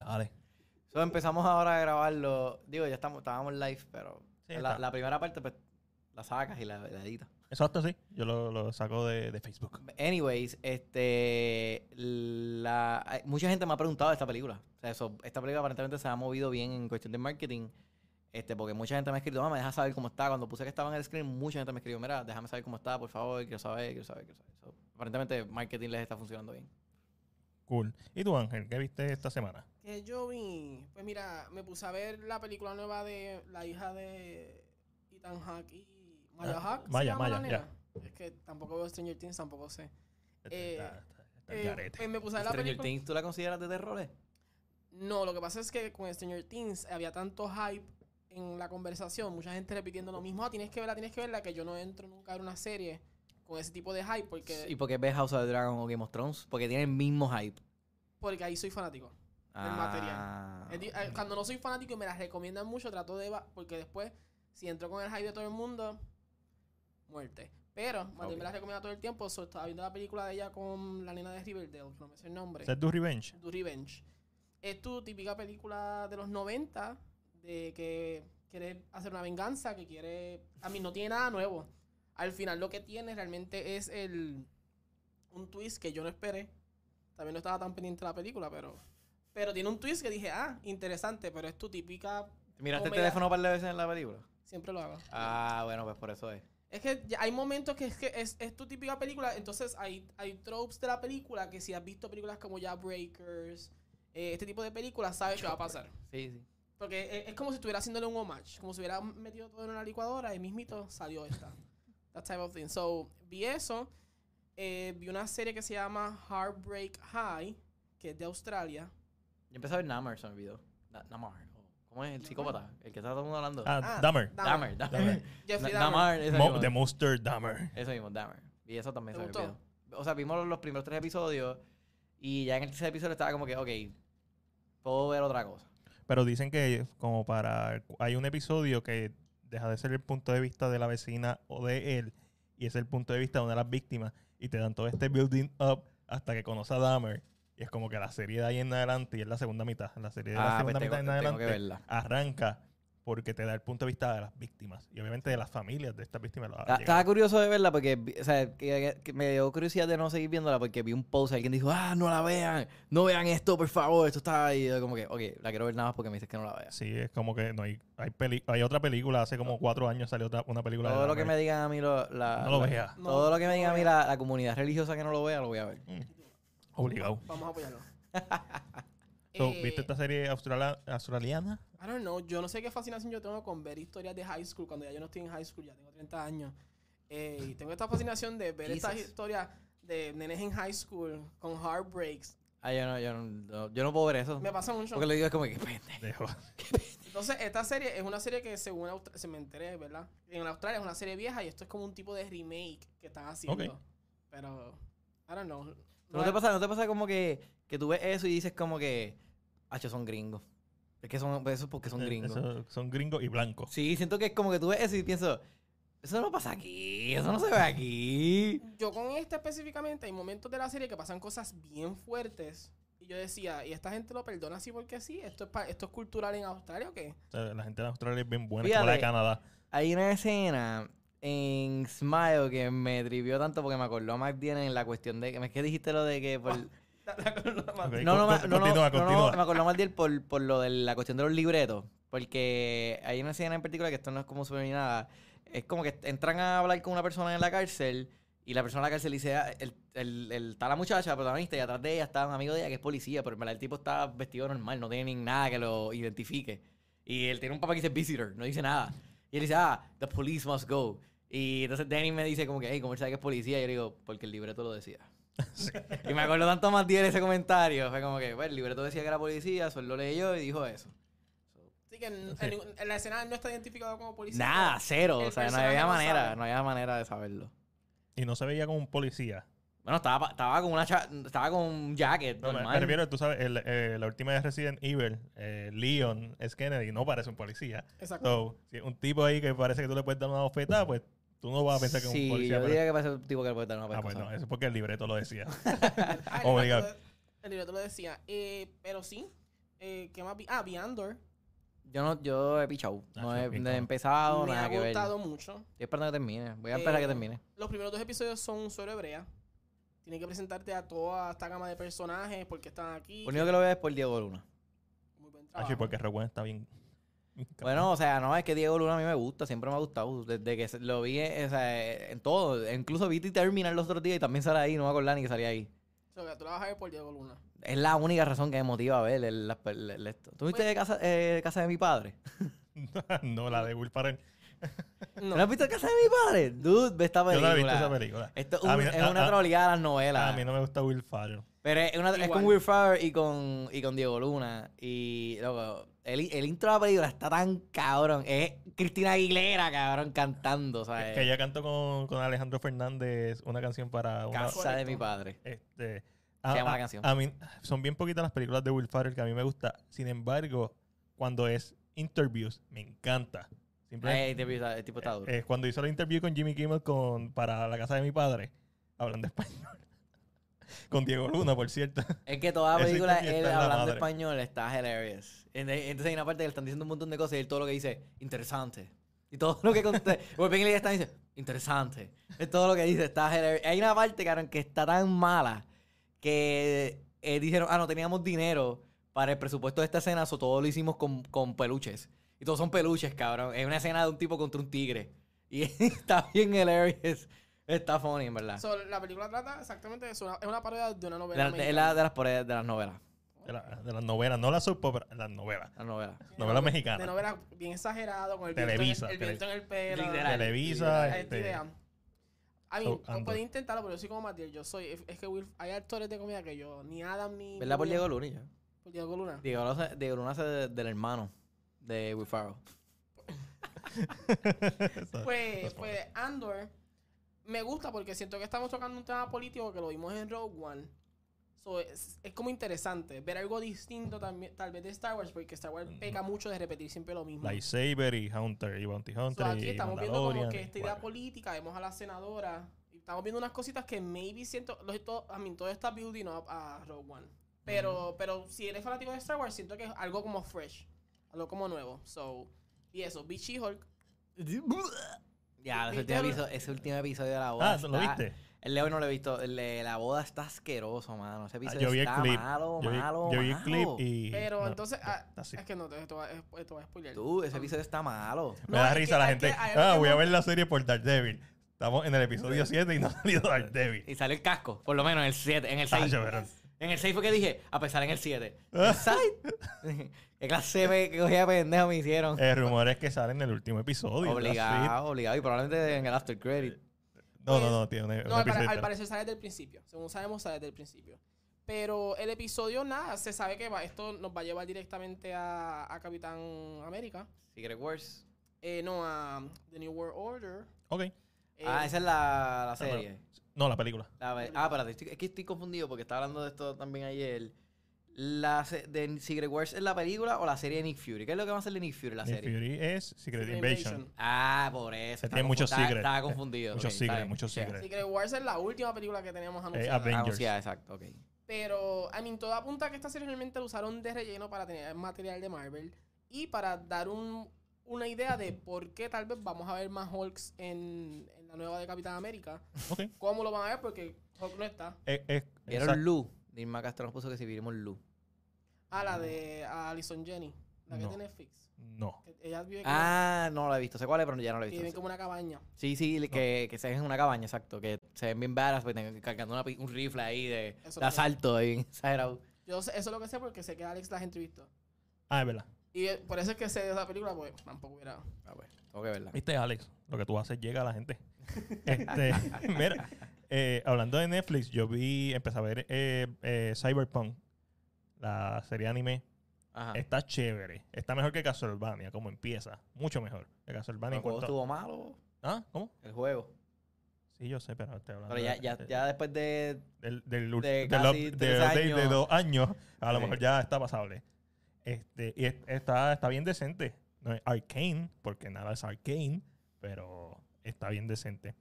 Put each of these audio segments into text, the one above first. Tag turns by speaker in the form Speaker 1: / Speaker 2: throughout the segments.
Speaker 1: Dale.
Speaker 2: So, empezamos ahora a grabarlo. Digo, ya estamos, estábamos live, pero
Speaker 1: Sí,
Speaker 2: la,
Speaker 1: está.
Speaker 2: la primera parte pues la sacas y la, la editas.
Speaker 1: Exacto, sí. Yo lo, lo saco de, de Facebook.
Speaker 2: Anyways, este. La, hay- mucha gente me ha preguntado de esta película. O sea, eso- esta película aparentemente se ha movido bien en cuestión de marketing. Este, porque mucha gente me ha escrito, "Ah, me deja saber cómo está. Cuando puse que estaba en el screen, mucha gente me escribió, mira, déjame saber cómo está, por favor, quiero saber, quiero saber, quiero saber. So, aparentemente, marketing les está funcionando bien.
Speaker 1: Cool. ¿Y tú, Ángel? ¿Qué viste esta semana?
Speaker 3: Que yo vi, pues mira, me puse a ver la película nueva de la hija de Ethan Hawke y Maya
Speaker 1: Ah,
Speaker 3: Hawke. ¿se
Speaker 1: Maya,
Speaker 3: llama la
Speaker 1: Maya,
Speaker 3: nena? Es que tampoco veo Stranger Things, tampoco sé. Eh,
Speaker 1: Este, Está- está- está el
Speaker 3: Eh,
Speaker 1: garete.
Speaker 3: pues me puse a ver la
Speaker 2: Stranger
Speaker 3: película.
Speaker 2: Things, ¿tú la consideras de terrores?
Speaker 3: No, lo que pasa es que con Stranger Things había tanto hype en la conversación, mucha gente repitiendo lo mismo, ah, tienes que verla, tienes que verla, que yo no entro nunca a ver una serie con ese tipo de hype porque,
Speaker 2: ¿Y por qué ves House of the Dragon o Game of Thrones? Porque tiene el mismo hype.
Speaker 3: porque ahí soy fanático.
Speaker 2: Ah.
Speaker 3: Es di- eh, Cuando no soy fanático y me las recomiendan mucho, trato de eva- porque después, si entro con el hype de todo el mundo, muerte. Pero Mateo
Speaker 2: Ok.
Speaker 3: me las recomienda todo el tiempo. so, estaba viendo la película de ella con la nena de Riverdale, que no me sé el nombre.
Speaker 1: ¿Set Do Revenge?
Speaker 3: Do Revenge. Es tu típica película de los 90, de que quiere hacer una venganza, que quiere... A mí no tiene nada nuevo. Al final lo que tiene realmente es el un twist que yo no esperé. También no estaba tan pendiente de la película, pero... Pero tiene un twist que dije, ah, interesante, pero es tu típica...
Speaker 2: ¿Te ¿Miraste el
Speaker 3: comedia-
Speaker 2: teléfono un par de veces en la película?
Speaker 3: Siempre lo hago.
Speaker 2: Ah, bueno, pues por eso es.
Speaker 3: Es que ya hay momentos que es, que es, es tu típica película, entonces hay, hay tropes de la película que si has visto películas como ya Breakers, eh, este tipo de películas, sabes qué va a pasar.
Speaker 2: Sí, sí.
Speaker 3: Porque e- es, como si estuviera haciéndole un homage, como si hubiera metido todo en una licuadora y mismito salió esta. That type of thing. So, vi eso, eh, vi una serie que se llama Heartbreak High, que es de Australia.
Speaker 2: Yo empecé a ver Namor, se me olvidó. Na- Namor. o- ¿Cómo es el psicópata? El que está todo el mundo hablando.
Speaker 1: Ah, Dahmer.
Speaker 2: Dahmer, Dahmer.
Speaker 3: Jeffrey
Speaker 2: Na-
Speaker 3: Dahmer.
Speaker 2: Namor, ese
Speaker 1: Mo-
Speaker 2: mismo.
Speaker 1: The Monster Dahmer.
Speaker 2: Eso mismo, Dahmer. Y eso también
Speaker 3: ¿Te
Speaker 2: se me
Speaker 3: gustó?
Speaker 2: olvidó. O sea, vimos los primeros tres episodios y ya en el tercer episodio estaba como que, ok, puedo ver otra cosa.
Speaker 1: Pero dicen que como para... Hay un episodio que deja de ser el punto de vista de la vecina o de él y es el punto de vista de una de las víctimas y te dan todo este building up hasta que conoce a Dahmer. Y es como que la serie de ahí en adelante y es la segunda mitad. La serie de Eh, la
Speaker 2: Ah, pues
Speaker 1: segunda
Speaker 2: tengo,
Speaker 1: mitad en
Speaker 2: tengo
Speaker 1: adelante
Speaker 2: que verla.
Speaker 1: arranca porque te da el punto de vista de las víctimas y obviamente de las familias de estas víctimas.
Speaker 2: Ta- Estaba curioso de verla porque, vi- o sea, que- que me dio curiosidad de no seguir viéndola porque vi un post, alguien dijo, ah, no la vean, no vean esto, por favor, esto está ahí. Y yo como que, ok, la quiero ver nada más porque me dices que no la veas.
Speaker 1: Sí, es como que no hay hay, peli- hay otra película, hace como cuatro años salió otra, una película
Speaker 2: Todo
Speaker 1: de
Speaker 2: lo que me
Speaker 1: Dahmer.
Speaker 2: digan a mí lo- la,
Speaker 1: No lo
Speaker 2: la-
Speaker 1: veas.
Speaker 3: No,
Speaker 2: Todo lo que me
Speaker 3: no
Speaker 2: diga a mí
Speaker 3: veas.
Speaker 2: la, la comunidad religiosa que no lo vea, lo voy a ver.
Speaker 1: Obligado.
Speaker 3: Vamos a apoyarlo.
Speaker 1: So,
Speaker 3: Eh,
Speaker 1: ¿Viste esta serie australa- australiana?
Speaker 3: I don't know, yo no sé qué fascinación yo tengo con ver historias de high school cuando ya yo no estoy en high school, ya tengo 30 años. Eh, y tengo esta fascinación de ver estas
Speaker 2: Jesus.
Speaker 3: historias de nenes en high school con heartbreaks.
Speaker 2: Ah, yo no, yo no, no- yo no puedo ver eso.
Speaker 3: Me pasa mucho.
Speaker 2: Porque lo digo es como que, pendejo.
Speaker 1: Dejo.
Speaker 3: Entonces, esta serie es una serie que según Austra- se me enteré, ¿verdad? En Australia es una serie vieja y esto es como un tipo de remake que están haciendo.
Speaker 1: Ok.
Speaker 3: Pero, I don't know.
Speaker 2: ¿No te pasa, no te pasa como que, que tú ves eso y dices como que, ah, son gringos? Es que son, eso es porque son
Speaker 1: Eh,
Speaker 2: gringos.
Speaker 1: eso- son gringos y blancos.
Speaker 2: Sí, siento que es como que tú ves eso y pienso, eso no pasa aquí, eso no se ve aquí.
Speaker 3: Yo con esta específicamente hay momentos de la serie que pasan cosas bien fuertes. Y yo decía, ¿y esta gente lo perdona así porque sí? ¿Esto es, pa- esto es cultural en Australia o qué?
Speaker 1: O sea, la gente de Australia es bien buena, es como la de
Speaker 2: Fíjate.
Speaker 1: Canadá.
Speaker 2: Hay una escena en Smile que me trivió tanto porque me acordó a Mac Dillon en la cuestión de que es que dijiste lo de que por-
Speaker 1: Ok,
Speaker 2: no,
Speaker 1: con-
Speaker 2: no, ma-
Speaker 1: con-
Speaker 2: no, no,
Speaker 1: continúa,
Speaker 2: no, no,
Speaker 1: continúa.
Speaker 2: me acordó a Mac Dillon por, por lo de la cuestión de los libretos. Porque hay una escena en particular que esto no es como sobre ni nada. Es como que entran a hablar con una persona en la cárcel y la persona en la cárcel dice, ah, el, el- el- está la muchacha, la protagonista, y atrás de ella está un amigo de ella que es policía, pero en verdad el tipo está vestido normal, no tiene ni nada que lo identifique. Y él tiene un papá que dice visitor, no dice nada. Y él dice, ah, the police must go. Y entonces Danny me dice como que, hey, ¿cómo él sabe que es policía? Y yo le digo, porque el libreto lo decía.
Speaker 1: Sí.
Speaker 2: Y me acuerdo tanto más de ese comentario. Fue como que, bueno, el libreto decía que era policía, solo leyó y dijo eso.
Speaker 3: Así que en,
Speaker 1: Sí.
Speaker 3: en ningún- en la escena no está identificado como policía.
Speaker 2: Nada, cero.
Speaker 3: El
Speaker 2: O sea, no
Speaker 3: personaje
Speaker 2: había
Speaker 3: no
Speaker 2: manera,
Speaker 3: sabe.
Speaker 2: no había manera de saberlo.
Speaker 1: Y no se veía como un policía.
Speaker 2: Bueno, estaba, pa- estaba con una cha- estaba con un jacket
Speaker 1: No, me,
Speaker 2: normal.
Speaker 1: me refiero, tú sabes, el- eh, la última de Resident Evil, eh, Leon S. Kennedy, no parece un policía.
Speaker 3: Exacto.
Speaker 1: So, si un tipo ahí que parece que tú le puedes dar una bofetada, pues tú no vas a pensar que es
Speaker 2: Sí,
Speaker 1: un policía.
Speaker 2: yo
Speaker 1: pero-
Speaker 2: diría que parece un tipo que le puede dar una
Speaker 1: Ah, pues no,
Speaker 2: pescosa.
Speaker 1: eso es porque el libreto lo decía.
Speaker 3: Ah, el
Speaker 1: Obligado.
Speaker 3: libreto- El libreto lo decía. Eh, pero sí, eh, ¿qué más vi? Ah, Beyondor.
Speaker 2: Yo no, yo he pichado.
Speaker 1: Ah,
Speaker 2: No
Speaker 1: sí,
Speaker 2: he,
Speaker 1: pico.
Speaker 2: Ah, no he empezado,
Speaker 3: me
Speaker 2: nada
Speaker 3: ha
Speaker 2: que ver.
Speaker 3: gustado
Speaker 2: Estoy
Speaker 3: mucho.
Speaker 2: esperando que termine. Voy a esperar a que
Speaker 3: Eh,
Speaker 2: termine.
Speaker 3: Los primeros dos episodios son solo hebrea. Tienes que presentarte a toda esta gama de personajes, porque están aquí.
Speaker 2: Lo único que lo veo es por Diego Luna.
Speaker 3: Muy buen
Speaker 1: Ah,
Speaker 3: trabajo.
Speaker 1: sí, porque Rowan está bien. bien
Speaker 2: Bueno, o sea, no, es que Diego Luna a mí me gusta, siempre me ha gustado. Desde que se- lo vi eh, o sea, eh, en todo. Incluso vi Terminal los otros días y también sale ahí, no me acordaba ni que salía ahí.
Speaker 3: O sea, que tú la vas a ver por Diego Luna.
Speaker 2: Es la única razón que me motiva a ver el- las pel- el- esto. ¿Tú viste
Speaker 3: Pues-
Speaker 2: casa, eh, casa de mi padre?
Speaker 1: cabrón. no, la de Will Ferrell.
Speaker 3: No.
Speaker 2: ¿No, has visto Casa de mi padre? Dude, ve esta
Speaker 1: Yo
Speaker 2: película.
Speaker 1: no he visto esa película.
Speaker 2: Esto es,
Speaker 1: A
Speaker 2: un-
Speaker 1: mí-
Speaker 2: es
Speaker 1: a-
Speaker 2: una
Speaker 1: a-
Speaker 2: troleada a las novelas.
Speaker 1: A mí no me gusta Will Ferrell.
Speaker 2: Pero es, una- es
Speaker 3: Igual.
Speaker 2: con Will Ferrell y con, y con Diego Luna. Y, loco, el, el intro de la película está tan cabrón. Es Cristina Aguilera, cabrón, cantando, ¿sabes?
Speaker 1: Que ella cantó con, con Alejandro Fernández una canción para una,
Speaker 2: Casa de mi padre.
Speaker 1: Este,
Speaker 2: llama la canción.
Speaker 1: a mí, son bien poquitas las películas de Will Ferrell que a mí me gusta. Sin embargo, cuando es interviews, me encanta. Simplemente,
Speaker 2: Ay, te pido- el tipo está duro.
Speaker 1: eh, cuando hizo la interview con Jimmy Kimmel con, para la casa de mi padre, hablando español. con Diego Luna, por cierto.
Speaker 2: Es que toda la
Speaker 1: ese
Speaker 2: película,
Speaker 1: interview
Speaker 2: él
Speaker 1: está en la
Speaker 2: hablando
Speaker 1: madre.
Speaker 2: español está hilarious. En- en- Entonces hay una parte que le están diciendo un montón de cosas y él todo lo que dice, interesante. Y todo lo que conté, Wolverine y ella están diciendo, interesante. Es todo lo que dice, está hilarious. Hay una parte, cabrón, que está tan mala que eh, dijeron, ah, no teníamos dinero para el presupuesto de esta escena, so todo lo hicimos con, con peluches. Y todos son peluches, cabrón. Es una escena de un tipo contra un tigre. Y está bien hilarious. Está funny, en verdad.
Speaker 3: So, la película trata exactamente de eso. una- Es una parodia de una
Speaker 2: De
Speaker 3: novela.
Speaker 2: la- de la- de las paredes de las novelas.
Speaker 1: De, la- de las novelas, no las soap opera, las novelas.
Speaker 2: Las novelas.
Speaker 1: Novelas
Speaker 3: De
Speaker 1: mexicanas.
Speaker 3: novela bien exagerado, con el
Speaker 1: Televisa,
Speaker 3: viento en el, el, viento en el pelo.
Speaker 2: Literal.
Speaker 1: Televisa.
Speaker 3: Esta
Speaker 1: este,
Speaker 3: idea. A mí,
Speaker 1: So,
Speaker 3: no
Speaker 1: ando.
Speaker 3: puede intentarlo, pero yo soy como Matiel. Yo soy. es- Es que Will- hay actores de comedia que yo, ni Adam ni.
Speaker 2: ¿Verdad por
Speaker 3: Diego
Speaker 2: Diego Luna? y yo?
Speaker 3: Por Diego Luna.
Speaker 2: Diego Luna, Diego Luna hace de- del hermano de Will Ferrell.
Speaker 1: esa-
Speaker 3: Pues,
Speaker 1: esas
Speaker 3: pues Andor me gusta porque siento que estamos tocando un tema político que lo vimos en Rogue One. So, es, es como interesante ver algo distinto también, tal vez de Star Wars, porque Star Wars peca mucho de repetir siempre lo mismo.
Speaker 1: Lightsaber y Hunter y Bounty
Speaker 3: So,
Speaker 1: Hunter
Speaker 3: aquí
Speaker 1: y
Speaker 3: estamos viendo como
Speaker 1: Mandalorian,
Speaker 3: que esta idea
Speaker 1: whatever.
Speaker 3: política, vemos a la senadora, y estamos viendo unas cositas que maybe siento, los, todo, I mean, todo está building up a Rogue One. Pero, pero si eres fanático de Star Wars, siento que es algo como fresh, algo como nuevo. So, y eso, Bitchy Hulk.
Speaker 2: Ya, ese
Speaker 3: ¿Viste
Speaker 2: último,
Speaker 3: el-
Speaker 2: episodio, ese último episodio de la boda.
Speaker 1: Ah, ¿lo
Speaker 2: está-
Speaker 1: viste?
Speaker 2: El Leo no lo he visto. El de la boda está asqueroso, mano. Ese
Speaker 1: Ah,
Speaker 2: episodio
Speaker 1: yo vi el
Speaker 2: está
Speaker 1: clip.
Speaker 2: malo,
Speaker 1: yo vi,
Speaker 2: malo,
Speaker 1: yo vi el
Speaker 2: malo.
Speaker 1: clip y.
Speaker 3: Pero
Speaker 1: no,
Speaker 3: entonces, ah,
Speaker 1: está así.
Speaker 3: es que no, te- esto va, esto va a spoiler.
Speaker 2: Tú, ese episodio está malo.
Speaker 1: Me
Speaker 3: No,
Speaker 1: da
Speaker 3: es que
Speaker 1: risa la
Speaker 3: hay
Speaker 1: gente.
Speaker 3: que- hay algo
Speaker 1: ah,
Speaker 3: que
Speaker 1: voy a
Speaker 3: no-
Speaker 1: ver la serie por Daredevil. Estamos en el episodio 7 y no ha salido Daredevil.
Speaker 2: Y sale el casco, por lo menos en el 7, en el 6.
Speaker 1: Tacho, Ah, pero- Ah.
Speaker 2: En el 6 fue que dije, a pesar en el 7. ¿Qué clase de que cogía pendejo me hicieron?
Speaker 1: El rumor es que sale en el último episodio. that's it.
Speaker 2: Obligado, obligado. Y probablemente en el after credit.
Speaker 1: No, no, no, tiene un,
Speaker 3: Eh,
Speaker 1: un
Speaker 3: No, al, pare-
Speaker 1: episodio.
Speaker 3: al
Speaker 1: entero.
Speaker 3: parecer sale desde el principio. Según sabemos, sale desde el principio. Pero el episodio, nada, se sabe que va, esto nos va a llevar directamente a, a Capitán América.
Speaker 2: Secret Wars.
Speaker 3: Eh, no, a The New World Order.
Speaker 1: Ok.
Speaker 3: Eh,
Speaker 2: Ah, esa es la, la
Speaker 1: pero-
Speaker 2: serie.
Speaker 1: No, la película.
Speaker 2: La ve- ah, espérate, estoy- es que estoy confundido porque estaba hablando de esto también ayer. La se- de Secret Wars es la película o la serie de Nick Fury. ¿Qué es lo que va a ser de Nick Fury la
Speaker 1: Nick
Speaker 2: serie?
Speaker 1: Fury es Secret,
Speaker 3: Secret
Speaker 1: Invasion.
Speaker 3: Invasion.
Speaker 2: Ah, por eso.
Speaker 1: Se
Speaker 2: estaba
Speaker 1: tiene
Speaker 2: confu-
Speaker 1: muchos
Speaker 2: estaba-
Speaker 1: secret.
Speaker 2: Estaba confundido.
Speaker 1: Muchos
Speaker 2: Ok, está
Speaker 1: secret,
Speaker 2: bien.
Speaker 1: muchos
Speaker 2: Sí,
Speaker 1: secret.
Speaker 3: Secret Wars es la última película que teníamos anunciada.
Speaker 1: Aven-
Speaker 2: Ah,
Speaker 1: Avengers.
Speaker 2: sí, ah, exacto, ok.
Speaker 3: pero, I mean, todo apunta a que esta serie realmente la usaron de relleno para tener material de Marvel y para dar un- una idea de por qué tal vez vamos a ver más Hulks en, en la nueva de Capitán América.
Speaker 1: Ok.
Speaker 3: ¿Cómo lo van a ver? Porque Hulk no está.
Speaker 1: Eh, eh,
Speaker 2: ¿Vieron
Speaker 1: exacto.
Speaker 2: Lu? Dilma Castro nos puso que si vimos Lu.
Speaker 3: Ah, la de a Alison Jenny, la que
Speaker 1: No.
Speaker 3: es de Netflix.
Speaker 1: No.
Speaker 3: Que ella vive como-
Speaker 2: Ah, no la he visto. Sé cuál es, pero ya no la
Speaker 3: que
Speaker 2: he
Speaker 3: vive
Speaker 2: visto.
Speaker 3: como una cabaña.
Speaker 2: Sí, sí, que, que se ven en una cabaña, exacto. Que se ven bien badass, pues, tengan- cargando una pi- un rifle ahí de,
Speaker 3: Eso
Speaker 2: de
Speaker 3: también.
Speaker 2: asalto, ahí, exagerado.
Speaker 3: Yo sé- eso es lo que sé porque sé que Alex las entrevistó.
Speaker 1: Ah, es verdad.
Speaker 3: Y eh, por eso es que sé de esa película, pues tampoco hubiera.
Speaker 2: A ver, Ah, pues, tengo que verla.
Speaker 1: Viste, Alex, lo que tú haces llega a la gente. Este, mira, eh, hablando de Netflix, yo vi, empecé a ver eh, eh, Cyberpunk, la serie anime.
Speaker 2: Ajá.
Speaker 1: Está chévere. Está mejor que Castlevania, como empieza. Mucho mejor que Castlevania.
Speaker 2: El
Speaker 1: en
Speaker 2: juego
Speaker 1: cuanto-
Speaker 2: estuvo malo,
Speaker 1: ¿Ah? ¿Cómo?
Speaker 2: el juego.
Speaker 1: Sí, yo sé, pero estoy hablando
Speaker 2: Pero ya,
Speaker 1: de- este
Speaker 2: ya,
Speaker 1: de-
Speaker 2: ya después de...
Speaker 1: del, del, ul-
Speaker 2: de
Speaker 1: del
Speaker 2: casi
Speaker 1: up-
Speaker 2: tres
Speaker 1: del update de
Speaker 2: años.
Speaker 1: dos años, a lo
Speaker 2: Sí.
Speaker 1: mejor ya está pasable. Este, y es- está, está bien decente. No es arcane, porque nada es arcane, pero está bien decente.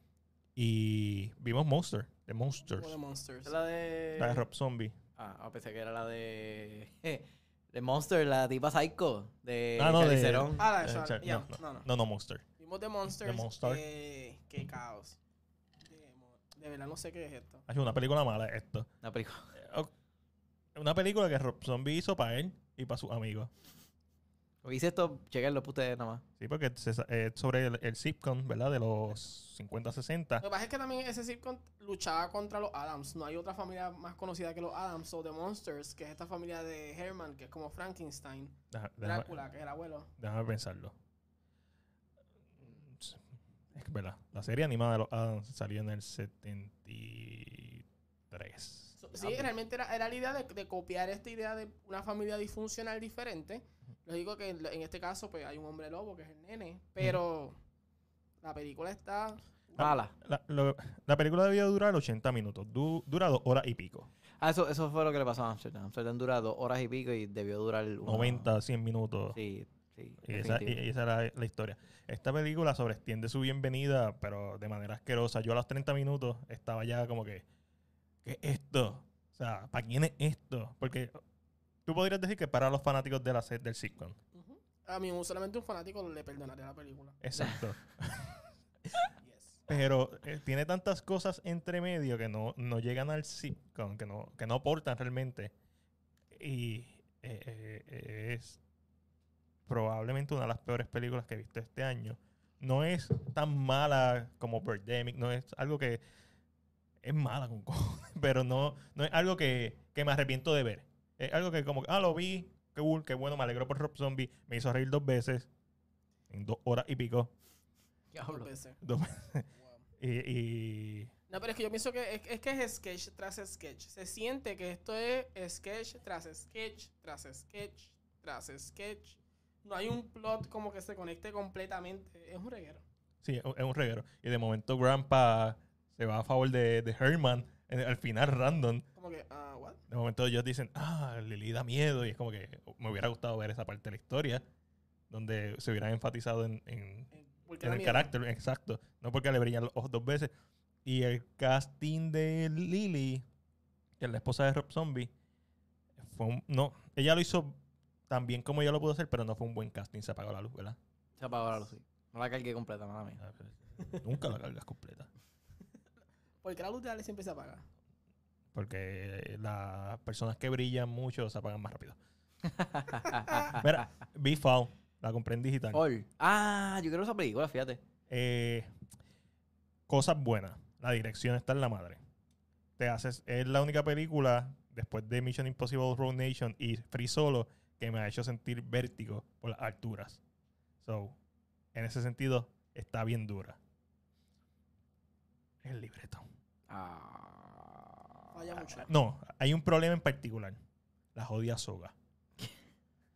Speaker 1: Y vimos Monster, The Monsters,
Speaker 2: pues,
Speaker 3: Como de Monsters.
Speaker 2: ¿Es la de...? oh,
Speaker 1: la de Rob Zombie.
Speaker 2: Ah, ah, pensé que era la de... de De Monster, la tipa Psycho. De
Speaker 1: Ah, no, de-
Speaker 2: Charlize Theron.
Speaker 3: Ah, la
Speaker 1: Eh,
Speaker 3: de Char-
Speaker 1: Char-
Speaker 3: ya,
Speaker 1: no,
Speaker 3: no, no.
Speaker 1: No, no, Monster.
Speaker 3: Vimos The Monsters.
Speaker 1: Monster.
Speaker 3: eh, qué caos. De, mo- de verdad no sé qué es esto.
Speaker 1: Es una película mala esto.
Speaker 2: La película.
Speaker 1: Eh, ok. Una película que Rob Zombie hizo para él y para sus amigos.
Speaker 2: Lo que hice esto, chequenlo para ustedes nada más.
Speaker 1: Sí, porque se sa- es sobre el, el sitcom, ¿verdad? De los 50, 60.
Speaker 3: Lo que pasa es que también ese sitcom luchaba contra los Adams. No hay otra familia más conocida que los Adams o The Monsters, que es esta familia de Herman, que es como Frankenstein.
Speaker 1: Deja- déjame-
Speaker 3: Drácula, que es el abuelo.
Speaker 1: Déjame pensarlo. Es que, ¿verdad? La serie animada de los Adams salió en el 73.
Speaker 3: So- sí, realmente era, era la idea de, de copiar esta idea de una familia disfuncional diferente. Lo digo que en, en este caso pues hay un hombre lobo que es el nene, pero la película está...
Speaker 2: Mala.
Speaker 1: La, lo- la película debía durar 80 minutos. Du- dura dos horas y pico.
Speaker 2: Ah, eso, eso fue lo que le pasó a Amsterdam. Amsterdam dura dos horas y pico y debió durar una-
Speaker 1: 90, 100 minutos.
Speaker 2: Sí, sí.
Speaker 1: Y esa,
Speaker 2: definitivo.
Speaker 1: y- y esa era la historia. Esta película sobreextiende su bienvenida, pero de manera asquerosa. Yo a los 30 minutos estaba ya como que, ¿qué es esto? O sea, ¿para quién es esto? Porque tú podrías decir que para los fanáticos de la, se- del sitcom.
Speaker 3: Ujú. A mí solamente un fanático le perdonaría la película.
Speaker 1: Exacto.
Speaker 3: Yes.
Speaker 1: pero eh, tiene tantas cosas entre medio que no, no llegan al sitcom, que no, que no aportan realmente. Y eh, eh, eh, es probablemente una de las peores películas que he visto este año. No es tan mala como Birdemic, no es algo que es mala con cojones, pero no, no es algo que, que me arrepiento de ver. Es algo que como, ah, lo vi, qué cool, qué bueno, me alegro por Rob Zombie, me hizo reír dos veces, en dos horas y pico.
Speaker 3: Dos
Speaker 2: Diablo.
Speaker 3: veces.
Speaker 1: dos-
Speaker 3: Wow.
Speaker 1: y- y
Speaker 3: No, pero es que yo pienso que es, es que es sketch tras sketch. Se siente que esto es sketch tras sketch, tras sketch, tras sketch. No hay un plot como que se conecte completamente. Es un reguero.
Speaker 1: Sí, es un- es un reguero. Y de momento Grandpa se va a favor de, de Herman en- al final random.
Speaker 3: Como que, ah, what?
Speaker 1: De momento ellos dicen, ah, Lily da miedo. Y es como que me hubiera gustado ver esa parte de la historia donde se hubiera enfatizado en, en-
Speaker 3: Eh, ¿por qué
Speaker 1: en
Speaker 3: da
Speaker 1: el
Speaker 3: miedo?
Speaker 1: carácter. Exacto. No porque le brillan los ojos dos veces. Y el casting de Lily, que es la esposa de Rob Zombie, fue un- no, ella lo hizo tan bien como ella lo pudo hacer, pero no fue un buen casting. Se apagó la luz, ¿verdad?
Speaker 2: Se apagó la luz. sí. No la cargué completa, mala mía.
Speaker 1: Ah, pero Nunca la cargas completa.
Speaker 3: Porque la luz de Ale siempre se apaga.
Speaker 1: Porque eh, las personas que brillan mucho se apagan más rápido. Mira, B-Found, la compré en digital.
Speaker 2: All. Ah, yo quiero esa película, fíjate.
Speaker 1: Eh, cosas buenas. La dirección está en la madre. Te haces, es la única película después de Mission Impossible Road Nation y Free Solo que me ha hecho sentir vértigo por las alturas. So, en ese sentido, está bien dura. El libreto.
Speaker 2: Ah.
Speaker 3: Falla mucho.
Speaker 1: No, hay un problema en particular. La jodida soga.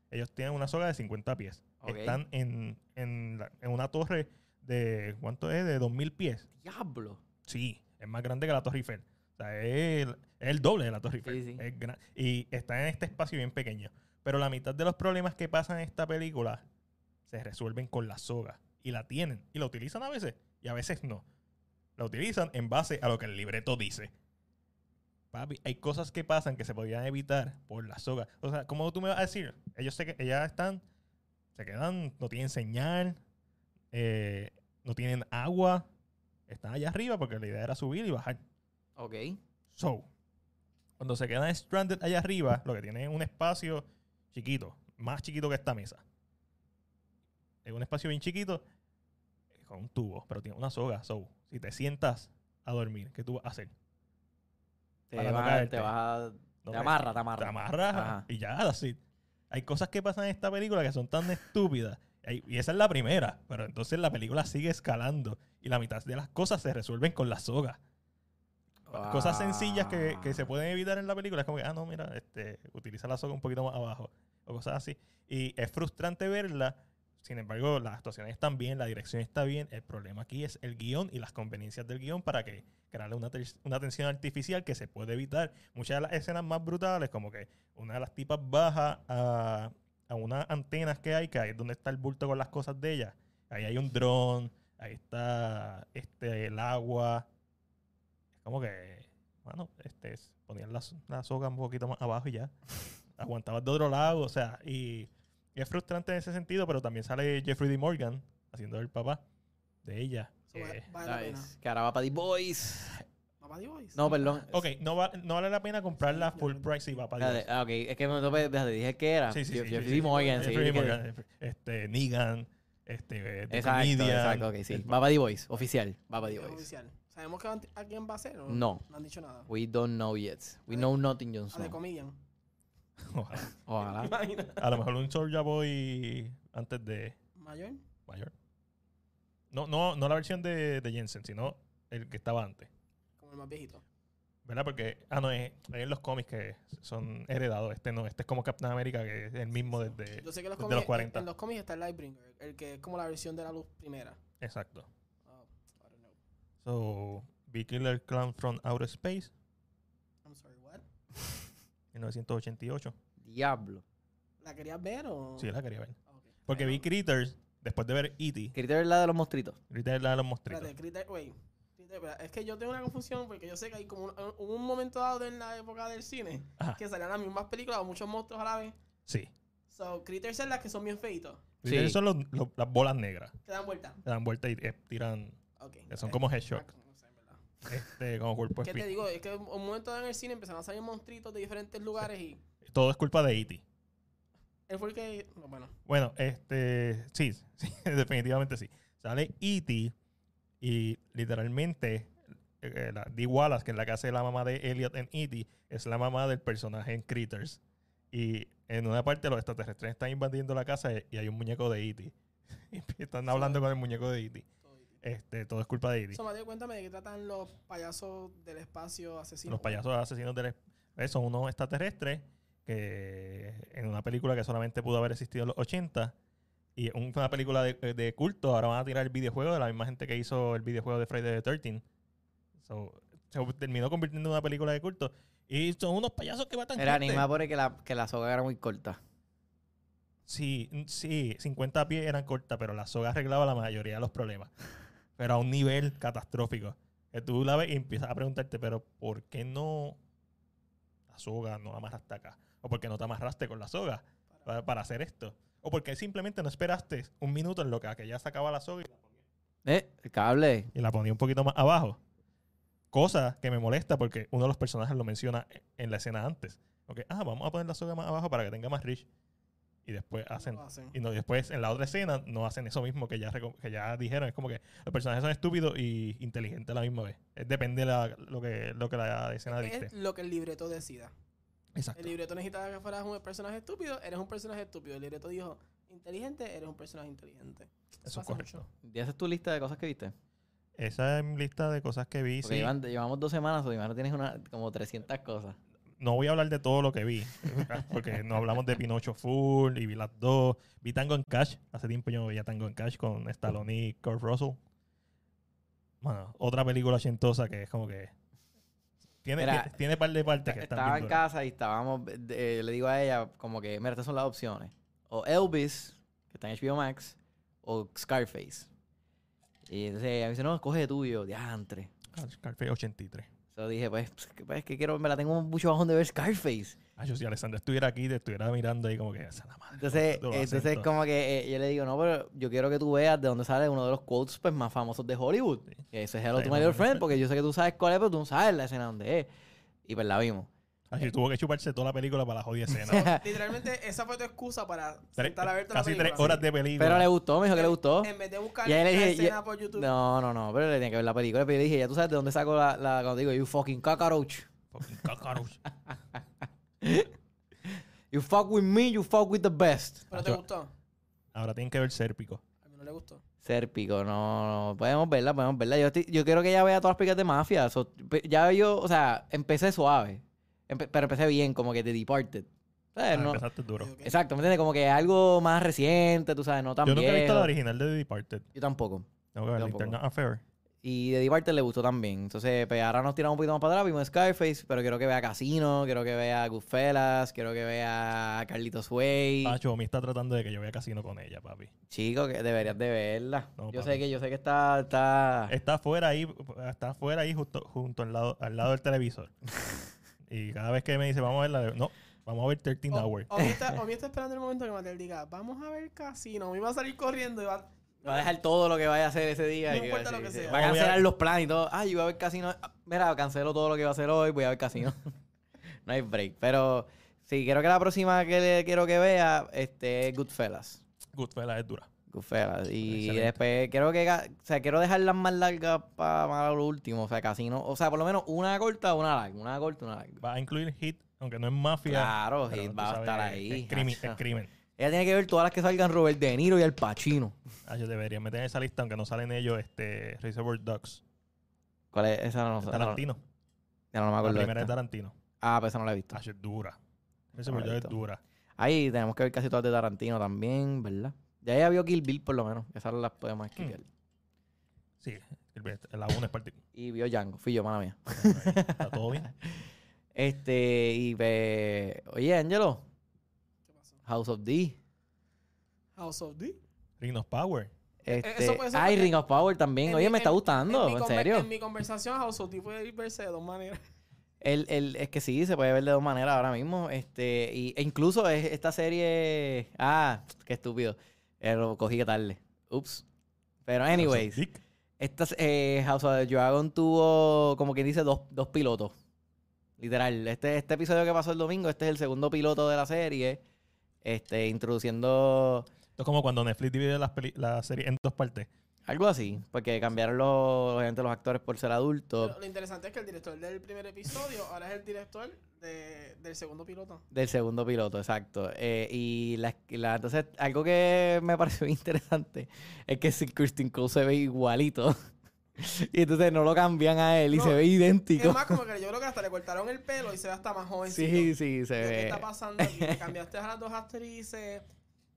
Speaker 1: Ellos tienen una soga de 50 pies.
Speaker 2: Ok.
Speaker 1: Están en, en la- en una torre de, ¿cuánto es? De 2.000 pies.
Speaker 2: Diablo.
Speaker 1: Sí, es más grande que la Torre Eiffel. O sea, es el, es el doble de la Torre Eiffel.
Speaker 2: Sí, sí.
Speaker 1: Es gran- y está en este espacio bien pequeño. Pero la mitad de los problemas que pasan en esta película se resuelven con la soga. Y la tienen. Y la utilizan a veces. Y a veces no. La utilizan en base a lo que el libreto dice. Papi, hay cosas que pasan que se podían evitar por la soga. O sea, ¿cómo tú me vas a decir? Ellos se, que- ellas están, se quedan, no tienen señal, eh, no tienen agua, están allá arriba porque la idea era subir y bajar.
Speaker 2: Ok.
Speaker 1: So, cuando se quedan stranded allá arriba, lo que tienen es un espacio chiquito, más chiquito que esta mesa. Es un espacio bien chiquito eh, con un tubo, pero tiene una soga. So, si te sientas a dormir, ¿qué tú vas a hacer?
Speaker 2: Te
Speaker 1: Para no
Speaker 2: vas,
Speaker 1: caerte.
Speaker 2: te vas a-
Speaker 1: No
Speaker 2: te
Speaker 1: me-
Speaker 2: amarra, te amarra.
Speaker 1: te amarras
Speaker 2: Ajá.
Speaker 1: y ya, así. Hay cosas que pasan en esta película que son tan estúpidas. Hay- Y esa es la primera, pero entonces la película sigue escalando y la mitad de las cosas se resuelven con la soga. Cosas sencillas que,
Speaker 2: Ah.
Speaker 1: que se pueden evitar en la película es como que, ah, no, mira, este, utiliza la soga un poquito más abajo o cosas así. Y es frustrante verla, sin embargo, las actuaciones están bien, la dirección está bien. El problema aquí es el guión y las conveniencias del guión para que crearle una, ter- una tensión artificial que se puede evitar. Muchas de las escenas más brutales, como que una de las tipas baja a, a unas antenas que hay, que ahí es donde está el bulto con las cosas de ella. Ahí hay un dron, ahí está este, el agua. Es como que, bueno, este, es- ponían la, so- la soga un poquito más abajo y ya. aguantabas de otro lado, o sea, y, y es frustrante en ese sentido, pero también sale Jeffrey D. Morgan haciendo el papá de ella.
Speaker 3: Eso va-
Speaker 1: Eh,
Speaker 3: vale la
Speaker 2: Nice.
Speaker 3: pena.
Speaker 2: Que ahora va para The Boys.
Speaker 3: Papá Dios.
Speaker 2: No, perdón.
Speaker 1: ok, no, va- no vale la pena comprarla full price si va para
Speaker 2: Espérate, ah, ok. Es que me topé, déjate, dije que era.
Speaker 1: Sí, sí,
Speaker 2: Yo-
Speaker 1: sí,
Speaker 2: yo
Speaker 1: sí,
Speaker 2: fui
Speaker 1: sí.
Speaker 2: Morgan, sí,
Speaker 1: Jeffrey D.
Speaker 2: que-
Speaker 1: Morgan, este, Negan, este, eh, The
Speaker 2: Exacto,
Speaker 1: Comedian,
Speaker 2: exacto, ok, sí.
Speaker 1: el-
Speaker 2: Va para The Boys, oficial. Va para The
Speaker 3: Es
Speaker 2: Boys.
Speaker 3: oficial. ¿Sabemos que van- a quién va a ser? o
Speaker 2: No.
Speaker 3: No han dicho nada.
Speaker 2: We don't know yet. We
Speaker 3: A
Speaker 2: know nothing, Jon
Speaker 3: A de
Speaker 2: Snow.
Speaker 3: comillas.
Speaker 1: Ojalá.
Speaker 2: Ojalá.
Speaker 3: Imagina.
Speaker 1: A lo mejor un Soldier Boy antes de
Speaker 3: Mayor.
Speaker 1: mayor. No, no, no la versión de, de Jensen, sino el que estaba antes.
Speaker 3: Como el más viejito.
Speaker 1: ¿Verdad? Porque, ah, no, es, es los cómics que son heredados. Este no, este es como Captain America, que es el mismo desde...
Speaker 3: Yo sé que los
Speaker 1: desde
Speaker 3: cómics,
Speaker 1: los 40.
Speaker 3: En, en los cómics está el Lightbringer, el que es como la versión de la luz primera.
Speaker 1: Exacto.
Speaker 3: Oh, I don't know.
Speaker 1: So, Big Killer Clown from Outer Space,
Speaker 3: I'm sorry, what?
Speaker 1: 1988.
Speaker 2: Diablo.
Speaker 3: ¿La querías ver o...?
Speaker 1: Sí, la quería ver.
Speaker 3: Ah, ok.
Speaker 1: Porque
Speaker 3: Bueno,
Speaker 1: vi Critters, después de ver E.T.,
Speaker 2: Quería ver la de los mostritos.
Speaker 1: Critters es la de los monstruitos.
Speaker 3: Espérate, Critter, wait. Critter, espera, Es que yo tengo una confusión porque yo sé que hay como un, hubo un momento dado en la época del cine
Speaker 1: Ajá.
Speaker 3: que salían las mismas películas o muchos monstruos a la vez.
Speaker 1: Sí.
Speaker 3: So, Critters son las que son bien feitos,
Speaker 2: Sí.
Speaker 1: Critters son los- los- las bolas negras.
Speaker 3: que dan vuelta.
Speaker 1: Le dan vuelta y eh, tiran...
Speaker 3: Ok.
Speaker 1: que Son como headshot.
Speaker 3: Ah, no sé, en verdad.
Speaker 1: Este, como cuerpo
Speaker 3: ¿Qué te
Speaker 1: espía.
Speaker 3: digo? Es que en un momento dado en el cine empezaron a salir monstruitos de diferentes lugares y
Speaker 1: Todo es culpa de E E.T.
Speaker 3: él fue el que... no, Bueno,
Speaker 1: Bueno, este, sí, sí, definitivamente sí. Sale E.T. y literalmente eh, eh, la Dee Wallace, que es la que hace la mamá de Elliot en E.T., es la mamá del personaje en Critters. Y en una parte los extraterrestres están invadiendo la casa y hay un muñeco de E.T. Y están hablando con el muñeco de E.T.
Speaker 3: todo bien.
Speaker 1: Este, todo es culpa de E.T.
Speaker 3: So, Mateo, cuéntame de qué tratan los payasos del espacio asesinos.
Speaker 1: Los payasos asesinos del esp- eh, son unos extraterrestres que en una película que solamente pudo haber existido en los 80 y en una película de, eh, de culto, ahora van a tirar el videojuego de la misma gente que hizo el videojuego de Friday the 13 So, se terminó convirtiendo en una película de culto y son unos payasos que matan
Speaker 2: Era
Speaker 1: gente.
Speaker 2: animada por el que la, que la soga era muy corta.
Speaker 1: Sí, mm, sí, 50 pies eran cortas, pero la soga arreglaba la mayoría de los problemas. Pero a un nivel catastrófico. Que tú la ves y empiezas a preguntarte, pero ¿por qué no la soga no la amarraste acá? ¿O por qué no te amarraste con la soga para, para hacer esto? ¿O por qué simplemente no esperaste un minuto en lo que aquella sacaba la soga
Speaker 2: ¿Eh? El cable.
Speaker 1: y la ponía un poquito más abajo? Cosa que me molesta porque uno de los personajes lo menciona e, en la escena antes. Ok, ah, vamos a poner la soga más abajo para que tenga más reach. Y después hacen
Speaker 3: Lo hacen.
Speaker 1: y no, después en la otra escena no hacen eso mismo que ya, reco- que ya dijeron. Es como que los personajes son estúpidos y inteligentes a la misma vez. Es- depende la- lo, que, lo que la escena dicte.
Speaker 3: Es lo que el libreto decida.
Speaker 1: Exacto.
Speaker 3: El libreto necesitaba que fueras un personaje estúpido, eres un personaje estúpido. El libreto dijo, inteligente, eres un personaje inteligente.
Speaker 1: Eso es
Speaker 3: pasa
Speaker 1: correcto.
Speaker 3: mucho.
Speaker 2: ¿Ya esa es tu lista de cosas que viste?
Speaker 1: Esa es mi lista de cosas que vi.
Speaker 2: Porque
Speaker 1: sí.
Speaker 2: llevan- llevamos dos semanas, o no tienes una, como 300 cosas.
Speaker 1: No voy a hablar de todo lo que vi. porque no hablamos de Pinocho Full y vi las dos. Vi Tango en Cash. Hace tiempo yo no veía Tango en Cash con Stallone y Kurt Russell. Bueno, otra película ochentosa que es como que... Tiene,
Speaker 2: Mira,
Speaker 1: tiene, tiene par de partes que están
Speaker 2: Estaba
Speaker 1: bien
Speaker 2: en
Speaker 1: duras.
Speaker 2: casa y estábamos, eh, le digo a ella, como que, mira, estas son las opciones. O Elvis, que está en HBO Max, o Scarface. Y entonces ella me dice, no, escoge tuyo, diantre.
Speaker 1: Ah, Scarface 83.
Speaker 2: Yo dije, pues, pues, que- pues, que quiero, me la tengo mucho bajón de ver Scarface.
Speaker 1: Ay, Ah, yo si Alessandro estuviera aquí, te estuviera mirando ahí como que esa es la madre.
Speaker 2: Entonces,
Speaker 1: Lo
Speaker 2: entonces
Speaker 1: acento.
Speaker 2: como que eh, yo le digo, no, pero yo quiero que tú veas de dónde sale uno de los quotes pues, más famosos de Hollywood.
Speaker 1: Sí.
Speaker 2: Que ese es Hello
Speaker 1: Sí,
Speaker 2: to My
Speaker 1: no,
Speaker 2: Little
Speaker 1: no,
Speaker 2: Friend,
Speaker 1: no.
Speaker 2: porque yo sé que tú sabes cuál es, pero tú no sabes la escena donde es. Y pues la vimos.
Speaker 1: Así Ah,
Speaker 3: Eh.
Speaker 1: tuvo que chuparse toda la película para la jodida escena.
Speaker 3: Literalmente, esa fue tu excusa para
Speaker 1: Tres-
Speaker 3: sentar a verte
Speaker 1: casi
Speaker 3: la película.
Speaker 1: tres horas de película.
Speaker 2: Pero le gustó, me dijo que le gustó.
Speaker 3: En vez de buscar
Speaker 2: Y ahí
Speaker 3: la
Speaker 2: le dije,
Speaker 3: escena
Speaker 2: ya-
Speaker 3: por YouTube.
Speaker 2: No, no, no, pero le tenía que ver la película. Pero yo le dije, ya tú sabes de dónde saco la, la cuando digo, you fucking cockroach.
Speaker 1: Fucking cockroach.
Speaker 2: You fuck with me, you fuck with the best.
Speaker 3: Pero te
Speaker 1: Acho-
Speaker 3: gustó.
Speaker 1: Ahora tienen que ver Sérpico.
Speaker 3: A mí no le gustó.
Speaker 2: Serpico, no, no, podemos verla, podemos verla. Yo, estoy- yo quiero que ella vea todas las películas de mafia. So, pe- ya yo, o sea, empecé suave, Empe- pero empecé bien, como que The Departed.
Speaker 1: Ah,
Speaker 2: ¿Sabes? Eh, No-
Speaker 1: Empezaste duro.
Speaker 3: Ok, ok.
Speaker 2: exacto, ¿me entiendes? Como que algo más reciente, tú sabes, no tan
Speaker 1: Yo nunca he visto la
Speaker 2: viejo.
Speaker 1: original de The Departed.
Speaker 2: Yo tampoco.
Speaker 1: Tengo que ver
Speaker 2: Yo
Speaker 1: la
Speaker 2: tampoco.
Speaker 1: Internal Affair.
Speaker 2: Y de Departed le gustó también. Entonces, pues, ahora nos tiramos un poquito más para atrás. Vimos Scarface, pero quiero que vea Casino, quiero que vea Goodfellas, quiero que vea Carlitos Way.
Speaker 1: Pacho, me Ah, está tratando de que yo vea casino con ella, papi.
Speaker 2: Chico, que deberías de verla.
Speaker 1: No,
Speaker 2: yo
Speaker 1: papi.
Speaker 2: sé que, yo sé que está, está...
Speaker 1: Está afuera ahí, está afuera ahí justo, junto al lado, al lado del televisor. y cada vez que me dice, vamos a verla, le digo, no, Vamos a ver 13
Speaker 2: Oh,
Speaker 3: O,
Speaker 1: Hours.
Speaker 3: o "Oh, me está, o me está esperando el momento que Mattel diga, vamos a ver casino. Me va a salir corriendo y va.
Speaker 2: Va a dejar todo lo que vaya a hacer ese día.
Speaker 3: No
Speaker 2: y va a
Speaker 3: importa
Speaker 2: decir,
Speaker 3: lo que
Speaker 2: sí,
Speaker 3: sea.
Speaker 2: Va a
Speaker 1: Voy a-
Speaker 2: cancelar los planes y todo. Ay, yo voy a ver casino. Ah, Mira, cancelo todo lo que iba a hacer hoy, voy a ver casino. no hay break. Pero sí, quiero que la próxima que le- quiero que vea este, es Goodfellas.
Speaker 1: Goodfellas es dura.
Speaker 2: Goodfellas. Y
Speaker 1: Excelente.
Speaker 2: después quiero que... ga- O sea, quiero dejarlas más largas para, lo último. O sea, casino. O sea, por lo menos una corta, una larga. Una corta, una larga.
Speaker 1: Va a incluir Hit, aunque no es mafia.
Speaker 2: Claro,
Speaker 1: pero
Speaker 2: Hit
Speaker 1: tú
Speaker 2: va a
Speaker 1: sabes,
Speaker 2: estar
Speaker 1: es-
Speaker 2: ahí.
Speaker 1: Es crimen.
Speaker 2: Hacho.
Speaker 1: Es crimen.
Speaker 2: Ella tiene que ver todas las que salgan Robert De Niro y Al Pacino.
Speaker 1: Ah, yo debería meter en esa lista, aunque no salen ellos, este, Reservoir Dogs.
Speaker 2: ¿Cuál es? Esa no, esa no-
Speaker 1: Tarantino.
Speaker 2: ya no me
Speaker 1: La
Speaker 2: acuerdo.
Speaker 1: primera
Speaker 2: esta.
Speaker 1: de Tarantino.
Speaker 2: Ah, pues esa no la he visto.
Speaker 1: Ah, es dura. Reservoir
Speaker 2: la he
Speaker 1: Dogs es
Speaker 2: visto.
Speaker 1: dura.
Speaker 2: Ahí tenemos que ver casi todas de Tarantino también, ¿verdad? Ya ella vio Kill Bill por lo menos. Esas las podemos
Speaker 1: Hmm.
Speaker 2: escribir.
Speaker 1: Sí, la 1 es particular.
Speaker 2: Y vio Django, fui yo, mala mía.
Speaker 1: Está todo bien.
Speaker 2: Este, y ve. Oye, Angelo,
Speaker 3: ¿Qué pasó?
Speaker 2: House of D.
Speaker 3: House of D.
Speaker 1: Ring of Power.
Speaker 2: Este,
Speaker 3: Eh, eso fue- eso
Speaker 2: ay,
Speaker 3: fue-
Speaker 2: Ring of Power también.
Speaker 3: en
Speaker 2: Oye,
Speaker 3: mi-
Speaker 2: me está
Speaker 3: en-
Speaker 2: gustando,
Speaker 3: mi
Speaker 2: en,
Speaker 3: conver-
Speaker 2: serio.
Speaker 3: En mi conversación, House of D puede verse de dos maneras.
Speaker 2: El, el- es que sí, se puede ver de dos maneras ahora mismo. Este, y, e incluso es- esta serie. Ah, qué estúpido. Eh, lo cogí que tarde. Ups. Pero, anyways.
Speaker 1: Dick.
Speaker 2: Esta, se- eh, House of the Dragon tuvo, como quien dice, dos, dos pilotos. Literal. Este, este episodio que pasó el domingo, este es el segundo piloto de la serie. Este, introduciendo
Speaker 1: Esto es como cuando Netflix divide las peli- la serie en dos partes.
Speaker 2: algo así. Porque cambiaron los, obviamente los actores por ser adultos.
Speaker 3: Pero lo interesante es que el director del primer episodio ahora es el director de- del segundo piloto.
Speaker 2: Del segundo piloto, exacto. Eh, y la, la- entonces, algo que me pareció interesante es que si Christine Cole se ve igualito. y entonces no lo cambian a él y
Speaker 3: No,
Speaker 2: se ve
Speaker 3: Es
Speaker 2: idéntico.
Speaker 3: más, como que yo creo que hasta le cortaron el pelo y se ve hasta más joven.
Speaker 2: Sí, sí, se
Speaker 3: Yo, ¿Qué
Speaker 2: ve.
Speaker 3: está pasando aquí? Le cambiaste a las dos actrices.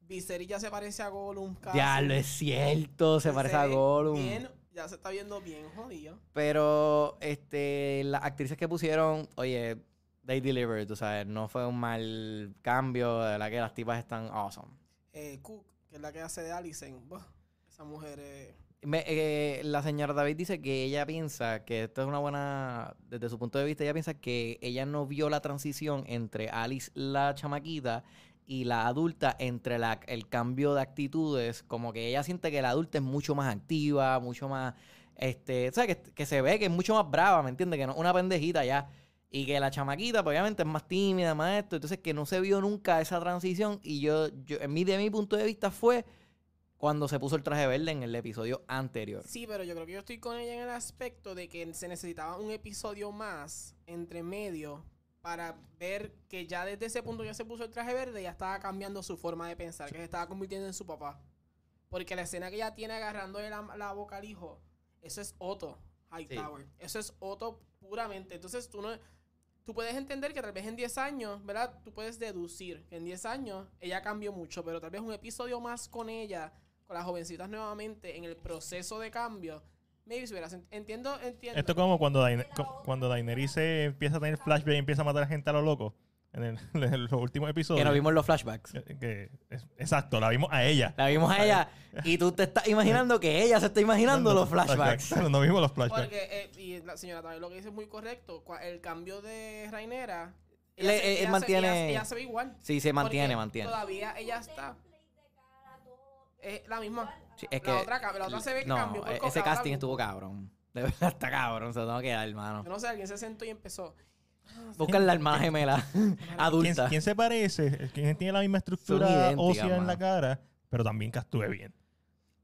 Speaker 3: Viserys ya se parece a Gollum. casi.
Speaker 2: Ya, lo es cierto, se parece a
Speaker 3: ve
Speaker 2: Gollum.
Speaker 3: bien- ya se está viendo bien jodido.
Speaker 2: Pero este, las actrices que pusieron, oye, they delivered, tú sabes, no fue un mal cambio, de verdad que las tipas están awesome.
Speaker 3: Eh, Cook, que es la que hace de Alicent. buah, esa mujer es...
Speaker 2: Me- eh, la señora David dice que ella piensa que esto es una buena, desde su punto de vista, ella piensa que ella no vio la transición entre Alice la chamaquita y la adulta, entre la, el cambio de actitudes, como que ella siente que la adulta es mucho más activa, mucho más, este, o sea, que, que se ve que es mucho más brava, ¿me entiendes? Que no es una pendejita ya. Y que la chamaquita, pues, obviamente, es más tímida, más esto. Entonces, que no se vio nunca esa transición. Y yo, yo en mi, de mi punto de vista, fue cuando se puso el traje verde en el episodio anterior.
Speaker 3: Sí, pero yo creo que yo estoy con ella en el aspecto de que se necesitaba un episodio más entre medio para ver que ya desde ese punto ya se puso el traje verde y ya estaba cambiando su forma de pensar, que se estaba convirtiendo en su papá. Porque la escena que ella tiene agarrándole la, la boca al hijo, eso es Otto Hightower. Eso es Otto puramente. Entonces tú no... Tú puedes entender que tal vez en 10 años, ¿verdad? Tú puedes deducir que en 10 años ella cambió mucho, pero tal vez un episodio más con ella con las jovencitas nuevamente en el proceso de cambio, maybe se hubiera sent- Entiendo, entiendo.
Speaker 1: Esto es como cuando, Daine- co- cuando Daenerys se empieza a tener flashback y empieza a matar a gente a lo loco. En, el, en los últimos episodios.
Speaker 2: Que nos vimos en los flashbacks.
Speaker 1: Que- que- es- exacto, la vimos a ella.
Speaker 2: La vimos a ella. Y tú te estás imaginando que ella se está imaginando los flashbacks.
Speaker 1: No vimos los flashbacks.
Speaker 3: porque, eh, y la señora también lo que dice es muy correcto, cua- el cambio de Rainera, ella,
Speaker 2: Le-
Speaker 3: se,
Speaker 2: eh,
Speaker 3: ella se-
Speaker 2: mantiene-
Speaker 3: ella- ella se ve igual.
Speaker 2: Sí, se mantiene,
Speaker 3: porque
Speaker 2: mantiene.
Speaker 3: Todavía ella está... Es la misma.
Speaker 2: Sí, es
Speaker 3: la
Speaker 2: que
Speaker 3: otra ca- la otra se ve que
Speaker 2: no,
Speaker 3: cambió por
Speaker 2: e-
Speaker 3: coca,
Speaker 2: ese
Speaker 3: ahora
Speaker 2: casting
Speaker 3: mismo.
Speaker 2: estuvo cabrón. De verdad está cabrón, se lo tengo que dar, hermano.
Speaker 3: Yo no sé, alguien se sentó y empezó.
Speaker 2: Buscan la hermana gemela
Speaker 1: ¿Quién,
Speaker 2: adulta.
Speaker 1: quién se parece? ¿Quién tiene la misma estructura
Speaker 2: idénticas,
Speaker 1: ósea en la
Speaker 2: mano.
Speaker 1: cara? Pero también que actúe bien.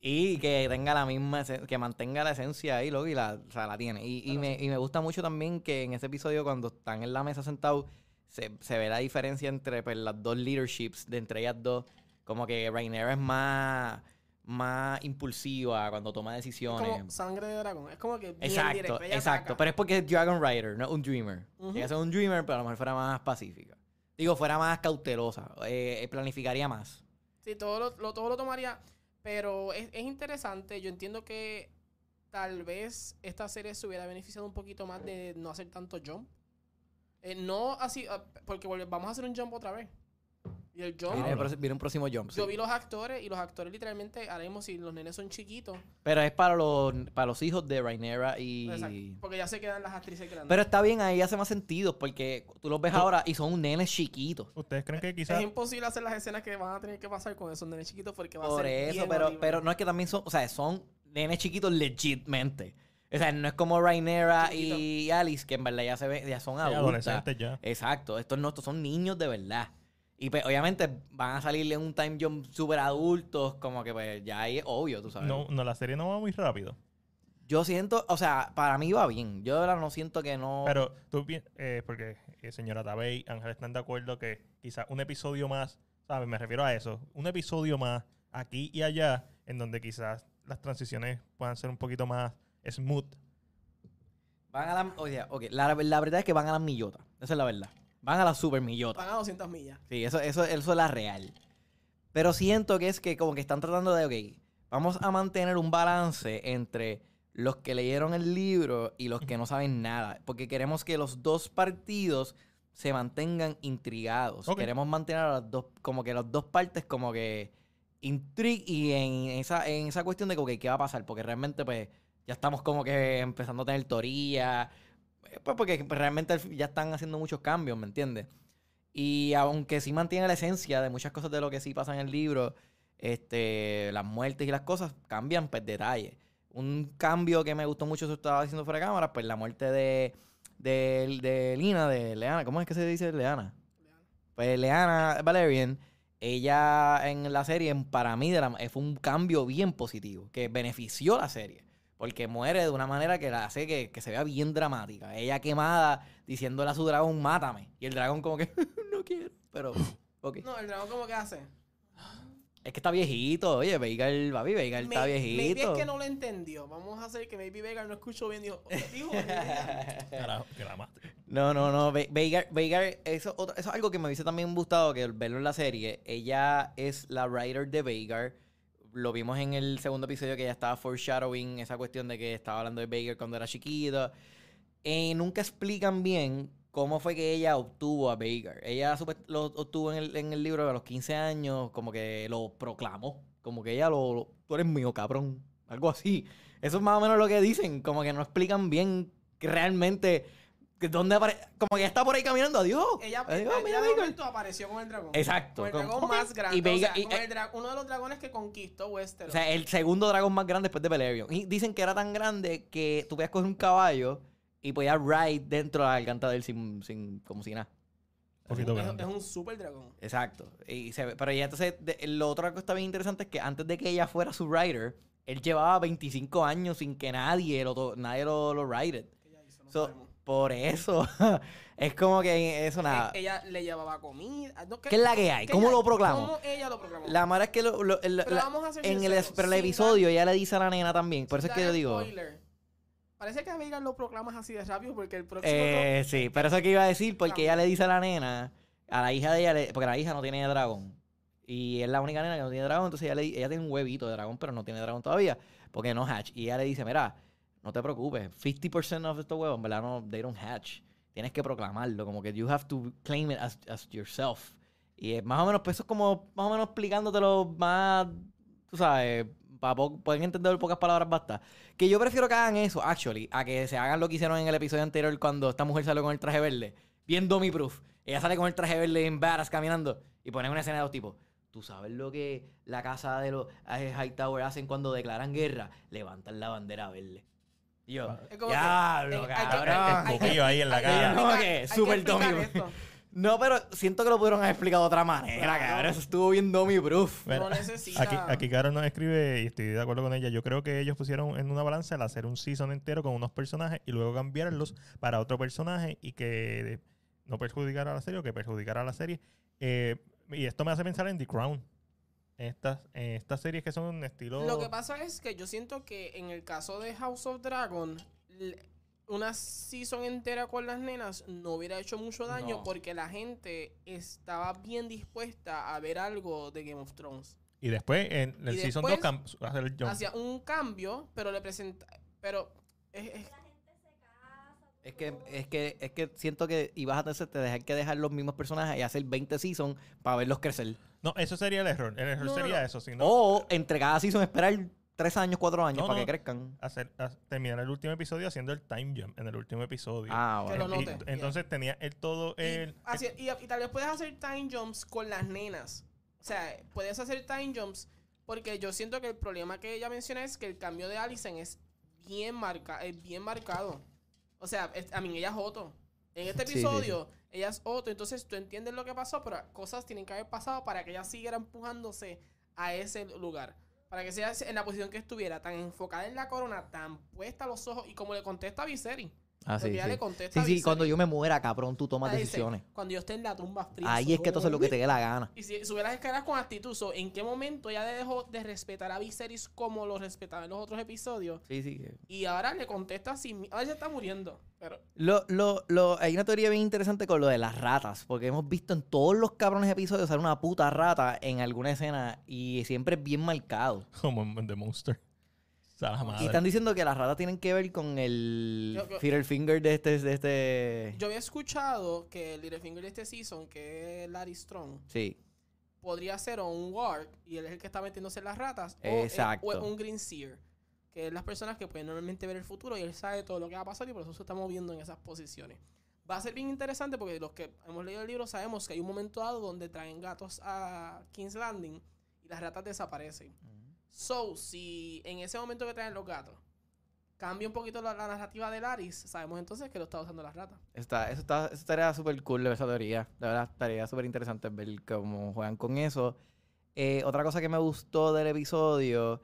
Speaker 2: Y que tenga la misma, esen- que mantenga la esencia ahí, loco, y la, o sea, la tiene. Y, y, me, y me gusta mucho también que en ese episodio, cuando están en la mesa sentados, se, se ve la diferencia entre pues, las dos leaderships, de entre ellas dos. Como que Rainera es más, más impulsiva cuando toma
Speaker 3: Es
Speaker 2: decisiones.
Speaker 3: como sangre de dragón. Es como que. bien
Speaker 2: exacto,
Speaker 3: directo, ella
Speaker 2: exacto.
Speaker 3: ataca.
Speaker 2: Pero es porque es Dragon Rider, no es un Dreamer.
Speaker 3: Ujú.
Speaker 2: Ella es un Dreamer, pero a lo mejor fuera más pacífica. Digo, fuera más cautelosa, eh, planificaría más.
Speaker 3: Sí, todo lo, lo- todo lo tomaría. Pero es, es interesante. Yo entiendo que tal vez esta serie se hubiera beneficiado un poquito más de no hacer tanto jump. Eh, no así, ah, porque volve- vamos a hacer un jump otra vez. Y Y el
Speaker 1: Ah,
Speaker 3: jump.
Speaker 2: Viene,
Speaker 1: bueno.
Speaker 2: pro- viene un próximo jump. sí.
Speaker 3: Yo vi los actores y los actores literalmente, ahora mismo si los nenes son chiquitos,
Speaker 2: Pero es para los, para los hijos de Rainera
Speaker 3: pues, exacto,
Speaker 2: y.
Speaker 3: porque ya se quedan las actrices grandes.
Speaker 2: Pero está bien, ahí hace más sentido porque tú los ves ahora y son nenes chiquitos.
Speaker 1: ¿Ustedes creen que
Speaker 3: es
Speaker 1: quizás
Speaker 3: imposible hacer las escenas que van a tener que pasar con esos nenes chiquitos porque va a
Speaker 2: Por
Speaker 3: ser
Speaker 2: eso,
Speaker 3: bien
Speaker 2: pero,
Speaker 3: horrible.
Speaker 2: pero no es que también son, o sea, son nenes chiquitos legitmente. O sea, no es como Rainera y Alice, que en verdad ya se ve, ya son
Speaker 1: hay
Speaker 2: adultas.
Speaker 1: adolescentes ya?
Speaker 2: Exacto, estos no, estos son niños de verdad. Y pues, obviamente van a salirle un time jump super adultos, como que pues ya ahí es obvio, tú sabes.
Speaker 1: No, no, la serie no va muy rápido.
Speaker 2: Yo siento, o sea, para mí va bien. Yo de verdad no siento que no.
Speaker 1: Pero tú pi- eh, porque eh, señora Tabey, Ángel están de acuerdo que quizás un episodio más, ¿sabes? Me refiero a eso, un episodio más aquí y allá, en donde quizás las transiciones puedan ser un poquito más smooth.
Speaker 2: Van a la, o sea, ok, la, la verdad es que van a las millotas. Esa es la verdad. Van a las super millotas.
Speaker 3: Van a 200 millas.
Speaker 2: Sí, eso, eso, eso es la real. Pero siento que es que como que están tratando de, ok, vamos a mantener un balance entre los que leyeron el libro y los que no saben nada. Porque queremos que los dos partidos se mantengan intrigados.
Speaker 1: Ok.
Speaker 2: Queremos mantener a las dos, como que las dos partes como que intrigue y en esa, en esa cuestión de que, ok, ¿qué va a pasar? Porque realmente pues ya estamos como que empezando a tener teoría. eh, Pues porque realmente al fin ya están haciendo muchos cambios, ¿me entiendes? Y aunque sí mantiene la esencia de muchas cosas de lo que sí pasa en el libro, este, las muertes y las cosas cambian pues, detalles. Un cambio que me gustó mucho, eso estaba diciendo fuera de cámara, pues la muerte de, de, de Lina, de Leana. ¿Cómo es que se dice Leana? Pues Leana Valerian, ella en la serie, en- para mí, de la- eh, fue un cambio bien positivo, que benefició la serie. Porque muere de una manera que la hace que, que se vea bien dramática. Ella quemada, diciéndole a su dragón, mátame. Y el dragón como que, no quiero. Pero, ok.
Speaker 3: No, el dragón como que hace.
Speaker 2: Es que está viejito, oye, Veigar, papi, Veigar está
Speaker 3: May- Maybe es
Speaker 2: viejito.
Speaker 3: que no lo entendió. Vamos a hacer que Maybe Vega no escuchó bien. Dijo, dijo "Mira".
Speaker 1: Carajo, que la mate.
Speaker 2: No, no, no. Ve- Veigar, Veigar eso, otra- eso es algo que me hubiese también gustado que verlo en la serie. Ella es la writer de Veigar. Lo vimos en el segundo episodio que ella estaba foreshadowing esa cuestión de que estaba hablando de Veigar cuando era chiquita. Eh, nunca explican bien cómo fue que ella obtuvo a Veigar. Ella supuest- lo obtuvo en el, en el libro a los 15 años, como que lo proclamó. Como que ella lo, lo- Tú eres mío, cabrón. Algo así. Eso es más o menos lo que dicen. Como que no explican bien que realmente. que ¿Dónde aparece? Como que ella está por ahí caminando. Adiós.
Speaker 3: ella,
Speaker 2: Adiós,
Speaker 3: ella
Speaker 2: mira,
Speaker 3: de
Speaker 2: Veigar.
Speaker 3: momento apareció con el dragón.
Speaker 2: Exacto.
Speaker 3: Con
Speaker 2: como-
Speaker 3: el dragón
Speaker 2: ok.
Speaker 3: más grande.
Speaker 2: Y Veigar-
Speaker 3: o
Speaker 2: y- eh,
Speaker 3: sea, con el dra- uno de los dragones que conquistó Westeros.
Speaker 2: O sea, el segundo dragón más grande después de Belerion. Y dicen que era tan grande que tú podías coger un caballo y podías ride dentro de la garganta de él sin, sin, como si nada.
Speaker 1: Un poquito
Speaker 3: es,
Speaker 1: grande.
Speaker 3: es un super dragón.
Speaker 2: Exacto. Y se ve- pero ya entonces, de- lo otro que está bien interesante es que antes de que ella fuera su rider, él llevaba 25 años sin que nadie lo, to- nadie lo, lo rided.
Speaker 3: que ella hizo, no
Speaker 2: So,
Speaker 3: sabemos.
Speaker 2: por eso, es como que eso nada.
Speaker 3: E- Ella le llevaba comida. Ah, No,
Speaker 2: ¿Qué es la que hay?
Speaker 3: que
Speaker 2: ¿Cómo
Speaker 3: ella-
Speaker 2: lo proclamo?
Speaker 3: ¿Cómo ella lo proclamó?
Speaker 2: La mara es que lo- lo- el-
Speaker 3: Pero
Speaker 2: la-
Speaker 3: vamos a ser
Speaker 2: en el,
Speaker 3: sinceros,
Speaker 2: pero el
Speaker 3: sin
Speaker 2: episodio ella le dice a la nena también. Por eso es que yo
Speaker 3: Dar
Speaker 2: digo...
Speaker 3: spoiler. Parece que a Vega lo proclamas así de rápido porque el próximo.
Speaker 2: Eh, sí, pero eso que iba a decir, porque ella
Speaker 3: Cambio.
Speaker 2: le dice a la nena, a la hija de ella, le- porque la hija no tiene dragón. Y es la única nena que no tiene dragón, entonces ella, le- ella tiene un huevito de dragón, pero no tiene dragón todavía, porque no hatch. Y ella le dice, mira, no te preocupes, 50% of estos huevos, en verdad, no, they don't hatch. Tienes que proclamarlo, como que you have to claim it as, as yourself. Y es más o menos, pues eso es como, más o menos explicándotelo más, tú sabes, para poder entender pocas palabras basta. Que yo prefiero que hagan eso, actually, a que se hagan lo que hicieron en el episodio anterior cuando esta mujer salió con el traje verde. Viendo mi proof. Ella sale con el traje verde en varas caminando y ponen una escena de dos tipos. Tú sabes lo que la casa de los eh, Hightower hacen cuando declaran guerra. Levantan la bandera verde. Y yo,
Speaker 3: Es como que-
Speaker 2: diablo,
Speaker 3: eh, hay que-
Speaker 2: cabrón.
Speaker 1: El cuquillo ahí en la
Speaker 3: Hay que
Speaker 1: cara.
Speaker 2: no,
Speaker 3: explicar-
Speaker 2: que
Speaker 3: hay que
Speaker 2: super
Speaker 3: explicar
Speaker 2: domingo.
Speaker 3: esto.
Speaker 2: No, pero siento que lo pudieron haber explicado de otra manera,
Speaker 3: Claro.
Speaker 2: cabrón. Eso estuvo viendo mi proof.
Speaker 1: Mira,
Speaker 3: No necesita.
Speaker 1: Aquí, aquí Caro nos escribe y estoy de acuerdo con ella. Yo creo que ellos pusieron en una balanza el hacer un season entero con unos personajes y luego cambiarlos para otro personaje y que no perjudicara a la serie o que perjudicara a la serie. Eh, y esto me hace pensar en The Crown. Estas, eh, estas series que son un estilo.
Speaker 3: Lo que pasa es que yo siento que en el caso de House of Dragon, l- una season entera con las nenas no hubiera hecho mucho daño
Speaker 2: No.
Speaker 3: porque la gente estaba bien dispuesta a ver algo de Game of Thrones.
Speaker 1: y después en el
Speaker 3: Y
Speaker 1: season
Speaker 3: después
Speaker 1: 2 cam- hacer el jump.
Speaker 3: Hacía un cambio, pero le presenta. Pero. es- es-
Speaker 2: Es que, es que, es que siento que ibas a tener que dejar que dejar los mismos personajes y hacer 20 seasons para verlos crecer.
Speaker 1: No, eso sería el error. El error
Speaker 3: No, no,
Speaker 1: sería
Speaker 3: no.
Speaker 1: eso, si no,
Speaker 2: O entre cada season esperar 3 años, 4 años
Speaker 1: No,
Speaker 2: para
Speaker 1: no.
Speaker 2: que crezcan.
Speaker 1: hacer, ha- terminar el último episodio haciendo el time jump en el último episodio.
Speaker 2: Ah,
Speaker 3: Que
Speaker 1: Y-
Speaker 3: lo
Speaker 2: bueno.
Speaker 3: no- note.
Speaker 1: entonces tenía él todo
Speaker 3: Y,
Speaker 2: Eh,
Speaker 1: el...
Speaker 3: así- y- y tal vez puedes hacer time jumps con las nenas. O sea, puedes hacer time jumps porque yo siento que el problema que ella menciona es que el cambio de Allison es bien, marca, es bien marcado. O sea, es- a mí ella es Otto. En este
Speaker 2: Sí, sí, sí.
Speaker 3: episodio, ella es Otto. Entonces tú entiendes lo que pasó, pero cosas tienen que haber pasado para que ella siguiera empujándose a ese lugar. Para que sea en la posición que estuviera, tan enfocada en la corona, tan puesta a los ojos. Y como le contesta a Viserys.
Speaker 2: Ah,
Speaker 3: porque
Speaker 2: sí,
Speaker 3: ella
Speaker 2: sí.
Speaker 3: le contesta
Speaker 2: Sí,
Speaker 3: a
Speaker 2: sí,
Speaker 3: Viserys.
Speaker 2: cuando yo me muera, cabrón, tú tomas
Speaker 3: Ah, dice,
Speaker 2: decisiones.
Speaker 3: Cuando yo esté en la tumba fría.
Speaker 2: Ahí es que tú haces lo que te dé la gana.
Speaker 3: Y si sube las escaleras con actitud, so, ¿en qué momento ella dejó de respetar a Viserys como lo respetaba en los otros episodios?
Speaker 2: Sí, sí.
Speaker 3: Y ahora le contesta sin... mi- Ahora ya está muriendo. Pero
Speaker 2: Lo, lo, lo, hay una teoría bien interesante con lo de las ratas, porque hemos visto en todos los cabrones episodios sale una puta rata en alguna escena y siempre es bien marcado.
Speaker 1: Como en The Monster. Sala madre.
Speaker 2: Y están diciendo que las ratas tienen que ver con el
Speaker 3: Yo- yo-
Speaker 2: Fear Finger de este... De este...
Speaker 3: yo había escuchado que el Littlefinger de este season, que es Larry Strong,
Speaker 2: Sí.
Speaker 3: podría ser o un Warg, y él es el que está metiéndose en las ratas, o,
Speaker 2: Exacto.
Speaker 3: o un Green Seer, que es las personas que pueden normalmente ver el futuro y él sabe todo lo que va a pasar y por eso se está moviendo en esas posiciones. Va a ser bien interesante porque los que hemos leído el libro sabemos que hay un momento dado donde traen gatos a King's Landing y las ratas desaparecen. So, si en ese momento que traen los gatos cambia un poquito la, la narrativa de Laris, sabemos entonces que lo está usando las ratas.
Speaker 2: Está, eso, está, eso estaría súper cool, esa teoría. La verdad, estaría súper interesante ver cómo juegan con eso. Eh, otra cosa que me gustó del episodio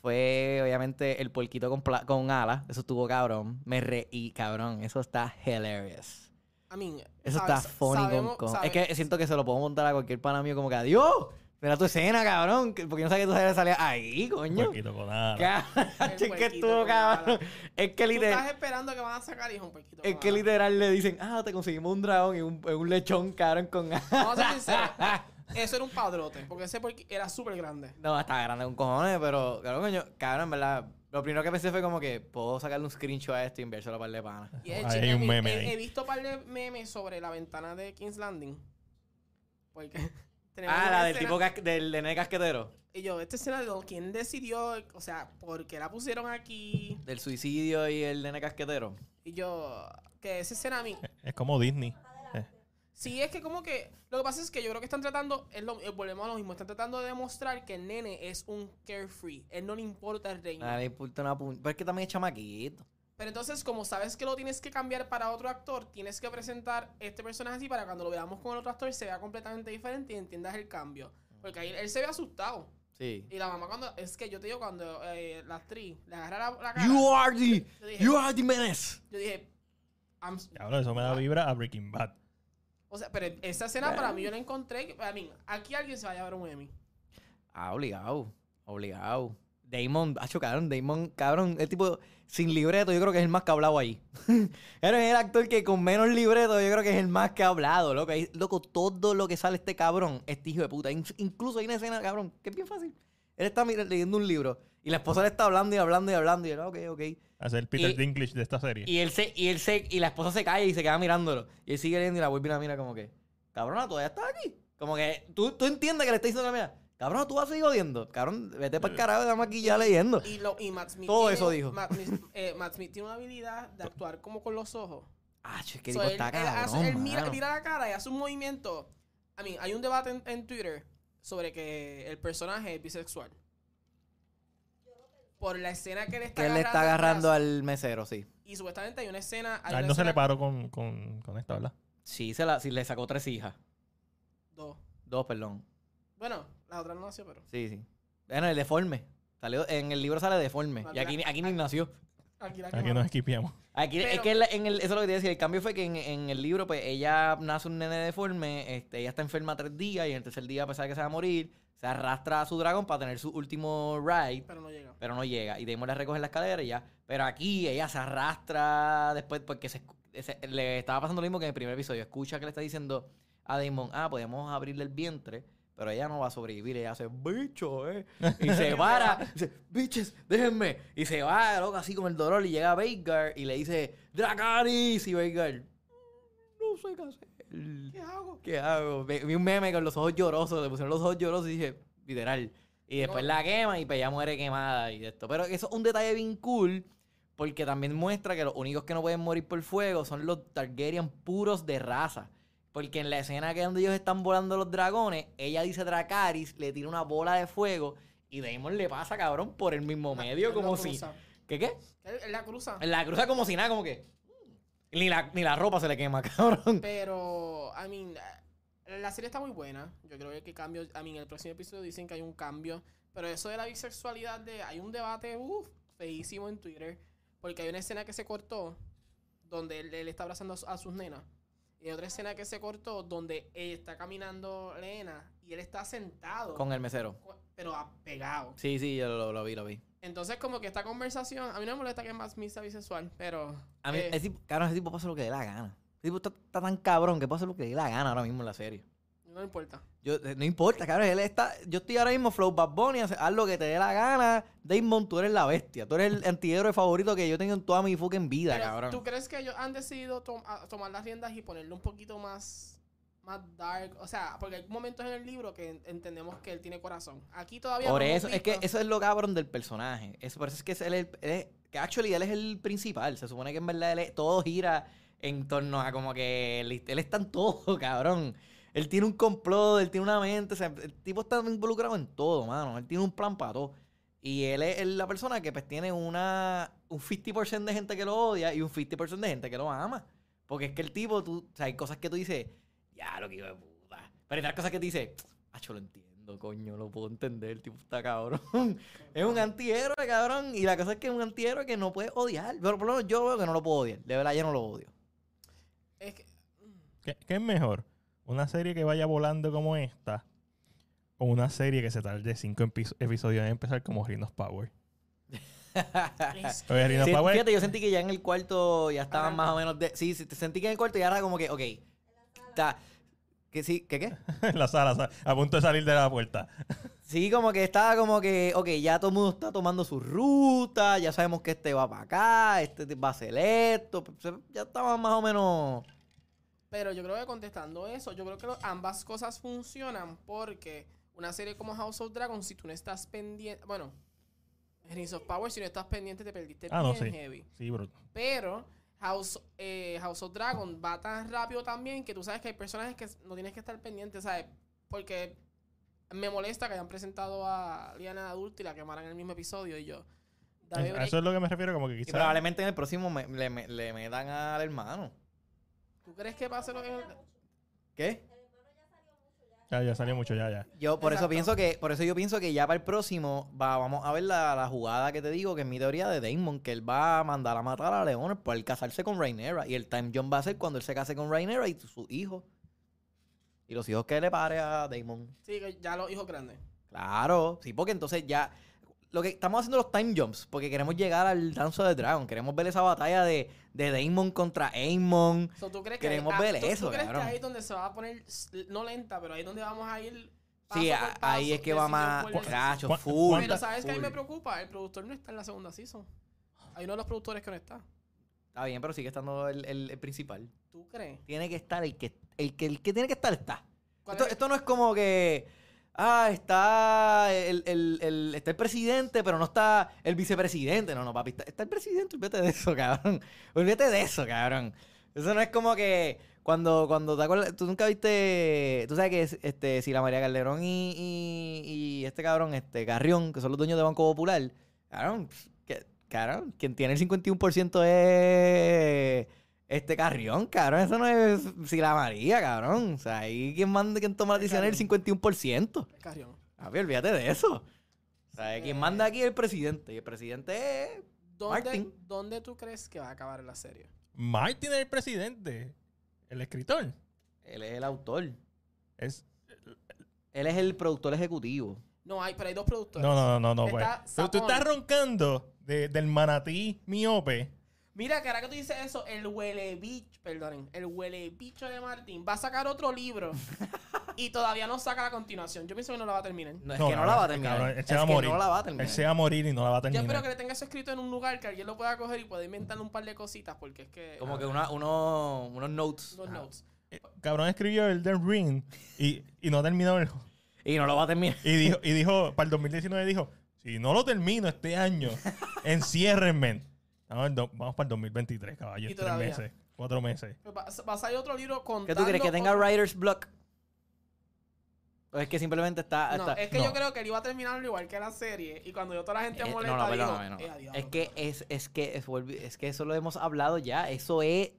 Speaker 2: fue, obviamente, el polquito con, pla- con alas. Eso estuvo cabrón. Me reí, cabrón. Eso está hilarious.
Speaker 3: I mean,
Speaker 2: Eso
Speaker 3: sabe-
Speaker 2: está funny con-
Speaker 3: sabemos-
Speaker 2: con-
Speaker 3: sabe-
Speaker 2: Es que siento que se lo puedo montar a cualquier pana mío como que, adiós, mira tu escena, cabrón. que- Porque yo no sabía que tú salías ahí, coño.
Speaker 1: Puerquito con ala.
Speaker 2: Cabrón,
Speaker 3: El
Speaker 2: es que
Speaker 3: puerquito
Speaker 2: estuvo,
Speaker 3: con
Speaker 2: cabrón.
Speaker 3: alas.
Speaker 2: Es que
Speaker 3: Tú
Speaker 2: literal...
Speaker 3: estás esperando que van a sacar hijo un poquito.
Speaker 2: Es que literal le dicen, ah, te conseguimos un dragón y un, un lechón, cabrón, con...
Speaker 3: Vamos a ser sinceros. Eso era un padrote, porque ese porque era súper grande.
Speaker 2: no, estaba grande con cojones, pero, cabrón, coño, cabrón, en verdad, lo primero que pensé fue como que puedo sacarle un screenshot a esto y enviárselo a par de panas.
Speaker 3: Y el
Speaker 1: Ahí
Speaker 3: chiste-
Speaker 1: hay un
Speaker 3: he-
Speaker 1: meme
Speaker 3: he,
Speaker 1: ahí.
Speaker 3: he visto un par de memes sobre la ventana de King's Landing. Porque tenemos
Speaker 2: Ah,
Speaker 3: una
Speaker 2: la del
Speaker 3: escena-
Speaker 2: tipo cas- del de nene casquetero.
Speaker 3: Y yo, esta escena de don- quién decidió, o sea, ¿por qué la pusieron aquí?
Speaker 2: Del suicidio y el nene casquetero.
Speaker 3: Y yo, que esa escena a mí.
Speaker 1: Es como Disney. Eh,
Speaker 3: Sí, es que como que. Lo que pasa es que yo creo que están tratando. Es lo, eh, volvemos a lo mismo. Están tratando de demostrar que el nene es un carefree. Él no le importa el reino.
Speaker 2: Ah, le importa una punta. Pero es que también es chamaquito.
Speaker 3: Pero entonces, como sabes que lo tienes que cambiar para otro actor, tienes que presentar este personaje así para que cuando lo veamos con el otro actor se vea completamente diferente y entiendas el cambio. Porque ahí él se ve asustado.
Speaker 2: Sí.
Speaker 3: Y la mamá cuando... Es que yo te digo, cuando eh, la actriz le agarra la, la cara...
Speaker 2: You are the...
Speaker 3: yo dije,
Speaker 2: You are the menace.
Speaker 3: yo dije, I'm-
Speaker 1: Cabrón, eso me da vibra a Breaking Bad.
Speaker 3: O sea, pero esa escena para mí yo la encontré... que- A mí, aquí alguien se va a llevar un Emmy.
Speaker 2: Ah, obligado. Obligado. Damon, ah, cabrón, Damon, cabrón, el tipo sin libreto, yo creo que es el más que ha hablado ahí. Pero es el actor que con menos libreto, yo creo que es el más que ha hablado, loco. Ahí, loco, todo lo que sale este cabrón, este hijo de puta. In- incluso hay una escena, cabrón, que es bien fácil. Él está mira- leyendo un libro y la esposa le está hablando y hablando y hablando y él, "Ah, ok, ok.
Speaker 1: Hacer Peter
Speaker 2: Y-
Speaker 1: Dinklage de esta serie.
Speaker 2: Y él se, y él se, y la esposa se calla y se queda mirándolo. Y él sigue leyendo y la vuelve y la mira como que, cabrona, todavía estás aquí. Como que tú, tú entiendes que le está diciendo la mira, cabrona, tú vas a seguir jodiendo. Cabrón, vete para el carajo de la maquilla leyendo.
Speaker 3: Y, lo, y Matt Smith...
Speaker 2: Todo
Speaker 3: tiene-
Speaker 2: eso dijo.
Speaker 3: Matt, Smith- eh, Matt Smith tiene una habilidad de actuar como con los ojos.
Speaker 2: Ah, che, que
Speaker 3: So,
Speaker 2: tipo
Speaker 3: él-
Speaker 2: está
Speaker 3: él hace-
Speaker 2: cabrón.
Speaker 3: él mira,
Speaker 2: mano.
Speaker 3: mira la cara y hace un movimiento. A mí, hay un debate en, en Twitter sobre que el personaje es bisexual. Por la escena que le está
Speaker 2: que él le está agarrando
Speaker 3: atrás.
Speaker 2: al mesero, sí.
Speaker 3: Y supuestamente hay una escena. hay
Speaker 1: a él
Speaker 3: una
Speaker 1: no se le
Speaker 3: escena-
Speaker 1: paró con, con, con esta, ¿verdad?
Speaker 2: Sí, se la, sí, le sacó tres hijas.
Speaker 3: Dos.
Speaker 2: Dos, perdón.
Speaker 3: Bueno, la otra no nació, pero.
Speaker 2: Sí, sí. Bueno, el deforme. Salió, en el libro sale deforme. Y aquí, ni- aquí ni nació.
Speaker 3: Aquí la
Speaker 1: Aquí
Speaker 3: quemaron.
Speaker 1: nos esquipiamos.
Speaker 2: Aquí, es
Speaker 3: Pero-
Speaker 2: que la- en el- eso es lo que te iba a decir. El cambio fue que en, en el libro, pues ella nace un nene deforme, este, ella está enferma tres días y en el tercer día, a pesar de que se va a morir, se arrastra a su dragón para tener su último ride,
Speaker 3: Pero no llega.
Speaker 2: pero no llega. Y Damon la recoge en la escalera y ya. Pero aquí ella se arrastra después porque se escu- se- le estaba pasando lo mismo que en el primer episodio. Escucha que le está diciendo a Damon, ah, podíamos abrirle el vientre Pero ella no va a sobrevivir, ella hace bicho, ¿eh? Y se para, y dice, biches, déjenme. Y se va, loca, así con el dolor. Y llega Veigar y le dice, Dracaris. Y Veigar, "Mm, no sé qué hacer.
Speaker 3: ¿Qué hago?
Speaker 2: ¿Qué hago? Ve- Vi un meme con los ojos llorosos, le pusieron los ojos llorosos y dije, literal. Y después
Speaker 3: No.
Speaker 2: la quema y pues ya muere quemada y de esto. Pero eso es un detalle bien cool porque también muestra que los únicos que no pueden morir por fuego son los Targaryen puros de raza. Porque en la escena que donde ellos están volando los dragones, ella dice Dracaris, le tira una bola de fuego y Daemon le pasa, cabrón, por el mismo medio
Speaker 3: Él
Speaker 2: como
Speaker 3: la
Speaker 2: si...
Speaker 3: cruza.
Speaker 2: ¿Qué qué?
Speaker 3: Él- él la cruza.
Speaker 2: La cruza como si nada, como que... Ni la, ni la ropa se le quema, cabrón.
Speaker 3: Pero, I mean, eh, la serie está muy buena. Yo creo que cambio, I mean, el próximo episodio dicen que hay un cambio. Pero eso de la bisexualidad, de, hay un debate uf, feísimo en Twitter. Porque hay una escena que se cortó donde él, él está abrazando a, su- a sus nenas. Y hay otra escena que se cortó donde ella está caminando Lena y él está sentado,
Speaker 2: Con el mesero.
Speaker 3: cu- pero apegado.
Speaker 2: Sí, sí, yo lo, lo vi, lo vi.
Speaker 3: Entonces, como que esta conversación, a mí no me molesta que es más misa bisexual, pero.
Speaker 2: A mí,
Speaker 3: eh,
Speaker 2: ese tipo, cabrón, ese tipo pasa lo que le dé la gana. Ese tipo está, está tan cabrón que puede hacer lo que le dé la gana ahora mismo en la serie.
Speaker 3: no me importa.
Speaker 2: Yo, eh, no importa, cabrón, él está, yo estoy ahora mismo Flow Bad Bunny, hace- haz lo que te dé la gana. Damon, tú eres la bestia, tú eres el antihéroe favorito que yo tengo en toda mi fucking vida,
Speaker 3: Pero,
Speaker 2: cabrón.
Speaker 3: ¿Tú crees que ellos han decidido tom- a- tomar las riendas y ponerle un poquito más, más dark? O sea, porque hay momentos en el libro que en- entendemos que él tiene corazón. Aquí todavía
Speaker 2: Por
Speaker 3: no hemos
Speaker 2: eso, es que
Speaker 3: visto-
Speaker 2: eso es lo cabrón del personaje. Eso, por eso es que es él, el- él es- que actually él es el principal. Se supone que en verdad él es- todo gira en torno a como que él, él está en todo, cabrón. Él tiene un complot, él tiene una mente, o sea, el tipo está involucrado en todo, mano. Él tiene un plan para todo. Y él es, él la persona que pues tiene una, un 50% de gente que lo odia y un 50% de gente que lo ama. Porque es que el tipo, tú, o sea, hay cosas que tú dices, ya lo que hijo de puta. Pero hay otras cosas que tú dices, ah, yo lo entiendo, coño, lo puedo entender, el tipo está cabrón. es un antihéroe, cabrón. Y la cosa es que es un antihéroe que no puedes odiar. Pero por lo menos yo veo que no lo puedo odiar. De verdad, yo no lo odio.
Speaker 3: es que-
Speaker 1: ¿Qué, qué es mejor? ¿Una serie que vaya volando como esta? ¿O una serie que se tarde cinco epi- episodios en empezar como Rhinos Power?
Speaker 3: es que-
Speaker 1: Oye, Rino
Speaker 2: Sí,
Speaker 1: Power.
Speaker 2: fíjate, yo sentí que ya en el cuarto ya estaban
Speaker 3: Arranca.
Speaker 2: más o menos. de- sí, sí, te sentí que en el cuarto ya era como que, ok. Está, que sí, ¿qué qué?
Speaker 1: en la sala, sa- a punto de salir de la puerta.
Speaker 2: Sí, como que estaba como que, ok, ya todo el mundo está tomando su ruta, ya sabemos que este va para acá, este va a hacer esto, pues, ya estaba más o menos...
Speaker 3: Pero yo creo que contestando eso, yo creo que lo- ambas cosas funcionan porque una serie como House of Dragons, si tú no estás pendiente, bueno, Rings of Power, si no estás pendiente te perdiste
Speaker 1: Ah, no,
Speaker 3: bien
Speaker 1: sí.
Speaker 3: heavy.
Speaker 1: Sí, bruto.
Speaker 3: Pero House, eh, House of Dragon va tan rápido también que tú sabes que hay personajes que no tienes que estar pendiente, ¿sabes? Porque me molesta que hayan presentado a Liana de adulta y la quemaran en el mismo episodio y yo. dame
Speaker 1: Es- a
Speaker 3: break.
Speaker 1: Eso es lo que me refiero, como que
Speaker 2: Y
Speaker 1: quizás.
Speaker 2: probablemente en el próximo me- le, me- le metan al hermano.
Speaker 3: ¿Tú crees que pase lo que.?
Speaker 2: ¿Qué?
Speaker 1: Ya, ya salió mucho, ya, ya.
Speaker 2: Yo por eso
Speaker 3: Exacto.
Speaker 2: pienso que, por eso yo pienso que ya para el próximo va- vamos a ver la, la jugada que te digo, que es mi teoría de Damon, que él va a mandar a matar a Leonard por el casarse con Rhaenyra. Y el time jump va a ser cuando él se case con Rhaenyra y su hijo. Y los hijos que le pare a Damon.
Speaker 3: Sí, que ya los hijos grandes.
Speaker 2: Claro, sí, porque entonces ya. Lo que estamos haciendo los time jumps, porque queremos llegar al Dance de Dragon. Queremos ver esa batalla de, de Daemon contra Aemon.
Speaker 3: So, ¿tú crees
Speaker 2: Queremos
Speaker 3: que ahí-
Speaker 2: ver
Speaker 3: ¿tú- tú
Speaker 2: eso,
Speaker 3: crees
Speaker 2: cabrón.
Speaker 3: que ahí es donde se va a poner, s- no lenta, pero ahí es donde vamos a ir. paso
Speaker 2: Sí,
Speaker 3: por
Speaker 2: a-
Speaker 3: paso,
Speaker 2: ahí es que va
Speaker 3: decisión
Speaker 2: más.
Speaker 3: por
Speaker 1: ¿Cuál-
Speaker 3: decisión.
Speaker 2: Cacho,
Speaker 1: cuál-
Speaker 2: full.
Speaker 1: cuánta-
Speaker 3: Pero sabes que a mí
Speaker 2: full.
Speaker 3: me preocupa, el productor no está en la segunda season. Hay uno de los productores que no está.
Speaker 2: Está bien, pero sigue estando el, el- el principal.
Speaker 3: ¿Tú crees?
Speaker 2: Tiene que estar el que, el que, el que tiene que estar, está.
Speaker 3: ¿Cuál
Speaker 2: Esto,
Speaker 3: es-
Speaker 2: esto no es como que. Ah, está el, el- el- está el presidente, pero no está el vicepresidente. No, no, papi. Está, está el presidente, olvídate de eso, cabrón. Olvídate de eso, cabrón. Eso no es como que. Cuando, cuando te acuerdas, tú nunca viste, tú sabes que es- este, si la María Calderón y, y- y este cabrón, este Carrión, que son los dueños de Banco Popular, cabrón, pf, que, cabrón, quien tiene el 51% es este Carrión, cabrón, eso no es si la María, cabrón, o sea, ahí quien manda, quien toma la decisión es el 51%,
Speaker 3: Carrión.
Speaker 2: Papi, Ah, pues, olvídate de eso, o sea, quien manda aquí es el presidente, y el presidente es
Speaker 3: eh, ¿Dónde,
Speaker 2: Martin.
Speaker 3: ¿Dónde tú crees que va a acabar la serie?
Speaker 1: Martin es el presidente, el escritor.
Speaker 2: él es el autor,
Speaker 1: Es...
Speaker 2: él es el productor ejecutivo.
Speaker 3: No, hay, pero hay dos productores.
Speaker 1: No, no, no, no, no, güey.
Speaker 3: Está
Speaker 1: Tú, tú
Speaker 3: Sapón.
Speaker 1: estás roncando de- del manatí miope.
Speaker 3: Mira, que ahora que tú dices eso, el huele bicho, perdonen, el huele bicho de Martín va a sacar otro libro y todavía no saca la continuación. Yo pienso que no la va a terminar.
Speaker 2: No, es
Speaker 1: No,
Speaker 2: que no
Speaker 1: cabrón,
Speaker 2: la va a
Speaker 1: es que,
Speaker 2: terminar.
Speaker 1: cabrón, él se
Speaker 2: es
Speaker 1: va a
Speaker 2: que
Speaker 1: morir.
Speaker 2: no la va a
Speaker 1: Él
Speaker 2: terminar.
Speaker 1: se va a morir y no la va a
Speaker 3: Yo
Speaker 1: terminar.
Speaker 3: espero que le tenga eso escrito en un lugar que alguien lo pueda coger y pueda inventarle un par de cositas porque es que...
Speaker 2: Como
Speaker 3: ah,
Speaker 2: que una, Ah. uno- unos notes.
Speaker 3: Los
Speaker 2: Ajá.
Speaker 3: notes.
Speaker 1: Eh, Cabrón escribió el The Ring y, y no terminó el juego.
Speaker 2: Y no lo va a terminar.
Speaker 1: Y dijo, y dijo, para el 2019 dijo, si no lo termino este año, enciérrenme. Vamos, al do- vamos para el 2023, caballo.
Speaker 3: Y
Speaker 1: Tres
Speaker 3: todavía.
Speaker 1: meses, cuatro meses.
Speaker 3: Pues Va, va a salir otro libro con...
Speaker 2: ¿Qué tú crees? ¿Que tenga writer's block? ¿O es que simplemente está...
Speaker 3: No,
Speaker 2: está-
Speaker 3: es que
Speaker 1: no.
Speaker 3: yo creo que él iba a terminarlo igual que la serie y cuando yo toda la gente
Speaker 2: Eh,
Speaker 3: molesta
Speaker 2: no, no,
Speaker 3: digo,
Speaker 2: perdóname, no.
Speaker 3: "Eh, a diablo,
Speaker 2: Es que es, es que es, volvi- es que eso lo hemos hablado ya. Eso es.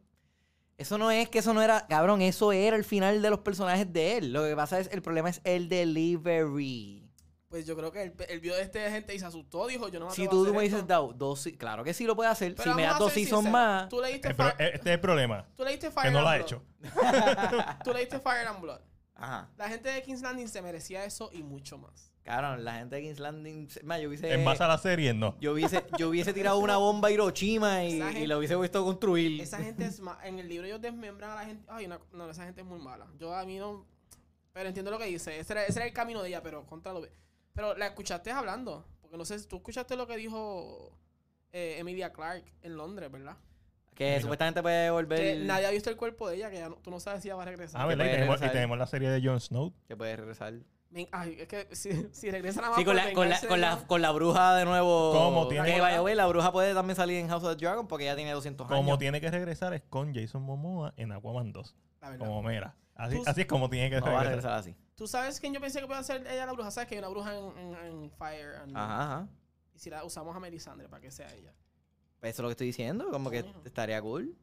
Speaker 2: Eso no es que eso no era. Cabrón, eso era el final de los personajes de él. Lo que pasa es el problema es el delivery.
Speaker 3: Pues yo creo que él, él vio a este gente y se asustó, dijo, yo no
Speaker 2: Si
Speaker 3: atrevo
Speaker 2: tú
Speaker 3: a hacer
Speaker 2: me dices,
Speaker 3: esto".
Speaker 2: Dau, dos, se- claro que sí lo puede hacer.
Speaker 3: Pero
Speaker 2: si me
Speaker 3: vamos
Speaker 2: das
Speaker 3: a
Speaker 2: dos
Speaker 3: ser
Speaker 2: seasons
Speaker 3: sinceros,
Speaker 2: más.
Speaker 3: Tú leíste,
Speaker 1: Eh, pero
Speaker 3: Fire-
Speaker 1: este es el problema,
Speaker 3: tú leíste Fire
Speaker 1: que no
Speaker 3: and
Speaker 1: lo ha
Speaker 3: Blood.
Speaker 1: hecho.
Speaker 3: Tú leíste Fire and Blood.
Speaker 2: Ajá.
Speaker 3: La gente de King's Landing se merecía eso y mucho más.
Speaker 2: Cabrón, la gente de King's Landing. se- man, yo hubiese.
Speaker 1: En base a la serie, no.
Speaker 2: Yo hubiese, yo hubiese tirado una bomba a Hiroshima y,
Speaker 3: Esa gente-
Speaker 2: y la hubiese visto construir.
Speaker 3: Esa gente es ma- En el libro ellos desmembran a la gente. Ay, no, no, esa gente es muy mala. Yo a mí no. Pero entiendo lo que dice. Ese era, ese era el camino de ella, pero contra lo. Pero la escuchaste hablando. Porque no sé, si tú escuchaste lo que dijo eh, Emilia Clark en Londres, ¿verdad?
Speaker 2: Que
Speaker 1: Mira.
Speaker 2: supuestamente puede volver.
Speaker 3: Que nadie ha visto el cuerpo de ella, que ya no- tú no sabes si ella va a regresar.
Speaker 1: Ah,
Speaker 2: que
Speaker 1: ¿verdad? Y
Speaker 2: puede
Speaker 1: tenemos, y
Speaker 2: regresar.
Speaker 1: tenemos la serie de Jon Snow.
Speaker 2: Que puede regresar.
Speaker 3: Ven- ay, es que si, si regresa nada más.
Speaker 2: Sí, con
Speaker 3: por
Speaker 2: la, con, la,
Speaker 3: vengarse,
Speaker 2: con, la,
Speaker 3: ¿no?
Speaker 2: con la bruja de nuevo.
Speaker 1: ¿Cómo tiene-
Speaker 2: Que vaya, güey, la bruja puede también salir en House of the Dragon porque ya tiene 200
Speaker 1: Como
Speaker 2: años.
Speaker 1: tiene que regresar es con Jason Momoa en Aquaman 2,
Speaker 3: La verdad.
Speaker 1: como Mera. Así,
Speaker 3: Tú-
Speaker 1: así es como tiene que
Speaker 2: No va a
Speaker 1: regresar.
Speaker 2: regresar así.
Speaker 3: Tú sabes quién yo pensé que podía ser ella la bruja. Sabes que hay una bruja en, en- en Fire. and-
Speaker 2: Ajá, ajá.
Speaker 3: Y si la usamos a Melisandre para que sea ella.
Speaker 2: Pues eso es lo que estoy diciendo. Como que
Speaker 3: Coño.
Speaker 2: estaría cool.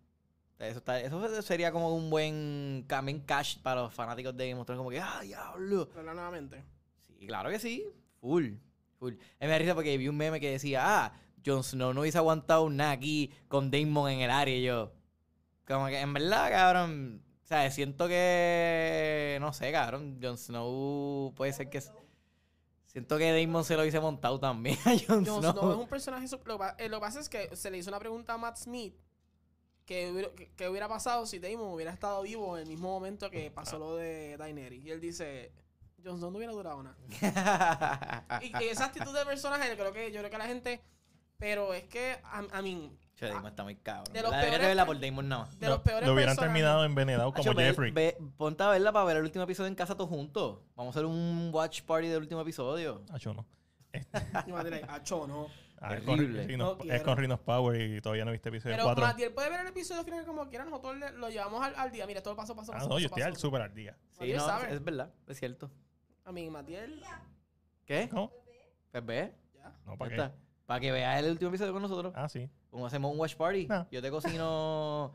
Speaker 2: Eso, está- eso sería como un buen también cash para los fanáticos de Game of Thrones. Como que, ¡ah, diablo!
Speaker 3: Habla nuevamente.
Speaker 2: Sí, claro que sí. Full. Full. A mí me da risa porque vi un meme que decía, ah, Jon Snow no hubiese aguantado nada aquí con Damon en el área. Y yo, como que en verdad, cabrón. O sea, siento que. No sé, cabrón. Jon Snow puede ser que. Siento que Damon se lo hubiese montado también a Jon
Speaker 3: Jon
Speaker 2: Snow.
Speaker 3: Snow es un personaje. sup- Lo, que pa- eh, lo que pasa es que se le hizo una pregunta a Matt Smith. Que hubiera, que- que hubiera pasado si Damon hubiera estado vivo en el mismo momento que
Speaker 2: Ah.
Speaker 3: pasó lo de Daenerys? Y él dice: Jon Snow no hubiera durado nada.
Speaker 2: Ah,
Speaker 3: Y, y esa actitud de personaje, creo que, yo creo que la gente. Pero es que, a mí.
Speaker 2: Che, Damon está muy cabrón.
Speaker 3: De
Speaker 2: De
Speaker 3: los
Speaker 2: la debería
Speaker 3: peores-
Speaker 2: de verla por Damon nada más.
Speaker 3: de los peores
Speaker 1: Lo hubieran
Speaker 3: personajes.
Speaker 1: terminado envenenado como
Speaker 2: Hacho, ve-
Speaker 1: Jeffrey.
Speaker 2: ve- ponte a verla para ver el último episodio en casa todos juntos. Vamos a hacer un watch party del último episodio.
Speaker 1: Hacho, no.
Speaker 3: mi madre, like, "Acho, no.
Speaker 1: Ah, es, con,
Speaker 2: Terrible.
Speaker 1: Rhinos-
Speaker 3: No
Speaker 1: es
Speaker 3: quiero.
Speaker 1: con Rhinos Power y todavía no viste episodio
Speaker 3: Pero
Speaker 1: 4.
Speaker 3: Matiel puede ver el episodio final como quiera, nosotros le- lo llevamos al, al día. Mira, todo el paso, paso,
Speaker 1: Ah,
Speaker 3: paso.
Speaker 1: no, yo
Speaker 3: paso,
Speaker 1: estoy al
Speaker 3: paso.
Speaker 1: super al día.
Speaker 2: Sí,
Speaker 3: Matiel
Speaker 2: no,
Speaker 3: sabe.
Speaker 2: es verdad, es cierto.
Speaker 3: A mí, Matiel,
Speaker 2: ¿Qué?
Speaker 1: ¿No?
Speaker 2: Pues ve,
Speaker 3: ya.
Speaker 1: No,
Speaker 2: ya
Speaker 1: ¿para qué?
Speaker 2: está. Para que veas el último episodio con nosotros.
Speaker 1: Ah, sí.
Speaker 2: Como hacemos un watch party.
Speaker 1: No.
Speaker 2: Yo te cocino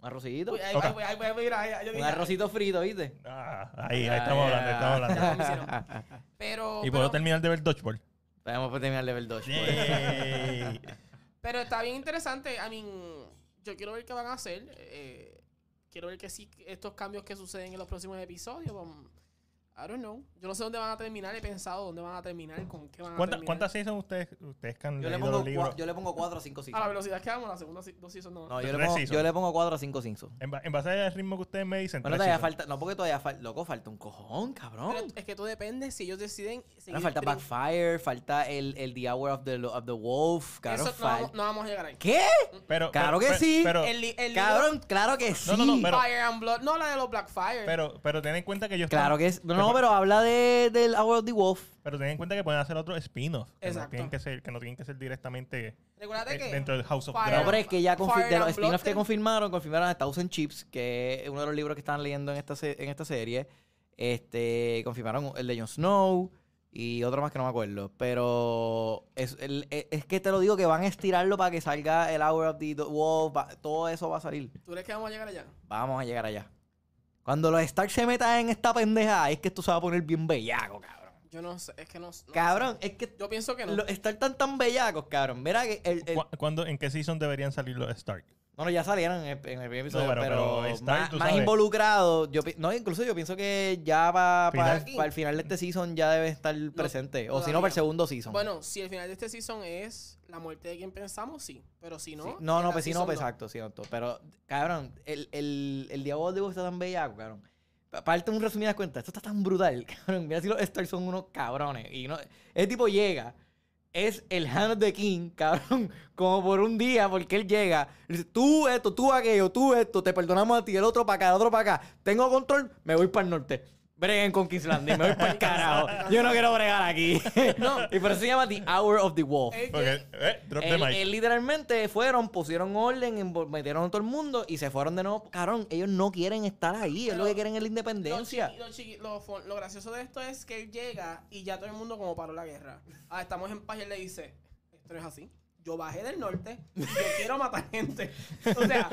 Speaker 2: un arrocito.
Speaker 3: Uy, ahí,
Speaker 1: Ok.
Speaker 3: ahí, ahí, ahí, ahí, pues, mira, ahí, ahí, yo
Speaker 2: Un
Speaker 3: dije,
Speaker 2: arrocito frito, ¿viste? Ah,
Speaker 1: Ah, ahí, ahí estamos hablando, estamos hablando.
Speaker 3: Ya me hicieron. Pero,
Speaker 1: Y puedo
Speaker 3: pero,
Speaker 1: terminar de ver Dodgeball.
Speaker 2: Vamos a terminar level 2.
Speaker 1: Yay.
Speaker 3: pero está bien interesante. I mean, yo quiero ver qué van a hacer. eh, quiero ver que sí, estos cambios que suceden en los próximos episodios. um, I don't know. Yo no sé dónde van a terminar. He pensado dónde van a terminar, con qué van a
Speaker 1: ¿Cuánta-
Speaker 3: terminar.
Speaker 1: ¿Cuántas seasons ustedes, ustedes que han
Speaker 2: Yo le
Speaker 1: leído
Speaker 2: pongo,
Speaker 1: los libros?
Speaker 2: cua- yo le pongo 4 o 5
Speaker 3: A la
Speaker 2: cinco.
Speaker 3: velocidad que vamos, la segunda se- dos seasons no.
Speaker 2: No, yo le,
Speaker 1: Tres
Speaker 2: pongo,
Speaker 1: seasons.
Speaker 2: yo le pongo 4 o 5 cinco.
Speaker 1: En, ba- en base al ritmo que ustedes me dicen.
Speaker 2: Bueno,
Speaker 1: tres
Speaker 2: todavía
Speaker 1: seasons.
Speaker 2: falta. No, porque todavía falta. Loco, falta un cojón, cabrón.
Speaker 3: Pero es que todo depende si ellos deciden
Speaker 2: Ahora
Speaker 3: seguir
Speaker 2: falta
Speaker 3: triun-
Speaker 2: Backfire, falta el, el The Hour of the, Lo- of the Wolf. Cabrón,
Speaker 3: Eso no
Speaker 2: fal-
Speaker 3: vamos, no vamos a llegar ahí.
Speaker 2: ¿Qué?
Speaker 1: Pero, pero-
Speaker 2: Claro que
Speaker 1: pero-
Speaker 2: sí.
Speaker 1: Pero,
Speaker 3: El li- el libro-
Speaker 2: Cabrón, claro que sí.
Speaker 1: No, no, no, pero-
Speaker 3: Fire and Blood. No, la de los Black Fire.
Speaker 1: pero, pero ten en cuenta que yo
Speaker 2: Claro que es. No, no, pero habla de, del Hour of the Wolf.
Speaker 1: Pero ten en cuenta que pueden hacer otro spin-off. Que, no
Speaker 3: Exacto.
Speaker 1: tienen que ser- que no tienen que ser directamente
Speaker 3: Recuerda
Speaker 1: eh,
Speaker 3: que.
Speaker 1: dentro del House of
Speaker 3: Fire-
Speaker 2: No,
Speaker 1: Dragon.
Speaker 2: pero es que ya confi-
Speaker 3: Fire
Speaker 2: de los
Speaker 3: and
Speaker 2: spin-offs que
Speaker 3: Blood-
Speaker 2: confirmaron, confirmaron a Thousand Chips, que es uno de los libros que están leyendo en esta, se- en esta serie. Este, confirmaron el de Jon Snow y otro más que no me acuerdo. Pero es, el- es- es que te lo digo que van a estirarlo para que salga el Hour of the Do- Wolf. va- todo eso va a salir.
Speaker 3: ¿Tú crees que vamos a llegar allá?
Speaker 2: Vamos a llegar allá. Cuando los Stark se metan en esta pendeja, es que esto se va a poner bien bellaco, cabrón.
Speaker 3: Yo no sé. Es que no. no
Speaker 2: Cabrón, es que
Speaker 3: Yo pienso que no.
Speaker 2: los Stark tan tan bellacos, cabrón. Mira que el, el-
Speaker 1: ¿Cu- cuándo- ¿En qué season deberían salir los Stark?
Speaker 2: No, no, ya salieron en el, en el primer episodio,
Speaker 1: pero-
Speaker 2: pero,
Speaker 1: pero Stark,
Speaker 2: más,
Speaker 1: tú
Speaker 2: más
Speaker 1: sabes.
Speaker 2: involucrado. Yo, pi- no, incluso yo pienso que ya para
Speaker 1: Final.
Speaker 2: el final de este season ya debe estar presente. o si no,
Speaker 3: todavía.
Speaker 2: para el segundo season.
Speaker 3: Bueno, si el final de este season es la muerte de quien pensamos, sí. Pero si no.
Speaker 2: Sí. No,
Speaker 3: en
Speaker 2: no,
Speaker 3: la
Speaker 2: pues sí, no,
Speaker 3: season
Speaker 2: pues exacto, sí, no, todo. Pero, cabrón, el, el, el diablo de Diego está tan bellaco, cabrón. pa- para darte un resumidas cuentas, esto está tan brutal, cabrón. Mira si los Stars son unos cabrones. Y no, ese tipo llega, es el Hand of the King, cabrón, como por un día, porque él llega, le dice, tú esto, tú aquello, tú esto, te perdonamos a ti, el otro para acá, el otro para acá. Tengo control, me voy para el norte. Breguen con King's Landing, me voy para el carajo. Yo no quiero bregar aquí. Y por eso se llama The Hour of the Wolf.
Speaker 3: Él
Speaker 1: Ok,
Speaker 3: tiene-
Speaker 1: eh, drop the
Speaker 2: Él,
Speaker 1: mic.
Speaker 2: él literalmente fueron, pusieron orden, envol- metieron a todo el mundo y se fueron de nuevo. Cabrón, ellos no quieren estar ahí. ellos lo que
Speaker 3: Pero
Speaker 2: quieren es la
Speaker 3: Lo,
Speaker 2: independencia.
Speaker 3: chiqui- lo chiqui- lo fo- lo gracioso de esto es que él llega y ya todo el mundo como paró la guerra. Ah, estamos en paz y él le dice, esto no es así. Yo bajé del norte, yo quiero matar gente. O sea,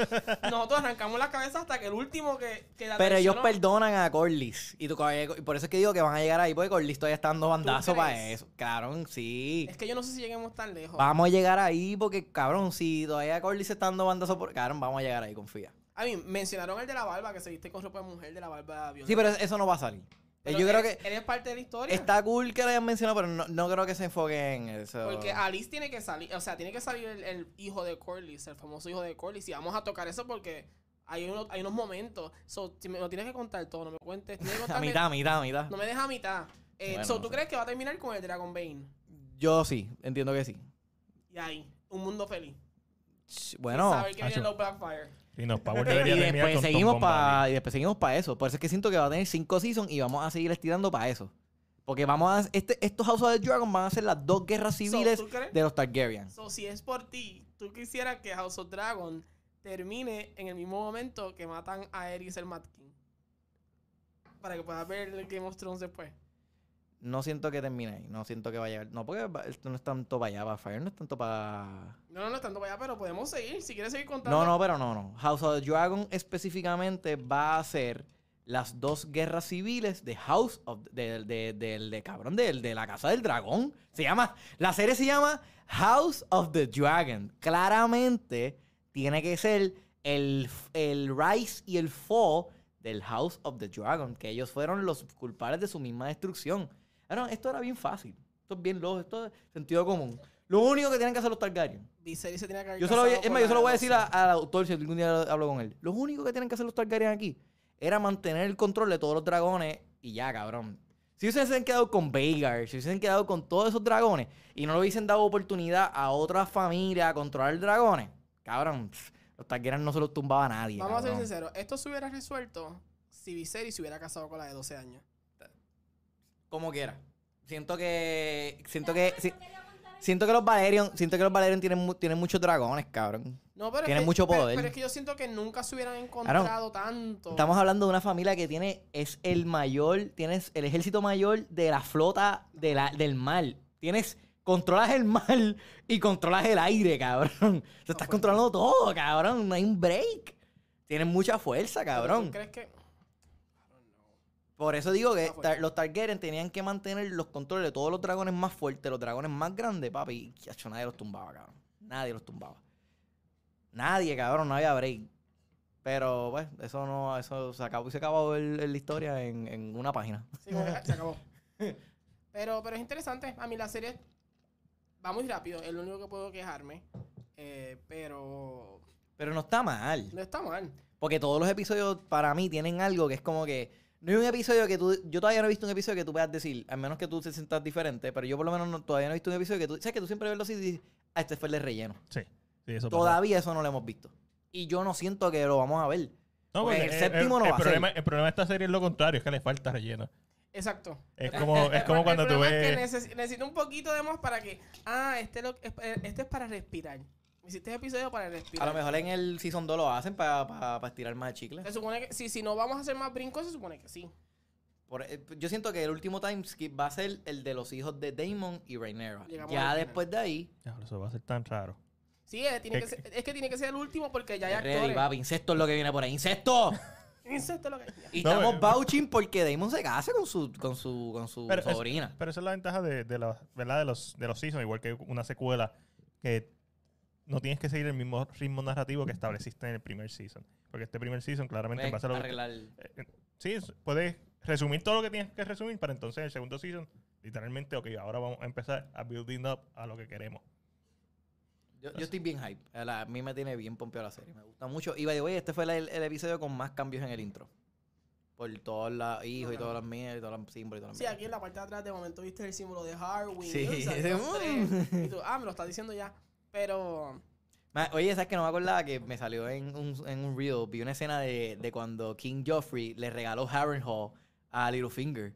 Speaker 3: nosotros arrancamos las cabezas hasta que el último que, que la
Speaker 2: Pero ellos
Speaker 3: traicionó-
Speaker 2: perdonan a Corlys. Y, tú, eh, y por eso es que digo que van a llegar ahí, porque Corlys todavía está dando bandazo para
Speaker 3: crees?
Speaker 2: eso. Cabrón, sí.
Speaker 3: Es que yo no sé si lleguemos tan lejos.
Speaker 2: Vamos a llegar ahí porque, cabrón, si todavía Corlys está dando bandazo por... Cabrón, vamos a llegar ahí, confía.
Speaker 3: A mí, mencionaron el de la barba, que se viste con ropa de mujer de la barba violeta.
Speaker 2: Sí, pero eso no va a salir.
Speaker 3: Pero
Speaker 2: Yo creo
Speaker 3: él-
Speaker 2: que
Speaker 3: Él es parte de la historia.
Speaker 2: está cool que lo hayan mencionado, pero no, no creo que se enfoque en eso.
Speaker 3: Porque ah, Alice tiene que salir, o sea, tiene que salir el, el hijo de Corlys, el famoso hijo de Corlys. Y vamos a tocar eso porque hay, uno- hay unos momentos. So, si me lo tienes que contar todo, no me cuentes. tienes que
Speaker 2: A
Speaker 3: contarme-
Speaker 2: mitad, a mitad, a mitad.
Speaker 3: No me dejas a mitad. Eh,
Speaker 2: Bueno,
Speaker 3: so,
Speaker 2: no
Speaker 3: ¿Tú
Speaker 2: sé.
Speaker 3: crees que va a terminar con el Dragon Bane?
Speaker 2: Yo sí, entiendo que sí.
Speaker 3: Y ahí, un mundo feliz.
Speaker 2: Ch-
Speaker 3: Sin
Speaker 2: Bueno,
Speaker 3: saber que viene
Speaker 1: Hacho.
Speaker 3: los Blackfire.
Speaker 1: Sí, no, Power
Speaker 2: y
Speaker 1: debería terminar
Speaker 2: después
Speaker 1: con Tom
Speaker 2: seguimos
Speaker 1: Bombadil.
Speaker 2: para y después seguimos para eso. Por eso es que siento que va a tener cinco seasons y vamos a seguir estirando para eso. Porque vamos a este, estos House of the Dragon van a ser las dos guerras civiles
Speaker 3: So, ¿tú crees?
Speaker 2: de los Targaryen.
Speaker 3: So, si es por ti, tú quisieras que House of Dragon termine en el mismo momento que matan a Eris el Mad King. Para que puedas ver el Game of Thrones después.
Speaker 2: No siento que termine ahí, no siento que vaya a llegar. No, porque va- esto no es tanto para allá, para Fire, no es tanto para
Speaker 3: No, no, no es tanto para allá, pero podemos seguir. Si quieres seguir contando.
Speaker 2: No, no, pero no, no. House of the Dragon específicamente va a ser las dos guerras civiles de House of del de, del- de cabrón del- de, la casa del dragón. Se llama la serie se llama House of the Dragon. Claramente tiene que ser el el rise y el fall del House of the Dragon, que ellos fueron los culpables de su misma destrucción. Ah, no, esto era bien fácil. Esto es bien lógico, esto es sentido común. Lo único que tienen que hacer los Targaryen
Speaker 3: Viserys se tiene que haber
Speaker 2: yo solo,
Speaker 3: casado
Speaker 2: es
Speaker 3: con
Speaker 2: más, yo
Speaker 3: la
Speaker 2: solo voy a
Speaker 3: doce.
Speaker 2: decir a- al autor si algún día hablo con él. Lo único que tienen que hacer los Targaryen aquí era mantener el control de todos los dragones y ya, cabrón. Si se hubiesen quedado con Vhagar, si hubiesen quedado con todos esos dragones y no le hubiesen dado oportunidad a otra familia a controlar dragones, cabrón, pff, los Targaryen no se los tumbaba a nadie.
Speaker 3: Vamos a ser
Speaker 2: cabrón.
Speaker 3: sinceros. Esto se hubiera resuelto si Viserys se hubiera casado con la de 12 años.
Speaker 2: Como quiera. Siento que. Siento que. si- siento que los Valerion. Siento que los Valerion tienen, mu- tienen muchos dragones, cabrón.
Speaker 3: No, pero es
Speaker 2: Tiene
Speaker 3: que-
Speaker 2: mucho
Speaker 3: pero-
Speaker 2: poder.
Speaker 3: Pero, es que yo siento que nunca se hubieran encontrado tanto.
Speaker 2: Estamos hablando de una familia que tiene, es el mayor, tienes el ejército mayor de la flota de la, del mar. Tienes, controlas el mar y controlas el aire, cabrón. Te estás
Speaker 3: fuerte.
Speaker 2: controlando todo, cabrón. No hay un break. Tienes mucha fuerza,
Speaker 3: Pero ¿tú
Speaker 2: cabrón.
Speaker 3: ¿Crees que.?
Speaker 2: Por eso digo que
Speaker 3: Ah, fuerte.
Speaker 2: tar- los Targaryen tenían que mantener los controles de todos los dragones más fuertes, los dragones más grandes, papi. Y chacho, nadie los tumbaba, cabrón. Nadie los tumbaba. Nadie, cabrón, no había break. Pero, pues, eso no, eso se acabó, se acabó el- el- la historia en, en una página.
Speaker 3: Sí, como que, se acabó. Pero, pero es interesante. A mí la serie va muy rápido. Es lo único que puedo quejarme. Eh, pero
Speaker 2: Pero no está mal.
Speaker 3: no está mal.
Speaker 2: Porque todos los episodios para mí tienen algo que es como que. No hay un episodio que tú. Yo todavía no he visto un episodio que tú puedas decir, al menos que tú te sientas diferente, pero yo por lo menos no- todavía no he visto un episodio que tú. ¿Sabes que tú siempre ves los y dices, ah, este fue el de relleno?
Speaker 1: Sí, sí, eso pasa.
Speaker 2: Todavía eso no lo hemos visto. Y yo no siento que lo vamos a ver.
Speaker 1: No,
Speaker 2: porque pues, el
Speaker 1: eh,
Speaker 2: séptimo no
Speaker 1: el
Speaker 2: va a
Speaker 1: problema, El problema de esta serie es lo contrario, es que le falta relleno.
Speaker 3: Exacto.
Speaker 1: Es
Speaker 3: El-
Speaker 1: como-
Speaker 3: el-
Speaker 1: es como
Speaker 3: el
Speaker 1: cuando tú
Speaker 3: problema es
Speaker 1: ves-
Speaker 3: que neces- necesito un poquito de más para que. Ah, este, lo, es- eh, este es para respirar. Hiciste este episodio para
Speaker 2: A
Speaker 3: respirar.
Speaker 2: lo mejor en el Season 2 lo hacen para estirar más el chicle.
Speaker 3: Se supone que. Si, si no vamos a hacer más brincos, se supone que sí.
Speaker 2: Por- eh, yo siento que el último time skip va a ser el de los hijos de Damon y Rhaenyra.
Speaker 3: Llegamos
Speaker 2: Ya
Speaker 3: al final.
Speaker 2: después de ahí,
Speaker 1: Ya, Eso va a ser tan raro.
Speaker 3: Sí, eh, tiene
Speaker 1: ¿Qué-
Speaker 3: que ser- es que tiene que ser el último porque ya hay
Speaker 2: ready,
Speaker 3: actores.
Speaker 2: papi. Incesto es lo que viene por ahí. ¡Incesto!
Speaker 3: Incesto lo que. ya.
Speaker 2: Y
Speaker 1: No,
Speaker 2: estamos
Speaker 1: eh,
Speaker 2: vouching porque Damon se casa con su, con su, con su
Speaker 1: Pero es-
Speaker 2: sobrina.
Speaker 1: Pero esa es la ventaja de, de, la- ¿verdad? de los de los seasons, igual que una secuela, que no tienes que seguir el mismo ritmo narrativo que estableciste en el primer season. Porque este primer season, claramente, en
Speaker 2: Puedes
Speaker 1: base a lo que-
Speaker 2: arreglar.
Speaker 1: eh, eh, Sí, es- puedes resumir todo lo que tienes que resumir para entonces el segundo season, literalmente, ok, ahora vamos a empezar a building up a lo que queremos.
Speaker 2: Yo, yo estoy bien hype. A, la- a mí me tiene bien pompeo la serie. Me gusta mucho. Y by the way, este fue la- el, el episodio con más cambios en el intro. por todos los hijos y
Speaker 3: Ok.
Speaker 2: todas las mías y todos los símbolos y todas las
Speaker 3: Sí, aquí en la parte de atrás de momento viste el símbolo de Harwin.
Speaker 2: Sí,
Speaker 3: o sea,
Speaker 2: ese-
Speaker 3: los tres. Y tú, ah, me lo estás diciendo ya. Pero
Speaker 2: Ma- Oye, ¿sabes que no me acordaba que me salió en un, en un reel? Vi una escena de, de cuando King Joffrey le regaló Harrenhal a Littlefinger.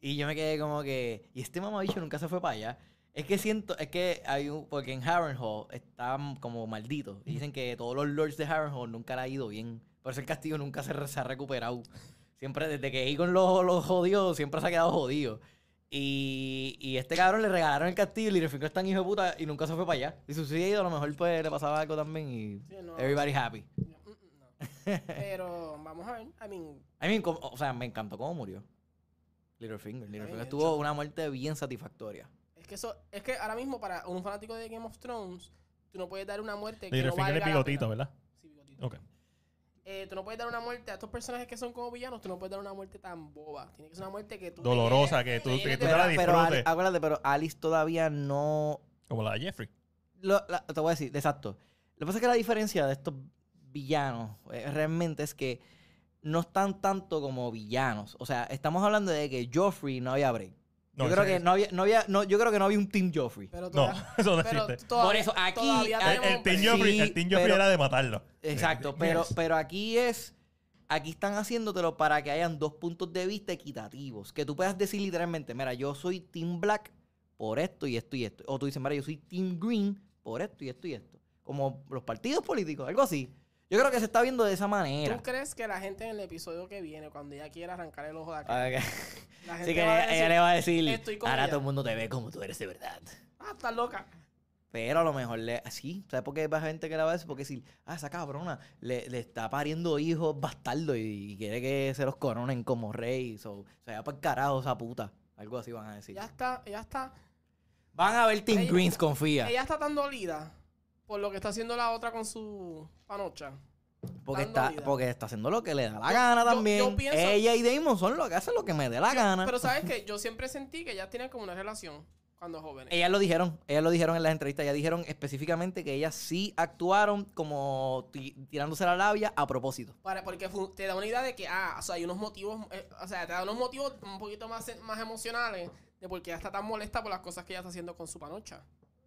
Speaker 2: Y yo me quedé como que. Y este mamabicho nunca se fue para allá. Es que siento. Es que hay un. Porque en Harrenhal están como malditos. Y dicen que todos los lords de Harrenhal nunca le ha ido bien. Por eso el castillo nunca se, re- se ha recuperado. Siempre, desde que Egon lo, lo jodió, siempre se ha quedado jodido. Y, y este cabrón le regalaron el castillo y Littlefinger es tan hijo de puta y nunca se fue para allá. Y su ido a lo mejor pues le pasaba algo también y
Speaker 3: Sí, no.
Speaker 2: everybody happy.
Speaker 3: Mm, mm, no. Pero vamos a ver. I mean,
Speaker 2: A mí, como- o sea, me encantó cómo murió Littlefinger. Littlefinger
Speaker 3: bien
Speaker 2: tuvo
Speaker 3: hecho.
Speaker 2: una muerte bien satisfactoria.
Speaker 3: es que eso, es que ahora mismo para un fanático de Game of Thrones, tú no puedes dar una muerte que no
Speaker 1: Littlefinger
Speaker 3: valga
Speaker 1: es
Speaker 3: la pena.
Speaker 1: bigotito, ¿verdad?
Speaker 3: Sí, bigotito.
Speaker 1: Ok.
Speaker 3: Eh, tú no puedes dar una muerte a estos personajes que son como villanos, tú no puedes dar una muerte tan boba. Tiene que ser una muerte que tú te
Speaker 1: Dolorosa,
Speaker 3: quedes-
Speaker 1: que tú-
Speaker 3: te
Speaker 1: que
Speaker 3: quedes
Speaker 1: tú
Speaker 3: de-
Speaker 1: te la
Speaker 2: Pero, pero Ali-
Speaker 1: disfrutes.
Speaker 2: acuérdate, pero Alice todavía no
Speaker 1: Como la de Jeffrey.
Speaker 2: Lo- la- te voy a decir, exacto. Lo que pasa es que la diferencia de estos villanos eh, realmente es que no están tanto como villanos. O sea, estamos hablando de que Joffrey no había break.
Speaker 1: No,
Speaker 2: yo creo
Speaker 1: ese-
Speaker 2: que no había, no había, no, yo creo que no había un Team Joffrey.
Speaker 3: Pero
Speaker 1: No,
Speaker 3: todavía-
Speaker 1: eso no
Speaker 3: pero
Speaker 1: existe.
Speaker 3: todavía-
Speaker 2: Por eso aquí-
Speaker 3: todavía
Speaker 2: el-
Speaker 1: El, el
Speaker 3: tenemos un break.
Speaker 1: Team
Speaker 2: Sí,
Speaker 1: Joffrey, el Team Joffrey
Speaker 2: pero-
Speaker 1: era de matarlo.
Speaker 2: Exacto.
Speaker 1: Yes.
Speaker 2: Pero, pero aquí es. Aquí están haciéndotelo para que hayan dos puntos de vista equitativos. Que tú puedas decir literalmente, mira, yo soy Team Black por esto y esto y esto. O tú dices, mira, yo soy Team Green por esto y esto y esto. Como los partidos políticos, algo así. Yo creo que se está viendo de esa manera.
Speaker 3: ¿Tú crees que la gente en el episodio que viene, cuando ella quiera arrancar el ojo de acá,
Speaker 2: Ok.
Speaker 3: la
Speaker 2: Así
Speaker 3: gente
Speaker 2: Ah, que
Speaker 3: va a
Speaker 2: ella, ella
Speaker 3: decir,
Speaker 2: le va a decir,
Speaker 3: "Estoy con
Speaker 2: ahora
Speaker 3: ella".
Speaker 2: todo el mundo te ve como tú eres de verdad.
Speaker 3: ah, estás loca?
Speaker 2: Pero a lo mejor le, ah, sí, ¿sabes por qué hay gente que la va a decir? Porque decir, ah, esa cabrona le, le está pariendo hijos bastardos y, y quiere que se los coronen como rey. So, se va para el carajo esa puta. Algo así van a decir.
Speaker 3: Ya está, ya está.
Speaker 2: Van a ver Team
Speaker 3: Ella-
Speaker 2: Greens, confía.
Speaker 3: Ella está tan dolida por lo que está haciendo la otra con su panocha.
Speaker 2: porque,
Speaker 3: dando
Speaker 2: está,
Speaker 3: vida.
Speaker 2: porque está haciendo lo que le da la
Speaker 3: Yo-
Speaker 2: gana
Speaker 3: yo- yo
Speaker 2: también.
Speaker 3: pienso-
Speaker 2: Ella y Damon son lo que hacen lo que me dé la gana.
Speaker 3: Pero sabes que yo siempre sentí que ellas tienen como una relación cuando jóvenes.
Speaker 2: Ellas lo dijeron, ellas lo dijeron en las entrevistas, ellas dijeron específicamente que ellas sí actuaron como ti- tirándose la labia a propósito.
Speaker 3: Para, porque fu- te da una idea de que, ah, o sea, hay unos motivos, eh, o sea, te da unos motivos un poquito más, más emocionales de por qué ella está tan molesta por las cosas que ella está haciendo con su panocha.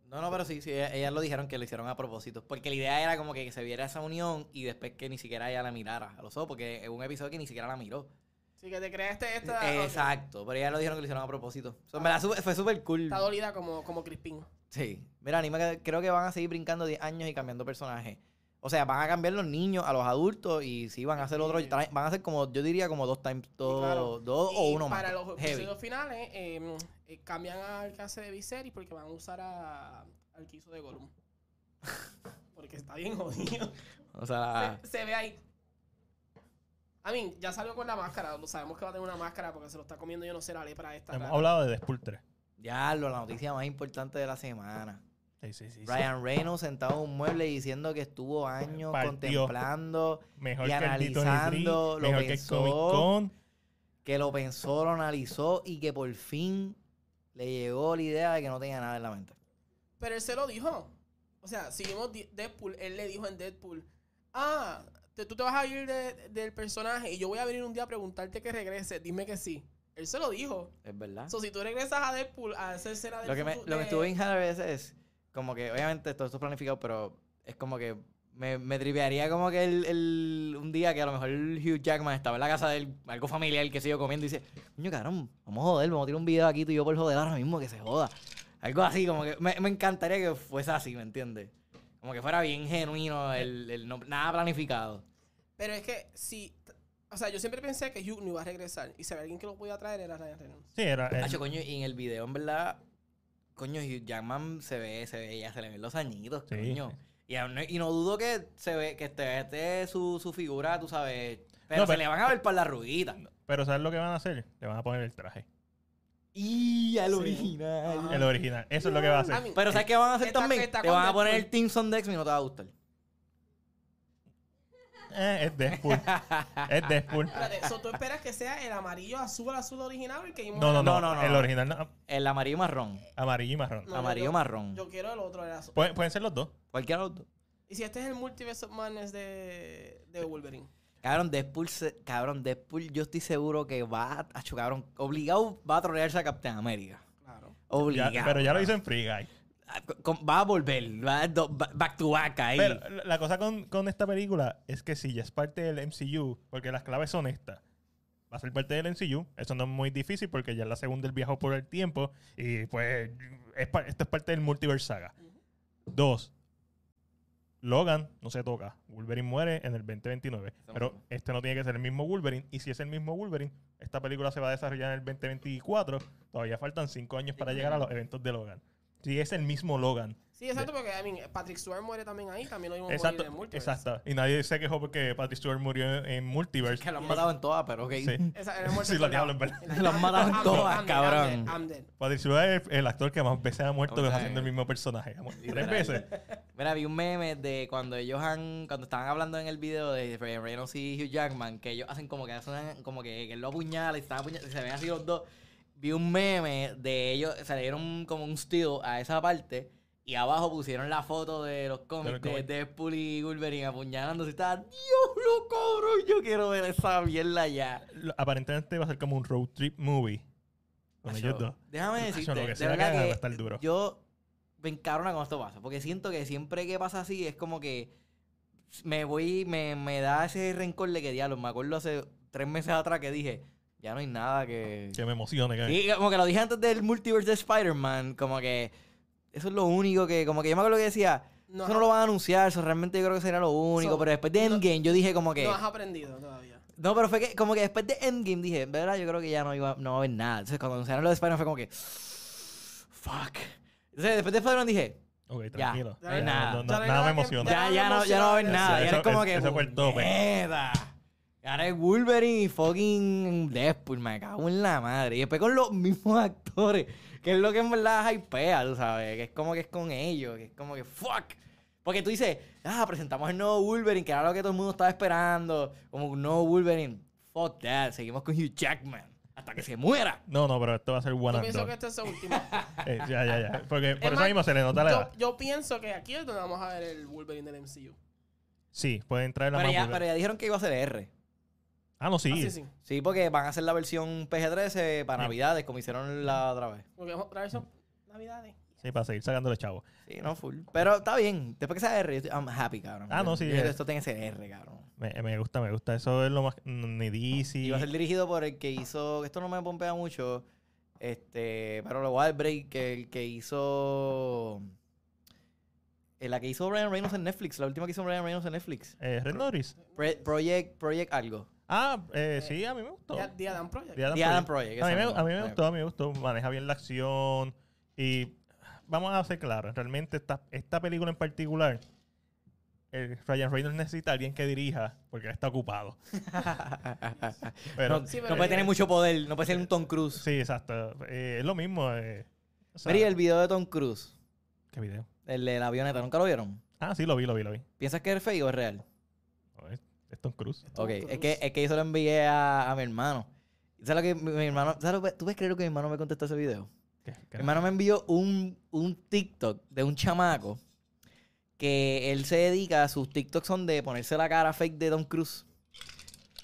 Speaker 2: No, no, pero sí, sí, ellas, ellas lo dijeron que lo hicieron a propósito. Porque la idea era como que se viera esa unión y después que ni siquiera ella la mirara a los ojos, porque es un episodio que ni siquiera la miró. Eh,
Speaker 3: Así que te creas este, esta,
Speaker 2: Exacto, pero ellas lo dijeron que lo hicieron a propósito. So, en verdad, su- fue súper cool.
Speaker 3: está dolida como, como Crispin.
Speaker 2: Sí. Mira, anima que creo que van a seguir brincando 10 años y cambiando personajes. O sea, van a cambiar los niños a los adultos y sí van a hacer otro,
Speaker 3: Sí.
Speaker 2: tra- van a hacer como, yo diría como dos times, dos,
Speaker 3: claro.
Speaker 2: dos o
Speaker 3: Y
Speaker 2: uno más. pues,
Speaker 3: para los
Speaker 2: Heavy.
Speaker 3: episodios finales, eh, eh, cambian al que hace de Viserys porque van a usar a, al que hizo de Gollum. porque está bien jodido.
Speaker 2: O sea,
Speaker 3: Se, se ve ahí. A mí, ya salió con la máscara. Lo sabemos que va a tener una máscara porque se lo está comiendo yo no sé la lepra esta.
Speaker 1: Hemos
Speaker 3: rara.
Speaker 1: hablado de Deadpool 3.
Speaker 2: ya lo, la noticia más importante de la semana.
Speaker 1: Sí, sí, sí. sí.
Speaker 2: Ryan Reynolds sentado en un mueble diciendo que estuvo años
Speaker 1: Partió.
Speaker 2: contemplando,
Speaker 1: Mejor
Speaker 2: y
Speaker 1: que el Dito Henry,
Speaker 2: analizando, lo
Speaker 1: mejor que el
Speaker 2: pensó.
Speaker 1: Comic Con.
Speaker 2: que lo pensó, lo analizó y que por fin le llegó la idea de que no tenía nada en la mente.
Speaker 3: Pero él se lo dijo. O sea, si vimos Di- Deadpool, él le dijo en Deadpool, ah, te- tú te vas a ir de- del personaje y yo voy a venir un día a preguntarte que regrese. Dime que sí. Él se lo dijo.
Speaker 2: Es verdad.
Speaker 3: So, si tú regresas a Deadpool a hacer escena de
Speaker 2: lo que me, lo que estuvo bien a veces es como que, obviamente, todo esto es planificado, pero es como que me, me tripearía como que el, el- un día que a lo mejor Hugh Jackman estaba en la casa de él, algo familiar que siguió comiendo y dice, coño, cabrón, vamos a joder, vamos a tirar un video aquí tú y yo por joder ahora mismo que se joda. Algo así, como que me, me encantaría que fuese así, ¿me entiendes? Como que fuera bien genuino, el, el no- nada planificado.
Speaker 3: Pero es que si... O sea, yo siempre pensé que Hugh no iba a regresar. Y si había alguien que lo podía traer era Ryan Reynolds.
Speaker 1: Sí, era. el-
Speaker 2: Nacho, coño, y en el video, en verdad, coño, Hugh Jackman se ve, se ve, ya se le ven los añitos,
Speaker 1: Sí.
Speaker 2: coño. Y, aún no, y no dudo que se ve, que este, este su, su figura, tú sabes. Pero
Speaker 1: No,
Speaker 2: se
Speaker 1: pero-
Speaker 2: le van a ver para la ruguita.
Speaker 1: Pero ¿sabes lo que van a hacer? Le van a poner el traje.
Speaker 2: Y al
Speaker 3: Sí.
Speaker 2: original.
Speaker 3: Ajá.
Speaker 1: El original. Eso es lo que va a
Speaker 3: I
Speaker 1: hacer.
Speaker 3: mean,
Speaker 2: Pero ¿sabes qué van a hacer
Speaker 3: Está-
Speaker 2: también?
Speaker 3: está
Speaker 2: Te
Speaker 3: con
Speaker 2: van a poner el
Speaker 3: Deadpool.
Speaker 2: Team Son Dex y no te va a gustar.
Speaker 1: Eh, es Deadpool. es Deadpool.
Speaker 3: espérate, so, ¿tú esperas que sea el amarillo azul al azul original o el que vimos
Speaker 1: No, no,
Speaker 2: No,
Speaker 1: no.
Speaker 2: no, no,
Speaker 1: el
Speaker 2: no.
Speaker 1: original no,
Speaker 2: El amarillo y marrón.
Speaker 1: amarillo y marrón.
Speaker 3: No,
Speaker 2: amarillo
Speaker 3: yo-
Speaker 2: marrón.
Speaker 3: Yo quiero el otro, el azul.
Speaker 1: Pueden, pueden ser los dos.
Speaker 2: Cualquiera de los dos.
Speaker 3: Y si este es el multiverso of Madness de, de Wolverine.
Speaker 2: Cabrón, Deadpool, se- cabrón, Deadpool, yo estoy seguro que va a, acho, cabrón, obligado va a trolearse a Capitán América.
Speaker 3: Claro.
Speaker 1: Ya-
Speaker 2: Obligado.
Speaker 1: pero ya lo hizo en Free Guy.
Speaker 2: Ah, con- Va a volver, va a do- ba- back to back ahí.
Speaker 1: Pero la- la cosa con, con esta película es que si ya es parte del MCU, porque las claves son estas. Va a ser parte del MCU. Eso no es muy difícil porque ya es la segunda el viajo por el tiempo. Y pues es pa- esto es parte del multiverse saga. Dos. Logan no se toca. Wolverine muere en el 2029. Pero este no tiene que ser el mismo Wolverine. Y si es el mismo Wolverine, esta película se va a desarrollar en el 2024. Todavía faltan cinco años para llegar a los eventos de Logan. Si es el mismo Logan.
Speaker 3: Sí, exacto, porque I mean, Patrick Stewart muere también ahí, también lo vimos
Speaker 1: Exacto,
Speaker 3: morir en Multiverse.
Speaker 1: exacto. Y nadie se quejó porque Patrick Stewart murió en, en Multiverse.
Speaker 2: que lo han matado en todas, pero ok.
Speaker 1: Sí.
Speaker 3: Esa, era muerte
Speaker 1: Sí, lo
Speaker 3: en la-
Speaker 1: diablo, en verdad.
Speaker 3: en la-
Speaker 2: Lo han matado en
Speaker 3: I'm dead,
Speaker 2: todas,
Speaker 3: I'm dead,
Speaker 2: cabrón.
Speaker 3: I'm dead, I'm dead.
Speaker 1: Patrick Stewart es el actor que más veces ha muerto
Speaker 2: O sea,
Speaker 1: haciendo el mismo personaje. Ha muerto tres
Speaker 2: literal.
Speaker 1: veces.
Speaker 2: Mira, vi un meme de cuando ellos han, cuando estaban hablando en el video de Ryan Reynolds y Hugh Jackman, que ellos hacen como que hacen, como que, que él lo apuñala y, están apuña- y se ven así los dos. Vi un meme de ellos, se le dieron como un steal a esa parte y abajo pusieron la foto de los cómics de
Speaker 1: cómics.
Speaker 2: Deadpool y Wolverine apuñalándose y estaba, Dios lo cabrón, yo quiero ver esa mierda ya.
Speaker 1: Lo- Aparentemente va a ser como un road trip movie. Con
Speaker 2: Acho,
Speaker 1: ellos dos.
Speaker 2: Déjame
Speaker 1: Acho,
Speaker 2: decirte,
Speaker 1: lo que
Speaker 2: de
Speaker 1: sea que
Speaker 2: verdad
Speaker 1: hagan va
Speaker 2: que
Speaker 1: a estar duro.
Speaker 2: yo me encarona con esto pasa, porque siento que siempre que pasa así es como que me voy, me, me da ese rencor de que diablo, me acuerdo hace tres meses atrás que dije, ya no hay nada que...
Speaker 1: Que me emocione. que-
Speaker 2: Y como que lo dije antes del multiverse de Spider-Man, como que eso es lo único que, como que yo me acuerdo que decía,
Speaker 3: No
Speaker 2: eso
Speaker 3: has-
Speaker 2: no lo van a anunciar, eso realmente yo creo que sería lo único,
Speaker 3: So,
Speaker 2: pero después de
Speaker 3: no-
Speaker 2: Endgame yo dije como que...
Speaker 3: No has aprendido todavía.
Speaker 2: No, pero fue que como que después de Endgame dije, ¿verdad? Yo creo que ya no, iba, no va a haber nada. Entonces cuando anunciaron lo de Spider-Man fue como que... Fuck. Entonces después de Spider-Man dije,
Speaker 1: Ok, tranquilo.
Speaker 2: Ya, no hay nada.
Speaker 1: no- no-
Speaker 3: Ya no
Speaker 1: nada me
Speaker 3: hay nada que-
Speaker 1: emociona.
Speaker 3: Ya
Speaker 2: ya, ya,
Speaker 3: no
Speaker 2: no, ya no va a haber
Speaker 3: emociones.
Speaker 2: nada.
Speaker 1: Eso-
Speaker 2: ya es como que...
Speaker 1: eso fue el tope.
Speaker 2: ¡Mierda! Y Ahora es Wolverine y fucking Deadpool, me cago en la madre. Y después con los mismos actores, que es lo que en verdad hypea, tú sabes, que es como que es con ellos, que es como que fuck. Porque tú dices, ah, presentamos el nuevo Wolverine, que era lo que todo el mundo estaba esperando, como un nuevo Wolverine. Fuck that, seguimos con Hugh Jackman, hasta que se muera.
Speaker 1: No, no, pero esto va a ser one
Speaker 3: Yo
Speaker 1: and
Speaker 3: pienso
Speaker 1: done.
Speaker 3: que este es el último.
Speaker 1: Eh, ya, ya, ya. Porque por eso
Speaker 3: más,
Speaker 1: mismo se le nota la edad.
Speaker 3: yo, yo pienso que aquí es donde vamos a ver el Wolverine del MCU.
Speaker 1: Sí, pueden traer la
Speaker 2: Pero ya,
Speaker 1: más
Speaker 2: pero ya dijeron que iba a ser R.
Speaker 1: Ah, no,
Speaker 3: Así
Speaker 1: sí.
Speaker 3: sí.
Speaker 2: Sí, porque van a hacer la versión PG-13 para
Speaker 1: Sí.
Speaker 2: Navidades, como hicieron la otra vez.
Speaker 3: Porque otra vez son navidades.
Speaker 1: Sí, para seguir sacándole chavo.
Speaker 2: Sí, no, full. Pero está bien. Después que sea R, yo estoy- I'm happy, cabrón.
Speaker 1: Ah, no,
Speaker 2: Yo-
Speaker 1: sí,
Speaker 2: yo-
Speaker 1: eh.
Speaker 2: Esto tiene que ser R, cabrón.
Speaker 1: Me, me gusta, me gusta. Eso es lo más. Ni
Speaker 2: Y
Speaker 1: DC.
Speaker 2: va a ser dirigido por el que hizo. Esto no me pompea mucho. Este. Pero lo voy a dar break. Que el que hizo. eh, La que hizo Brian Reynolds en Netflix. La última que hizo Brian Reynolds en Netflix.
Speaker 1: Eh, Red Norris.
Speaker 2: Pre- Project, Project algo.
Speaker 1: Ah, eh, sí, a mí me gustó.
Speaker 3: Día, Día Dan Project.
Speaker 1: The Adam
Speaker 2: The Adam
Speaker 1: Project.
Speaker 2: Project.
Speaker 1: A mí,
Speaker 2: esa
Speaker 1: me,
Speaker 2: misma.
Speaker 1: a mí me gustó, a mí me gustó. Maneja bien la acción. Y vamos a ser claros, realmente esta, esta película en particular, el Ryan Reynolds necesita a alguien que dirija porque él está ocupado. Pero,
Speaker 2: no,
Speaker 3: Sí,
Speaker 2: no
Speaker 3: pero-
Speaker 2: puede tener mucho poder. No puede ser un Tom Cruise.
Speaker 1: sí, exacto. Eh, es lo mismo. eh, o sea,
Speaker 2: Mira, y el video de Tom Cruise.
Speaker 1: ¿Qué video?
Speaker 2: El de la avioneta. ¿Nunca lo vieron?
Speaker 1: Ah, sí, lo vi, lo vi, lo vi.
Speaker 2: ¿Piensas que es fake o es real?
Speaker 1: No, es, es Tom Cruise.
Speaker 3: Tom
Speaker 2: Ok, es
Speaker 3: Cruise.
Speaker 2: que, es que yo se lo envié a, a mi hermano. ¿Sabes lo que mi, mi hermano? ¿sabes lo que- ¿Tú puedes creer lo que mi hermano me contestó ese video?
Speaker 1: ¿Qué- qué-
Speaker 2: Mi hermano me envió un, un TikTok de un chamaco que él se dedica, sus TikToks son de ponerse la cara fake de Don Cruz.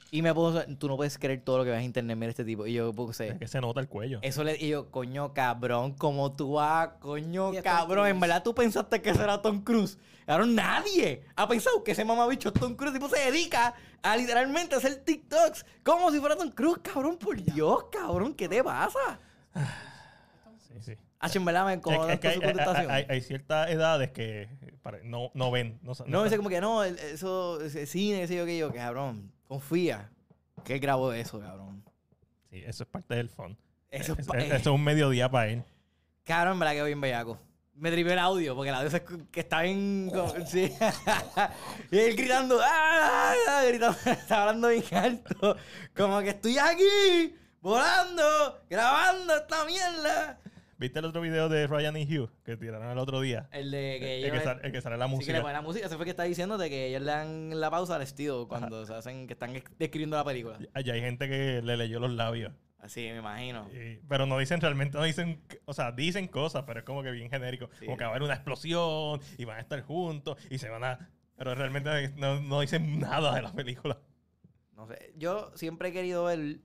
Speaker 2: Y me puso, tú no puedes creer todo lo que ves en internet, mira este tipo. Y yo
Speaker 1: es
Speaker 2: puse,
Speaker 1: que se nota el cuello.
Speaker 2: eso le y yo, coño cabrón, como tú vas, coño
Speaker 3: Y es Tom
Speaker 2: cabrón. En
Speaker 3: Cruise.
Speaker 2: verdad tú pensaste que será Tom Cruise. Ahora nadie ha pensado que ese mamabicho es Tom Cruise. Tipo se dedica a literalmente hacer TikToks como si fuera Tom Cruise, cabrón, por Dios, cabrón, ¿qué te pasa?
Speaker 1: Sí, sí.
Speaker 2: Hacho, en verdad me
Speaker 1: Es,
Speaker 2: incomoda
Speaker 1: es que
Speaker 2: con
Speaker 1: hay,
Speaker 2: su
Speaker 1: hay-
Speaker 2: contestación.
Speaker 1: hay- hay ciertas edades que eh, pare- no, no ven. No, sa-
Speaker 2: no,
Speaker 1: no
Speaker 2: dice
Speaker 1: sa-
Speaker 2: como que no, el- eso, ese cine, qué sé yo, que yo, cabrón, confía que él grabó eso, cabrón.
Speaker 1: sí, eso es parte del fun.
Speaker 2: Eso es,
Speaker 1: Es-
Speaker 2: pa- eh.
Speaker 1: es- Eh, eso es un mediodía para él.
Speaker 2: Cabrón, en verdad quedó bien bellaco. Me tripió el audio, porque el audio se escu- que está bien. co-
Speaker 1: Oh.
Speaker 2: Sí. y él gritando, ¡ah! ah", gritando, está hablando bien alto. Como que estoy aquí, volando, grabando esta mierda.
Speaker 1: ¿Viste el otro video de Ryan y Hugh que tiraron el otro día?
Speaker 2: El de que
Speaker 1: El
Speaker 2: ellos
Speaker 1: que,
Speaker 2: le-
Speaker 1: sale, el que sale la
Speaker 2: Sí, que le
Speaker 1: música.
Speaker 2: ponen la música. Eso fue que está diciéndote que ellos le dan la pausa al estilo cuando se hacen, que están describiendo la película.
Speaker 1: Allá hay gente que le leyó los labios.
Speaker 2: Así, me imagino.
Speaker 1: Y- pero no dicen realmente, no dicen, o sea, dicen cosas, pero es como que bien genérico.
Speaker 2: Sí.
Speaker 1: Como que va a haber una explosión y van a estar juntos y se van a. Pero realmente no, no dicen nada de la película.
Speaker 2: No sé. Yo siempre he querido ver,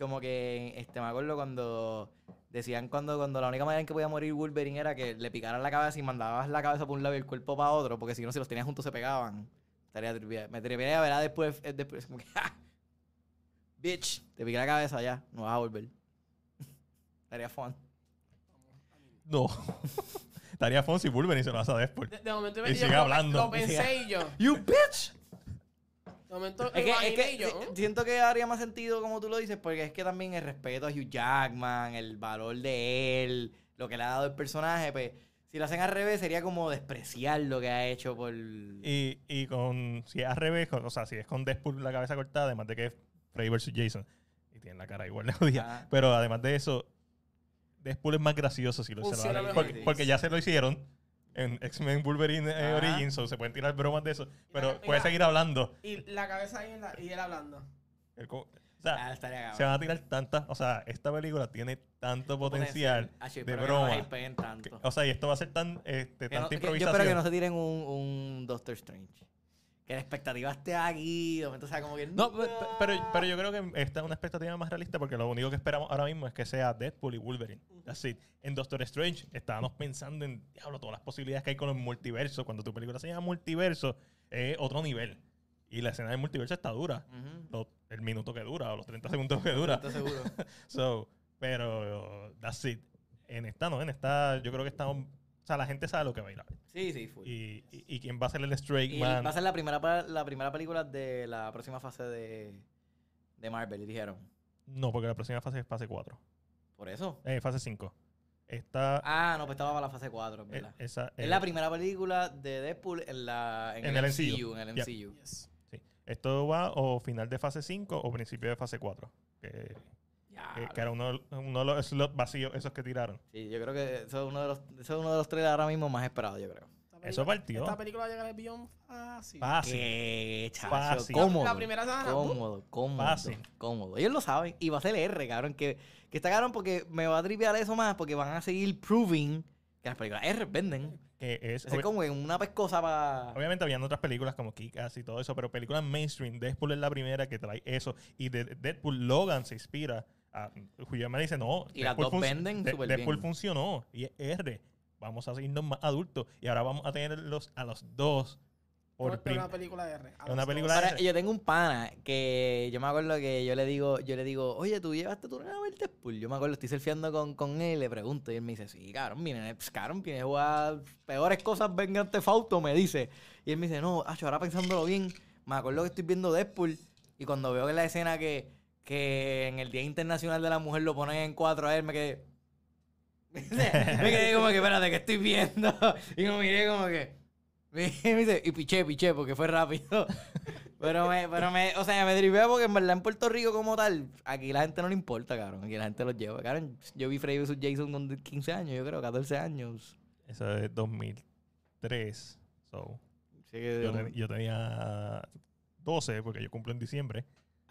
Speaker 2: como que, este, me acuerdo cuando decían cuando, cuando la única manera en que podía morir Wolverine era que le picaran la cabeza y mandabas la cabeza por un lado y el cuerpo para otro, porque si no, si los tenías juntos se pegaban. Estaría tripeado. Me tripearía, ¿verdad? Después, eh, después como que, ¡ja! Bitch, te piqué la cabeza ya, no vas a volver. Estaría fun.
Speaker 1: No. Estaría Fonsi Bulber y se lo hace a Deadpool.
Speaker 3: De, de momento
Speaker 1: Y sigue
Speaker 3: lo-
Speaker 1: hablando.
Speaker 3: Lo pensé y yo.
Speaker 2: You bitch!
Speaker 3: De momento
Speaker 2: Es que, es
Speaker 3: lo
Speaker 2: que
Speaker 3: imaginé y yo,
Speaker 2: si-
Speaker 3: ¿eh?
Speaker 2: siento que haría más sentido como tú lo dices, porque es que también el respeto a Hugh Jackman, el valor de él, lo que le ha dado el personaje, pues si lo hacen al revés sería como despreciar lo que ha hecho por...
Speaker 1: Y, y con, si es al revés, con- o sea, si es con Deadpool la cabeza cortada, además de que es Freddy vs. Jason, y tiene la cara igual de jodida.
Speaker 2: Ajá.
Speaker 1: Pero además de eso, Deadpool es más gracioso si lo se lo
Speaker 3: Funciona
Speaker 1: dan.
Speaker 3: mejor.
Speaker 1: porque, porque ya se lo hicieron en X-Men Wolverine eh,
Speaker 2: Ajá.
Speaker 1: Origins, so se pueden tirar bromas de eso, pero
Speaker 3: mira.
Speaker 1: puede seguir hablando.
Speaker 3: Y la cabeza ahí en la- y él hablando.
Speaker 1: El co- o sea,
Speaker 2: Ah, estaría cabrón.
Speaker 1: se van a tirar tantas, o sea, esta película tiene tanto potencial
Speaker 2: Ah, sí,
Speaker 1: de
Speaker 2: espero que no
Speaker 1: broma.
Speaker 2: la hypeen tanto.
Speaker 1: que- o sea, y esto va a ser tan, este,
Speaker 2: Que no-
Speaker 1: tanta
Speaker 2: que- yo
Speaker 1: improvisación.
Speaker 2: espero que no se tiren un, un Doctor Strange. Que la expectativa esté aquí, de momento sea como que...
Speaker 1: No, pe- pe- pero, pero yo creo que esta es una expectativa más realista porque lo único que esperamos ahora mismo es que sea Deadpool y Wolverine. That's it. En Doctor Strange estábamos pensando en, diablo, todas las posibilidades que hay con el multiverso. Cuando tu película se llama multiverso, es otro nivel. Y la escena del multiverso está dura.
Speaker 2: Ujú.
Speaker 1: Lo- el minuto que dura o los 30 segundos que dura.
Speaker 2: Estoy seguro.
Speaker 1: So, pero, that's it. En esta no, en esta yo creo que estamos... O sea, la gente sabe lo que va a ir a ver.
Speaker 2: Sí, sí, full.
Speaker 1: Y, y, y quién va a ser el straight
Speaker 2: Y
Speaker 1: man.
Speaker 2: va a ser la primera, pa- la primera película de la próxima fase de, de Marvel, y dijeron.
Speaker 1: No, porque la próxima fase es fase 4.
Speaker 2: Por eso.
Speaker 1: Eh, fase 5. Esta...
Speaker 2: Ah, no, pues estaba para la fase 4,
Speaker 1: Eh,
Speaker 2: ¿verdad?
Speaker 1: esa,
Speaker 2: es
Speaker 1: eh,
Speaker 2: la primera película de Deadpool en, la,
Speaker 1: En el MCU.
Speaker 2: En el
Speaker 1: Yep.
Speaker 2: MCU.
Speaker 3: Yes.
Speaker 1: sí. Esto va o final de fase 5 o principio de fase 4. Que, que-
Speaker 2: Ya,
Speaker 1: que era uno, uno de los slots vacíos esos que tiraron.
Speaker 2: Sí, yo creo que eso es uno de los, eso es uno de los trailers ahora mismo más esperados, yo creo.
Speaker 3: Esta
Speaker 1: Eso
Speaker 3: película-
Speaker 1: partió.
Speaker 3: Esta película va a llegar al billón fácil.
Speaker 2: Ah,
Speaker 1: Fácil.
Speaker 2: Qué chacho,
Speaker 1: Ah, Fácil.
Speaker 2: cómodo.
Speaker 3: La primera semana. uh,
Speaker 2: Cómodo, cómodo.
Speaker 1: Fácil.
Speaker 2: Cómodo. Ellos lo saben. Y va a ser R, cabrón. Que, que está cabrón porque me va a tripear eso más porque van a seguir proving que las películas R venden.
Speaker 1: Que es,
Speaker 2: Es
Speaker 1: obvi-
Speaker 2: como que una pescosa para...
Speaker 1: obviamente habían otras películas como Kick-Ass y todo eso, pero películas mainstream. Deadpool es la primera que trae eso. Y de de Deadpool, Logan se inspira. A, Julio me dice, no.
Speaker 2: Y las
Speaker 1: Deadpool
Speaker 2: dos
Speaker 1: func-
Speaker 2: venden
Speaker 1: De-
Speaker 2: súper
Speaker 1: Deadpool
Speaker 2: bien.
Speaker 1: funcionó y es R. Vamos a seguirnos más adultos. Y ahora vamos a tenerlos a los dos. Por
Speaker 3: es una
Speaker 1: prim-
Speaker 3: película de R. a
Speaker 1: es
Speaker 3: los
Speaker 1: una
Speaker 3: dos.
Speaker 1: película
Speaker 2: Ahora,
Speaker 1: R.
Speaker 2: yo tengo un pana que yo me acuerdo que yo le digo, yo le digo, oye, tú llevaste tu nena a ver Deadpool. Yo me acuerdo, estoy surfeando con, con él, le pregunto y él me dice, sí, cabrón, mi nene, pues, cabrón, tiene jugar peores cosas, vengante Fausto, me dice. Y él me dice, no, acho, ahora pensándolo bien, me acuerdo que estoy viendo Deadpool y cuando veo que la escena que, que en el Día Internacional de la Mujer lo ponen en cuatro a él, me quedé... me quedé como que, espérate, que estoy viendo? Y me miré como que... Me dice, y piché, piché, porque fue rápido. Pero me, pero me, o sea, me drivea porque en verdad en Puerto Rico como tal, aquí la gente no le importa, cabrón. Aquí la gente los lleva. Cabrón, yo vi Freddy vs. Jason con 15 años, yo creo, 14 años.
Speaker 1: Eso es 2003. So,
Speaker 2: Así que-
Speaker 1: yo, ten- yo tenía 12 porque yo cumplo en diciembre.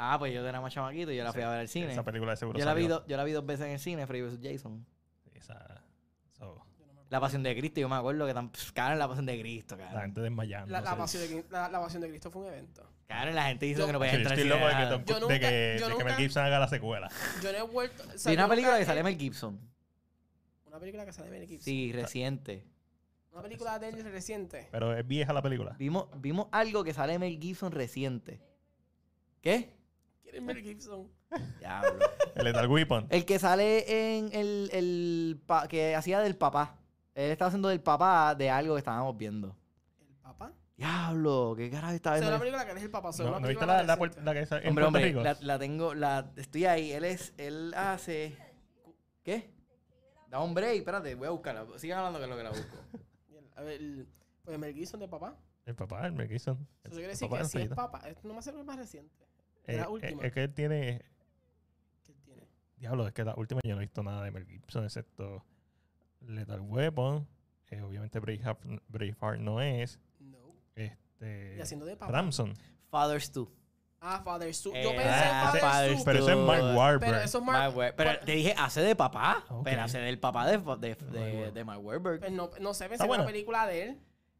Speaker 2: ah, pues yo era más chamaquito, yo la fui a ver al cine.
Speaker 1: Esa película de seguro
Speaker 2: Yo la, vi
Speaker 1: salió.
Speaker 2: do- yo la vi dos veces en el cine, Freddy vs. Jason.
Speaker 1: Esa- so,
Speaker 2: La Pasión de Cristo, yo me acuerdo que tan pff, cabrón la Pasión de Cristo,
Speaker 1: la
Speaker 2: cabrón.
Speaker 1: gente desmayando.
Speaker 3: La, la pasión de, Cri- la, la pasión de Cristo fue un evento.
Speaker 2: Cabrón, la gente dice
Speaker 3: Yo-
Speaker 2: que no podía
Speaker 1: Sí, yo
Speaker 2: entrar
Speaker 1: estoy
Speaker 2: al
Speaker 1: loco de que,
Speaker 2: cine.
Speaker 1: tampoco-
Speaker 3: Yo
Speaker 1: de
Speaker 3: nunca-
Speaker 1: que, de
Speaker 3: yo
Speaker 1: que
Speaker 3: nunca-
Speaker 1: Mel Gibson haga la secuela.
Speaker 3: Yo no he vuelto.
Speaker 2: Vi
Speaker 3: o sea, yo
Speaker 2: una
Speaker 3: nunca
Speaker 2: película que
Speaker 3: he-
Speaker 2: sale Mel Gibson.
Speaker 3: Una película que sale de Mel Gibson.
Speaker 2: Sí, reciente.
Speaker 3: Una película de él reciente.
Speaker 1: Pero es vieja la película.
Speaker 2: Vimos, vimos algo que sale Mel Gibson reciente. ¿Qué?
Speaker 3: ¿Quién es Mel Gibson?
Speaker 2: Diablo.
Speaker 1: El Lethal Weapon.
Speaker 2: El que sale en el, el pa- que hacía del papá. Él estaba haciendo del papá de algo que estábamos viendo.
Speaker 3: ¿El papá?
Speaker 2: Diablo, qué carajo estaba
Speaker 3: O sea,
Speaker 2: viendo.
Speaker 3: una película que él es el papá. o sea,
Speaker 1: ¿No,
Speaker 3: una
Speaker 1: no viste la,
Speaker 3: película
Speaker 1: la,
Speaker 3: reciente.
Speaker 1: puer- la que sale en
Speaker 2: hombre,
Speaker 1: Puerto
Speaker 2: hombre,
Speaker 1: Rico?
Speaker 2: la, la tengo, la estoy ahí. Él es, él hace. ¿Qué? Da un break, espérate, voy a buscarla. Sigan hablando que es lo que la busco.
Speaker 3: Bien, A ver, el- pues Mel Gibson de papá.
Speaker 1: El papá, el Mel Gibson.
Speaker 3: Eso
Speaker 1: El
Speaker 3: quiere decir
Speaker 1: papá
Speaker 3: que
Speaker 1: de
Speaker 3: si es
Speaker 1: Alfredito.
Speaker 3: papá, es- no me sale más reciente
Speaker 1: Eh,
Speaker 3: la
Speaker 1: eh,
Speaker 3: última.
Speaker 1: Es que él tiene...
Speaker 3: que él tiene.
Speaker 1: Diablo, es que la última yo no he visto nada de Mel Gibson excepto Lethal Weapon. Eh, obviamente Braveheart, Braveheart no es.
Speaker 3: No.
Speaker 1: Este...
Speaker 3: Y haciendo de papá.
Speaker 1: Ramson.
Speaker 2: Fathers 2.
Speaker 3: Ah, Father Soup. Yo
Speaker 2: Eh,
Speaker 3: pensé
Speaker 2: ah,
Speaker 3: en Father
Speaker 2: Father
Speaker 3: Soup.
Speaker 1: Pero eso es Mark
Speaker 2: Pero
Speaker 1: Warburg.
Speaker 3: Pero eso es Mark.
Speaker 2: Pero te dije, hace de papá.
Speaker 1: Ok.
Speaker 2: Pero hace del papá de, de, de,
Speaker 1: Wahlberg.
Speaker 2: de Mark Wahlberg.
Speaker 3: pues no, no sé, pensé en
Speaker 1: buena.
Speaker 3: una película de él.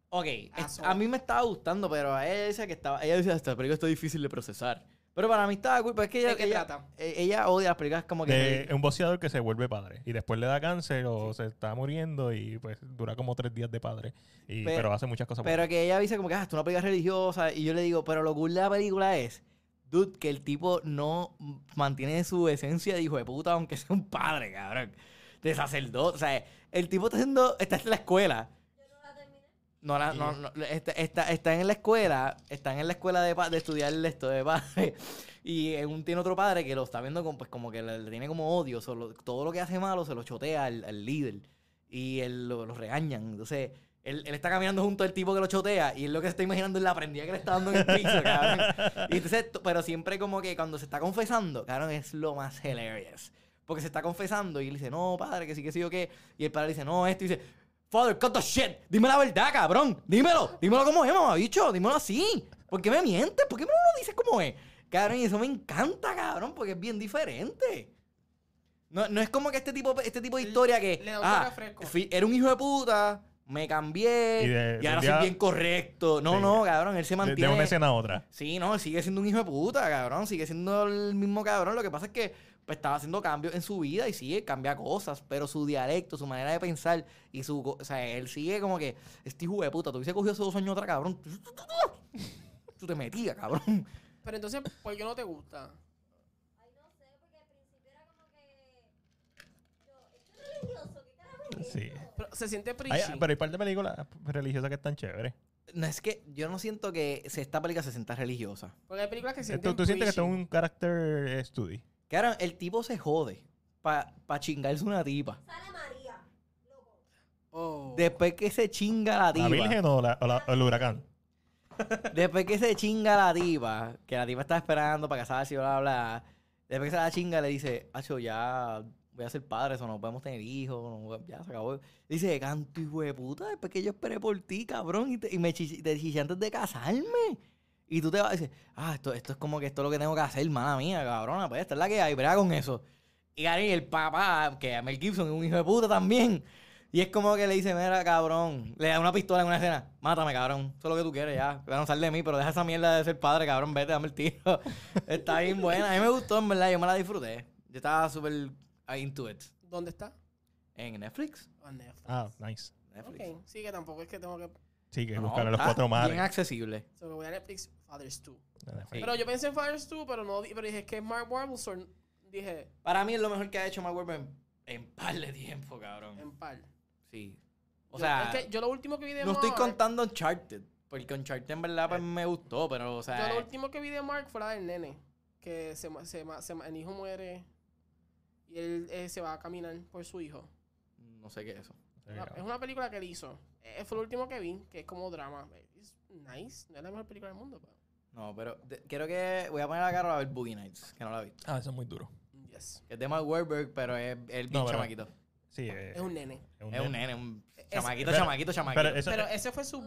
Speaker 2: Ok, es-
Speaker 3: Asshole.
Speaker 2: a mí me estaba gustando, pero a ella decía que estaba. Ella decía, esta película está difícil de procesar. Pero para mí estaba cool, pero es que ella,
Speaker 3: ¿De qué
Speaker 2: ella,
Speaker 3: trata?
Speaker 2: eh, ella odia las películas como que...
Speaker 1: De un boxeador que se vuelve padre y después le da cáncer o se está muriendo y pues dura como tres días de padre. Y,
Speaker 2: Pe-
Speaker 1: pero, hace muchas cosas.
Speaker 2: Pero que ella dice como que, ah, esto es una película religiosa. Y yo le digo, pero lo cool de la película es, dude, que el tipo no mantiene su esencia de hijo de puta, aunque sea un padre, cabrón. De sacerdote. O sea, el tipo está haciendo, está en la escuela. No, la, no, no, está, está- están en la escuela, están en la escuela de, pa- de estudiar esto de padre. Y eh, un, tiene otro padre que lo está viendo como, pues, como que le, le tiene como odio. solo- todo lo que hace malo se lo chotea al, al líder. Y él, lo, lo regañan. Entonces, él, él está caminando junto al tipo que lo chotea y él lo que se está imaginando es la prendida que le está dando en el piso, cabrón. Y entonces, t- pero siempre como que cuando se está confesando, cabrón, es lo más hilarious. Porque se está confesando y él dice, no, padre, que sí, que sí o qué. Y el padre dice, no, esto. Y dice, father, cut the shit. Dime la verdad, cabrón. Dímelo. Dímelo como es, mamá, bicho. Dímelo así. ¿Por qué me mientes? ¿Por qué no lo dices como es? Cabrón, y eso me encanta, cabrón, porque es bien diferente. No, no es como que este tipo, este tipo de historia que.
Speaker 3: Le da un
Speaker 2: ah,
Speaker 3: toque fresco.
Speaker 2: fui- era un hijo de puta, me cambié
Speaker 1: Y
Speaker 2: y,
Speaker 1: de- de un
Speaker 2: ahora
Speaker 1: día-
Speaker 2: soy bien correcto. No,
Speaker 1: Sí.
Speaker 2: no, cabrón, él se
Speaker 1: de,
Speaker 2: mantiene.
Speaker 1: de una escena a otra.
Speaker 2: Sí, no, él sigue siendo un hijo de puta, cabrón. Sigue siendo el mismo cabrón. Lo que pasa es que pues, estaba haciendo cambios en su vida y sigue, cambia cosas. Pero su dialecto, su manera de pensar y su. co- O sea, él sigue como que. Este hijo de puta, tú hubiese cogido esos dos años atrás, cabrón. Tú te metías, cabrón.
Speaker 3: Pero entonces, ¿por qué no te gusta?
Speaker 1: Sí.
Speaker 3: Pero, se siente
Speaker 1: Hay-
Speaker 3: preachy.
Speaker 1: ah, pero hay par de películas religiosas que están chéveres.
Speaker 2: No es que yo no siento que se- esta película se sienta religiosa.
Speaker 3: Porque hay películas que se
Speaker 1: Eh, ¿Tú,
Speaker 3: sienten
Speaker 1: tú sientes que esto
Speaker 3: preachy.
Speaker 1: es un character eh, study?
Speaker 2: Claro, el tipo se jode para pa chingarse una tipa.
Speaker 3: Oh.
Speaker 2: Después que se chinga la
Speaker 1: ¿La
Speaker 2: tipa.
Speaker 1: Virgen o, la- o la- o el huracán?
Speaker 2: Después que se chinga la tipa, que la tipa está esperando para casarse y bla, bla, bla. Después que se la chinga, le dice, Acho, ya voy a ser padre, eso no podemos tener hijos, no voy- ya se acabó. Dice, canto hijo de puta, después que yo esperé por ti, cabrón, y, te, y me chichi- te chiché antes de casarme. Y tú te vas y dices, ah, esto, esto es como que esto es lo que tengo que hacer, mala mía, cabrona, pues esta es la que hay, brega con eso. Y ahí el papá, que Mel Gibson es un hijo de puta también. Y es como que le dice, mira, cabrón, le da una pistola en una escena, mátame, cabrón, eso es lo que tú quieres ya, ya no sal de mí, pero deja esa mierda de ser padre, cabrón, vete, dame el tiro. Está bien buena, a mí me gustó, en verdad, yo me la disfruté. Yo estaba súper ah, into it.
Speaker 3: ¿Dónde está?
Speaker 2: ¿En Netflix?
Speaker 3: Ah, Netflix.
Speaker 1: Ah, nice.
Speaker 2: Netflix.
Speaker 3: Ok, sí que tampoco es que tengo que...
Speaker 1: Sí, que
Speaker 2: No,
Speaker 1: buscar a los
Speaker 2: está
Speaker 1: cuatro mares.
Speaker 2: Bien accesible.
Speaker 3: Se me voy a Netflix, Fathers 2.
Speaker 2: Sí.
Speaker 3: Pero yo pensé en Fathers 2, pero no di- pero dije, es que es Mark Warblesor. Dije,
Speaker 2: Para mí es lo mejor que ha hecho Mark Wahlberg en, en par de tiempo, cabrón.
Speaker 3: en par.
Speaker 2: Sí. O
Speaker 3: Yo-
Speaker 2: sea,
Speaker 3: es que yo lo último que vi de
Speaker 2: no estoy
Speaker 3: Mark-
Speaker 2: contando Uncharted, porque Uncharted en verdad pues, me gustó, pero o
Speaker 3: Yo
Speaker 2: sea... eh.
Speaker 3: lo último que vi de Mark fue la del nene. Que se, ma- se, ma- se ma- el hijo muere y él eh, se va a caminar por su hijo.
Speaker 2: No sé qué es eso.
Speaker 3: Una- es una película que él hizo. Eh, fue lo último que vi, que es como drama. Es nice. No es la mejor película del mundo, pero...
Speaker 2: No, pero de- quiero que... Voy a poner la cara a ver Boogie Nights, que no la he visto.
Speaker 1: Ah, eso es muy duro.
Speaker 3: Yes.
Speaker 2: Que es de Mark Wahlberg, pero es el bien
Speaker 1: No, pero-
Speaker 2: chamaquito.
Speaker 1: Sí, eh,
Speaker 3: Es un nene.
Speaker 2: Es un nene, un chamaquito,
Speaker 1: pero-
Speaker 2: chamaquito, chamaquito.
Speaker 1: Pero, eso-
Speaker 3: Pero ese fue su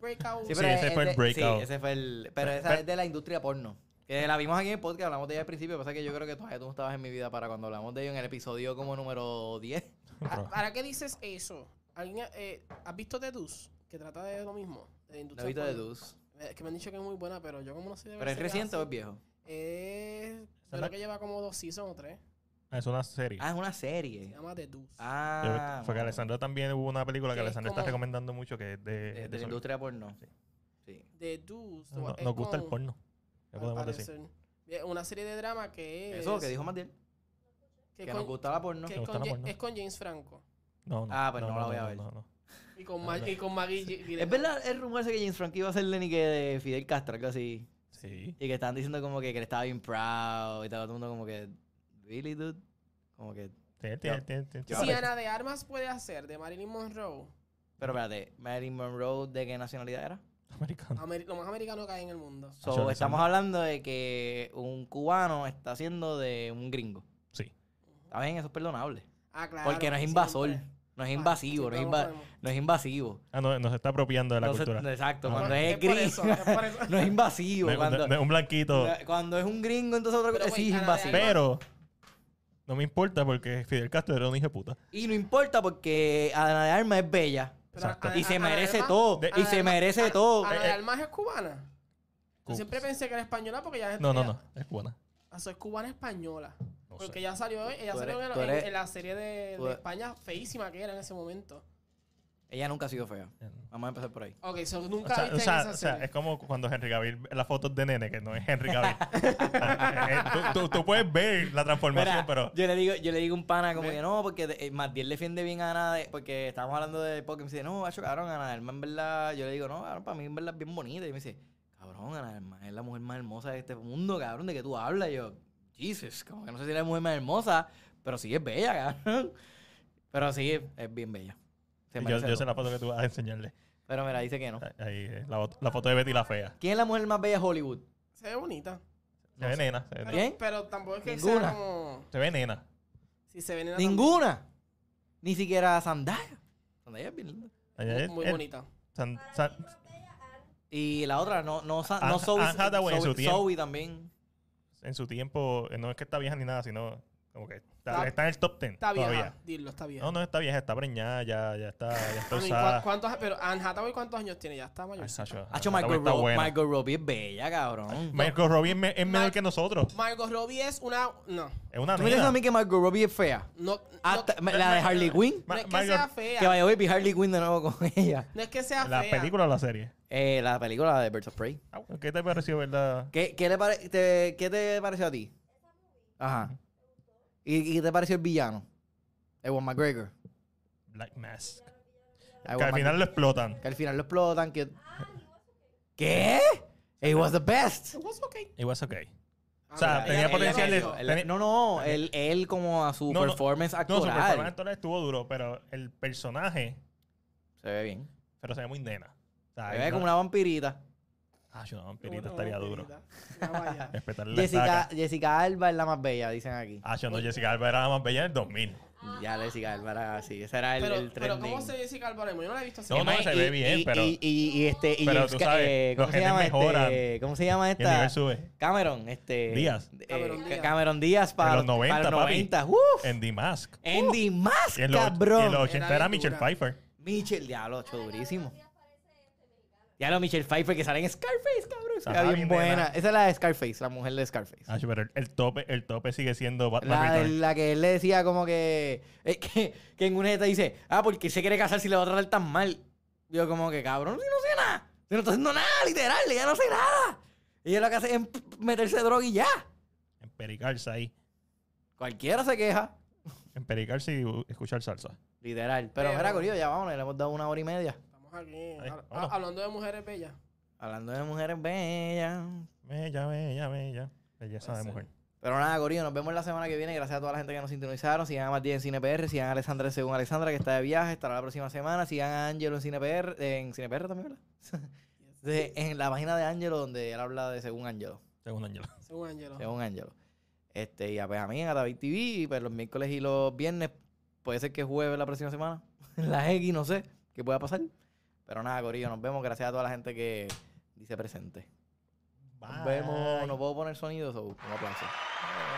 Speaker 3: breakout.
Speaker 1: Sí, ese
Speaker 2: es
Speaker 1: fue el
Speaker 2: de-
Speaker 1: breakout.
Speaker 2: Sí, ese fue el. Pero esa
Speaker 1: Pero-
Speaker 2: es de la industria porno. Que la vimos aquí en el podcast, hablamos de ella al principio. Pasa que yo creo que todavía tú no estabas en mi vida para cuando hablamos de ello en el episodio como número 10.
Speaker 3: Ah, ¿Para qué dices eso? ¿Alguien, eh, ¿Has visto The Deuce? Que trata de lo mismo. De
Speaker 2: No
Speaker 3: industria
Speaker 2: he visto de
Speaker 3: porno.
Speaker 2: Duz.
Speaker 3: Eh, que me han dicho que es muy buena, pero yo como no sé de
Speaker 2: ¿Pero es
Speaker 3: series
Speaker 2: reciente o es
Speaker 3: así,
Speaker 2: viejo?
Speaker 3: eh, creo
Speaker 1: la-
Speaker 3: que lleva como dos seasons o tres.
Speaker 1: es una serie.
Speaker 2: Ah, es una
Speaker 3: Se
Speaker 2: serie.
Speaker 3: llama The Deuce.
Speaker 2: Ah.
Speaker 1: Fue que
Speaker 2: no.
Speaker 1: Alessandra también hubo una película que
Speaker 3: Que es
Speaker 1: Alessandra está
Speaker 3: como-
Speaker 1: recomendando mucho que es de,
Speaker 2: De, de
Speaker 1: de
Speaker 2: la
Speaker 1: eso.
Speaker 2: industria porno.
Speaker 1: Sí.
Speaker 2: Sí.
Speaker 3: The Deuce.
Speaker 1: No-
Speaker 3: es
Speaker 1: nos gusta el
Speaker 3: como,
Speaker 1: porno. ¿Qué
Speaker 3: al
Speaker 1: podemos decir?
Speaker 3: parecer, eh, Una serie de drama que es...
Speaker 2: Eso que dijo Matiel.
Speaker 3: que
Speaker 2: Que
Speaker 3: con-
Speaker 2: nos gusta la porno.
Speaker 1: Nos
Speaker 3: que es,
Speaker 1: gusta
Speaker 3: con
Speaker 1: la
Speaker 3: Ja-
Speaker 1: porno.
Speaker 3: es con James Franco.
Speaker 1: No, no.
Speaker 2: Ah, pues no la voy a ver.
Speaker 3: Y con,
Speaker 1: Ah,
Speaker 3: Ma-
Speaker 1: verdad.
Speaker 3: y con Maggie G-
Speaker 2: Es
Speaker 3: Gyllenhaal.
Speaker 2: verdad el rumor ese que James Franco iba a ser Lenny que de Fidel Castro, algo así.
Speaker 1: Sí.
Speaker 2: Y que estaban diciendo como que, que él estaba bien proud y estaba todo el mundo como que, really, dude? Como que...
Speaker 1: Tiene- tiene- tiene- tiene-
Speaker 2: Yo-
Speaker 3: Si
Speaker 2: Vale.
Speaker 3: Ana de Armas puede hacer de Marilyn Monroe,
Speaker 2: Pero espérate, Marilyn Monroe, ¿de qué nacionalidad era?
Speaker 1: Americano.
Speaker 3: ameri- lo más americano que hay en el mundo.
Speaker 2: So,
Speaker 1: Nacional-
Speaker 2: estamos hablando de que un cubano está haciendo de un gringo.
Speaker 1: Sí.
Speaker 2: Está bien, eso es perdonable.
Speaker 3: Ah, claro.
Speaker 2: Porque no es
Speaker 3: siempre.
Speaker 2: invasor, no es
Speaker 3: Ah,
Speaker 2: invasivo, no
Speaker 3: siempre
Speaker 2: es,
Speaker 3: vamos
Speaker 2: inva-
Speaker 3: por el-
Speaker 2: no es invasivo.
Speaker 1: Ah, no, nos está apropiando de la
Speaker 2: No se-
Speaker 1: cultura.
Speaker 2: exacto,
Speaker 1: Ah.
Speaker 2: cuando es
Speaker 3: por
Speaker 2: gringo,
Speaker 3: eso, es por eso.
Speaker 2: no es invasivo.
Speaker 1: No es un-
Speaker 2: cuando,
Speaker 1: no es un blanquito.
Speaker 2: cuando es un gringo, entonces otro...
Speaker 3: Pero, pues,
Speaker 2: eh, sí,
Speaker 3: güey,
Speaker 2: es
Speaker 3: Ana de
Speaker 2: invasivo.
Speaker 1: Pero no me importa porque Fidel Castro era un hijo de puta.
Speaker 2: Y no importa porque Ana de Armas es bella.
Speaker 3: Pero
Speaker 1: Exacto.
Speaker 3: Ana-
Speaker 2: Y se
Speaker 3: Ana de
Speaker 2: merece
Speaker 3: Armas-
Speaker 2: todo.
Speaker 1: De-
Speaker 2: Y se
Speaker 3: Ana-
Speaker 2: merece
Speaker 3: Ana-
Speaker 2: todo.
Speaker 3: Ana
Speaker 1: Eh,
Speaker 3: de
Speaker 1: eh.
Speaker 3: Armas es cubana. Yo siempre pensé que era española porque ya
Speaker 1: No, no,
Speaker 3: ella-
Speaker 1: no. Es buena.
Speaker 3: Ah, so, es cubana española.
Speaker 1: No
Speaker 3: porque
Speaker 1: sé.
Speaker 3: ella salió, ella
Speaker 2: Tú
Speaker 3: salió
Speaker 2: eres-
Speaker 3: en-
Speaker 2: tú
Speaker 3: en,
Speaker 2: eres-
Speaker 3: en la serie de,
Speaker 2: tú
Speaker 3: de
Speaker 2: eres-
Speaker 3: España feísima que era en ese momento.
Speaker 2: Ella nunca ha sido fea. Vamos a empezar por ahí.
Speaker 3: Ok, so
Speaker 1: O
Speaker 3: nunca
Speaker 1: sea,
Speaker 3: viste
Speaker 1: o sea,
Speaker 3: en esa
Speaker 1: o sea,
Speaker 3: serie.
Speaker 1: es como cuando Henry Cavill, ve las fotos de nene, que no es Henry Cavill. Eh, eh, tú, tú- tú puedes ver la transformación,
Speaker 2: Mira,
Speaker 1: pero...
Speaker 2: yo le digo, yo le digo a un pana como
Speaker 3: Ve.
Speaker 2: que no, porque de- eh, Martiel defiende bien a Ana de- porque estábamos hablando de Pokémon y me dice, no, macho, cabrón, Ana Delma en verdad, yo le digo, no, cabrón, para mí en verdad es bien bonita. Y me dice, cabrón, Ana Delma es la mujer más hermosa de este mundo, cabrón, de que tú hablas. Y yo, Jesus, como que no sé si es la mujer más hermosa, pero sí es bella, cabrón. Pero sí es, es bien bella. Se
Speaker 1: Yo,
Speaker 2: merece
Speaker 1: yo
Speaker 2: todo.
Speaker 1: sé la foto que tú vas a enseñarle.
Speaker 2: Pero mira, dice que no.
Speaker 1: Ahí, eh, la, bot- la foto de Betty la fea.
Speaker 2: ¿Quién es la mujer más bella de Hollywood?
Speaker 3: Se ve bonita.
Speaker 1: Se ve nena. Se ve,
Speaker 3: Pero,
Speaker 1: nena.
Speaker 2: ¿Bien?
Speaker 3: pero tampoco es que
Speaker 2: Ninguna.
Speaker 3: sea como...
Speaker 1: Se ve nena.
Speaker 3: Si se ven en la-
Speaker 2: Ninguna. Ni siquiera Zendaya. Zendaya es bien linda.
Speaker 1: Ella es-
Speaker 3: Muy
Speaker 1: es-
Speaker 3: bonita.
Speaker 1: eh, San- San-
Speaker 2: Y la otra, no, no, Sa-
Speaker 1: Anne-
Speaker 2: no Zoe,
Speaker 1: Anne Hathaway en
Speaker 2: Zoe-
Speaker 1: su tiempo.
Speaker 2: Zoe también.
Speaker 1: en su tiempo, eh, no es que está vieja ni nada, sino como que está,
Speaker 3: Está-
Speaker 1: está en el top 10
Speaker 3: Está vieja,
Speaker 1: todavía.
Speaker 3: dilo, está vieja.
Speaker 1: No, no está vieja, está preñada, ya, ya está, ya está
Speaker 3: A mí, ¿cu-
Speaker 1: usada.
Speaker 3: cuántos- pero Anne Hathaway, ¿cuántos años tiene? Ya está mayor.
Speaker 1: Ay, Sacha,
Speaker 2: Hacho,
Speaker 1: está-
Speaker 2: Michael,
Speaker 1: está
Speaker 2: Ro-
Speaker 1: buena.
Speaker 2: Michael Robbie es bella, cabrón.
Speaker 1: Michael Robbie es, me- es mejor que nosotros.
Speaker 3: Margot Robbie es una... No.
Speaker 1: Es una
Speaker 2: ¿Tú me dices
Speaker 1: nena.
Speaker 2: a mí que Margot Robbie es fea?
Speaker 3: no,
Speaker 2: Hasta-
Speaker 3: no-
Speaker 2: la de Harley Quinn.
Speaker 3: No es que
Speaker 1: Ma-
Speaker 3: sea
Speaker 1: Margot-
Speaker 3: fea.
Speaker 2: Que vaya hoy vi Harley Quinn de nuevo con ella.
Speaker 3: No es que sea
Speaker 1: ¿La
Speaker 3: fea.
Speaker 1: película o la serie?
Speaker 2: Eh, la película de Birds of Prey.
Speaker 1: Ah, ¿Qué te pareció, verdad?
Speaker 2: ¿Qué, qué, le pare- te, ¿Qué te pareció a ti? Ajá. ¿Y, y qué te pareció el villano? Ewan McGregor.
Speaker 1: Black Mask.
Speaker 2: Ewan
Speaker 1: Que al final
Speaker 2: McGregor.
Speaker 1: lo explotan.
Speaker 2: que al final lo explotan. Que... ¿Qué? It was the best.
Speaker 3: It was okay.
Speaker 1: It was okay.
Speaker 3: Ah,
Speaker 1: O sea,
Speaker 3: mira,
Speaker 1: tenía
Speaker 3: ella- ella
Speaker 1: potencial de-
Speaker 3: lo hizo.
Speaker 2: Él-
Speaker 1: teni-
Speaker 2: no, no, él, él como a su
Speaker 1: No, no.
Speaker 2: performance
Speaker 1: No,
Speaker 2: actoral.
Speaker 1: su performance actoral estuvo duro, pero el personaje,
Speaker 2: Se ve bien.
Speaker 1: pero se ve muy nena. O sea,
Speaker 2: Se
Speaker 1: es
Speaker 2: ve como una vampirita.
Speaker 1: Ah, yo no, vampirita
Speaker 3: Una
Speaker 1: estaría duro.
Speaker 3: vampirita. Una vaya.
Speaker 1: Respetarle la
Speaker 2: Jessica, Pues
Speaker 1: estaca.
Speaker 2: Jessica Alba es la más bella, dicen aquí.
Speaker 1: Ah, yo no, Jessica Alba era la más bella en el 2000.
Speaker 2: Ya, Jessica Alba era así. Ese era el,
Speaker 3: pero,
Speaker 2: el
Speaker 3: pero
Speaker 2: trending.
Speaker 3: ¿cómo se ve Jessica Alba Yo no la he visto así.
Speaker 1: No,
Speaker 2: Es más,
Speaker 1: se ve bien,
Speaker 2: y,
Speaker 1: pero-
Speaker 2: Y, y- y este, y
Speaker 1: Pero
Speaker 2: James
Speaker 1: tú
Speaker 2: Ca-
Speaker 1: sabes,
Speaker 2: eh, ¿cómo
Speaker 1: los
Speaker 2: se
Speaker 1: genes
Speaker 2: llama
Speaker 1: mejoran.
Speaker 2: este? ¿Cómo se llama
Speaker 1: Y el nivel
Speaker 2: esta?
Speaker 1: sube.
Speaker 2: Cameron, este.
Speaker 1: Díaz.
Speaker 2: eh,
Speaker 3: Cameron Díaz.
Speaker 2: Ca- Cameron Díaz para
Speaker 1: los 90,
Speaker 2: para los
Speaker 1: papi.
Speaker 2: 90. ¡Uf!
Speaker 1: En The Mask.
Speaker 2: Andy Mas,
Speaker 1: Y en los, y en los
Speaker 2: cabrón.
Speaker 1: 80
Speaker 3: Era
Speaker 1: era
Speaker 3: bien
Speaker 1: Michelle
Speaker 3: dura.
Speaker 1: Pfeiffer.
Speaker 2: Michelle, ya lo hecho durísimo. Ya lo Michelle Pfeiffer que sale en Scarface, cabrón. Se
Speaker 1: Ajá,
Speaker 2: ve bien
Speaker 1: bien
Speaker 2: buena.
Speaker 1: nena.
Speaker 2: Esa es la de Scarface, la mujer de Scarface.
Speaker 1: Ah, pero el, el tope, el tope sigue siendo Batman
Speaker 2: La,
Speaker 1: Returns.
Speaker 2: la que él le decía como que, eh, que... que en una de estas dice, ah, porque se quiere casar si le va a tratar tan mal. Yo como que, cabrón, si no sé nada. Si no está haciendo nada, literal, ya no sé nada. Y ella lo que hace es p- meterse droga y ya.
Speaker 1: Empericarse ahí.
Speaker 2: Cualquiera se queja.
Speaker 1: Empericarse y uh, escuchar salsa.
Speaker 2: Literal. Pero,
Speaker 3: Pero-
Speaker 2: mira, corrido, ya vámonos. Le hemos dado una hora y media.
Speaker 3: Estamos aquí.
Speaker 1: Ay,
Speaker 3: Ah,
Speaker 1: vámonos.
Speaker 3: hablando de mujeres bellas.
Speaker 2: Hablando de mujeres bellas.
Speaker 1: Bella, bella, bella. Belleza
Speaker 3: Puede
Speaker 1: de
Speaker 3: ser.
Speaker 1: mujer.
Speaker 2: Pero nada, Corillo, nos vemos la semana que viene. Gracias a toda la gente que nos sintonizaron. Sigan a Matías en CinePR, sigan a Alessandra según Alessandra, que está de viaje, estará la próxima semana. Sigan a Ángelo en CinePR, en CinePR también, ¿verdad? De- en la página de Ángelo, donde él habla de según Ángelo.
Speaker 1: Según Angela.
Speaker 3: Según Angelo.
Speaker 2: Según Ángelo. Este, y a, pues, a mí en David TV, y, pues los miércoles y los viernes. Puede ser que jueves la próxima semana. la X, no sé qué pueda pasar. Pero nada, Corillo, nos vemos. Gracias a toda la gente que dice presente. Nos vemos. No puedo poner sonido, so, un aplauso.
Speaker 1: Bye.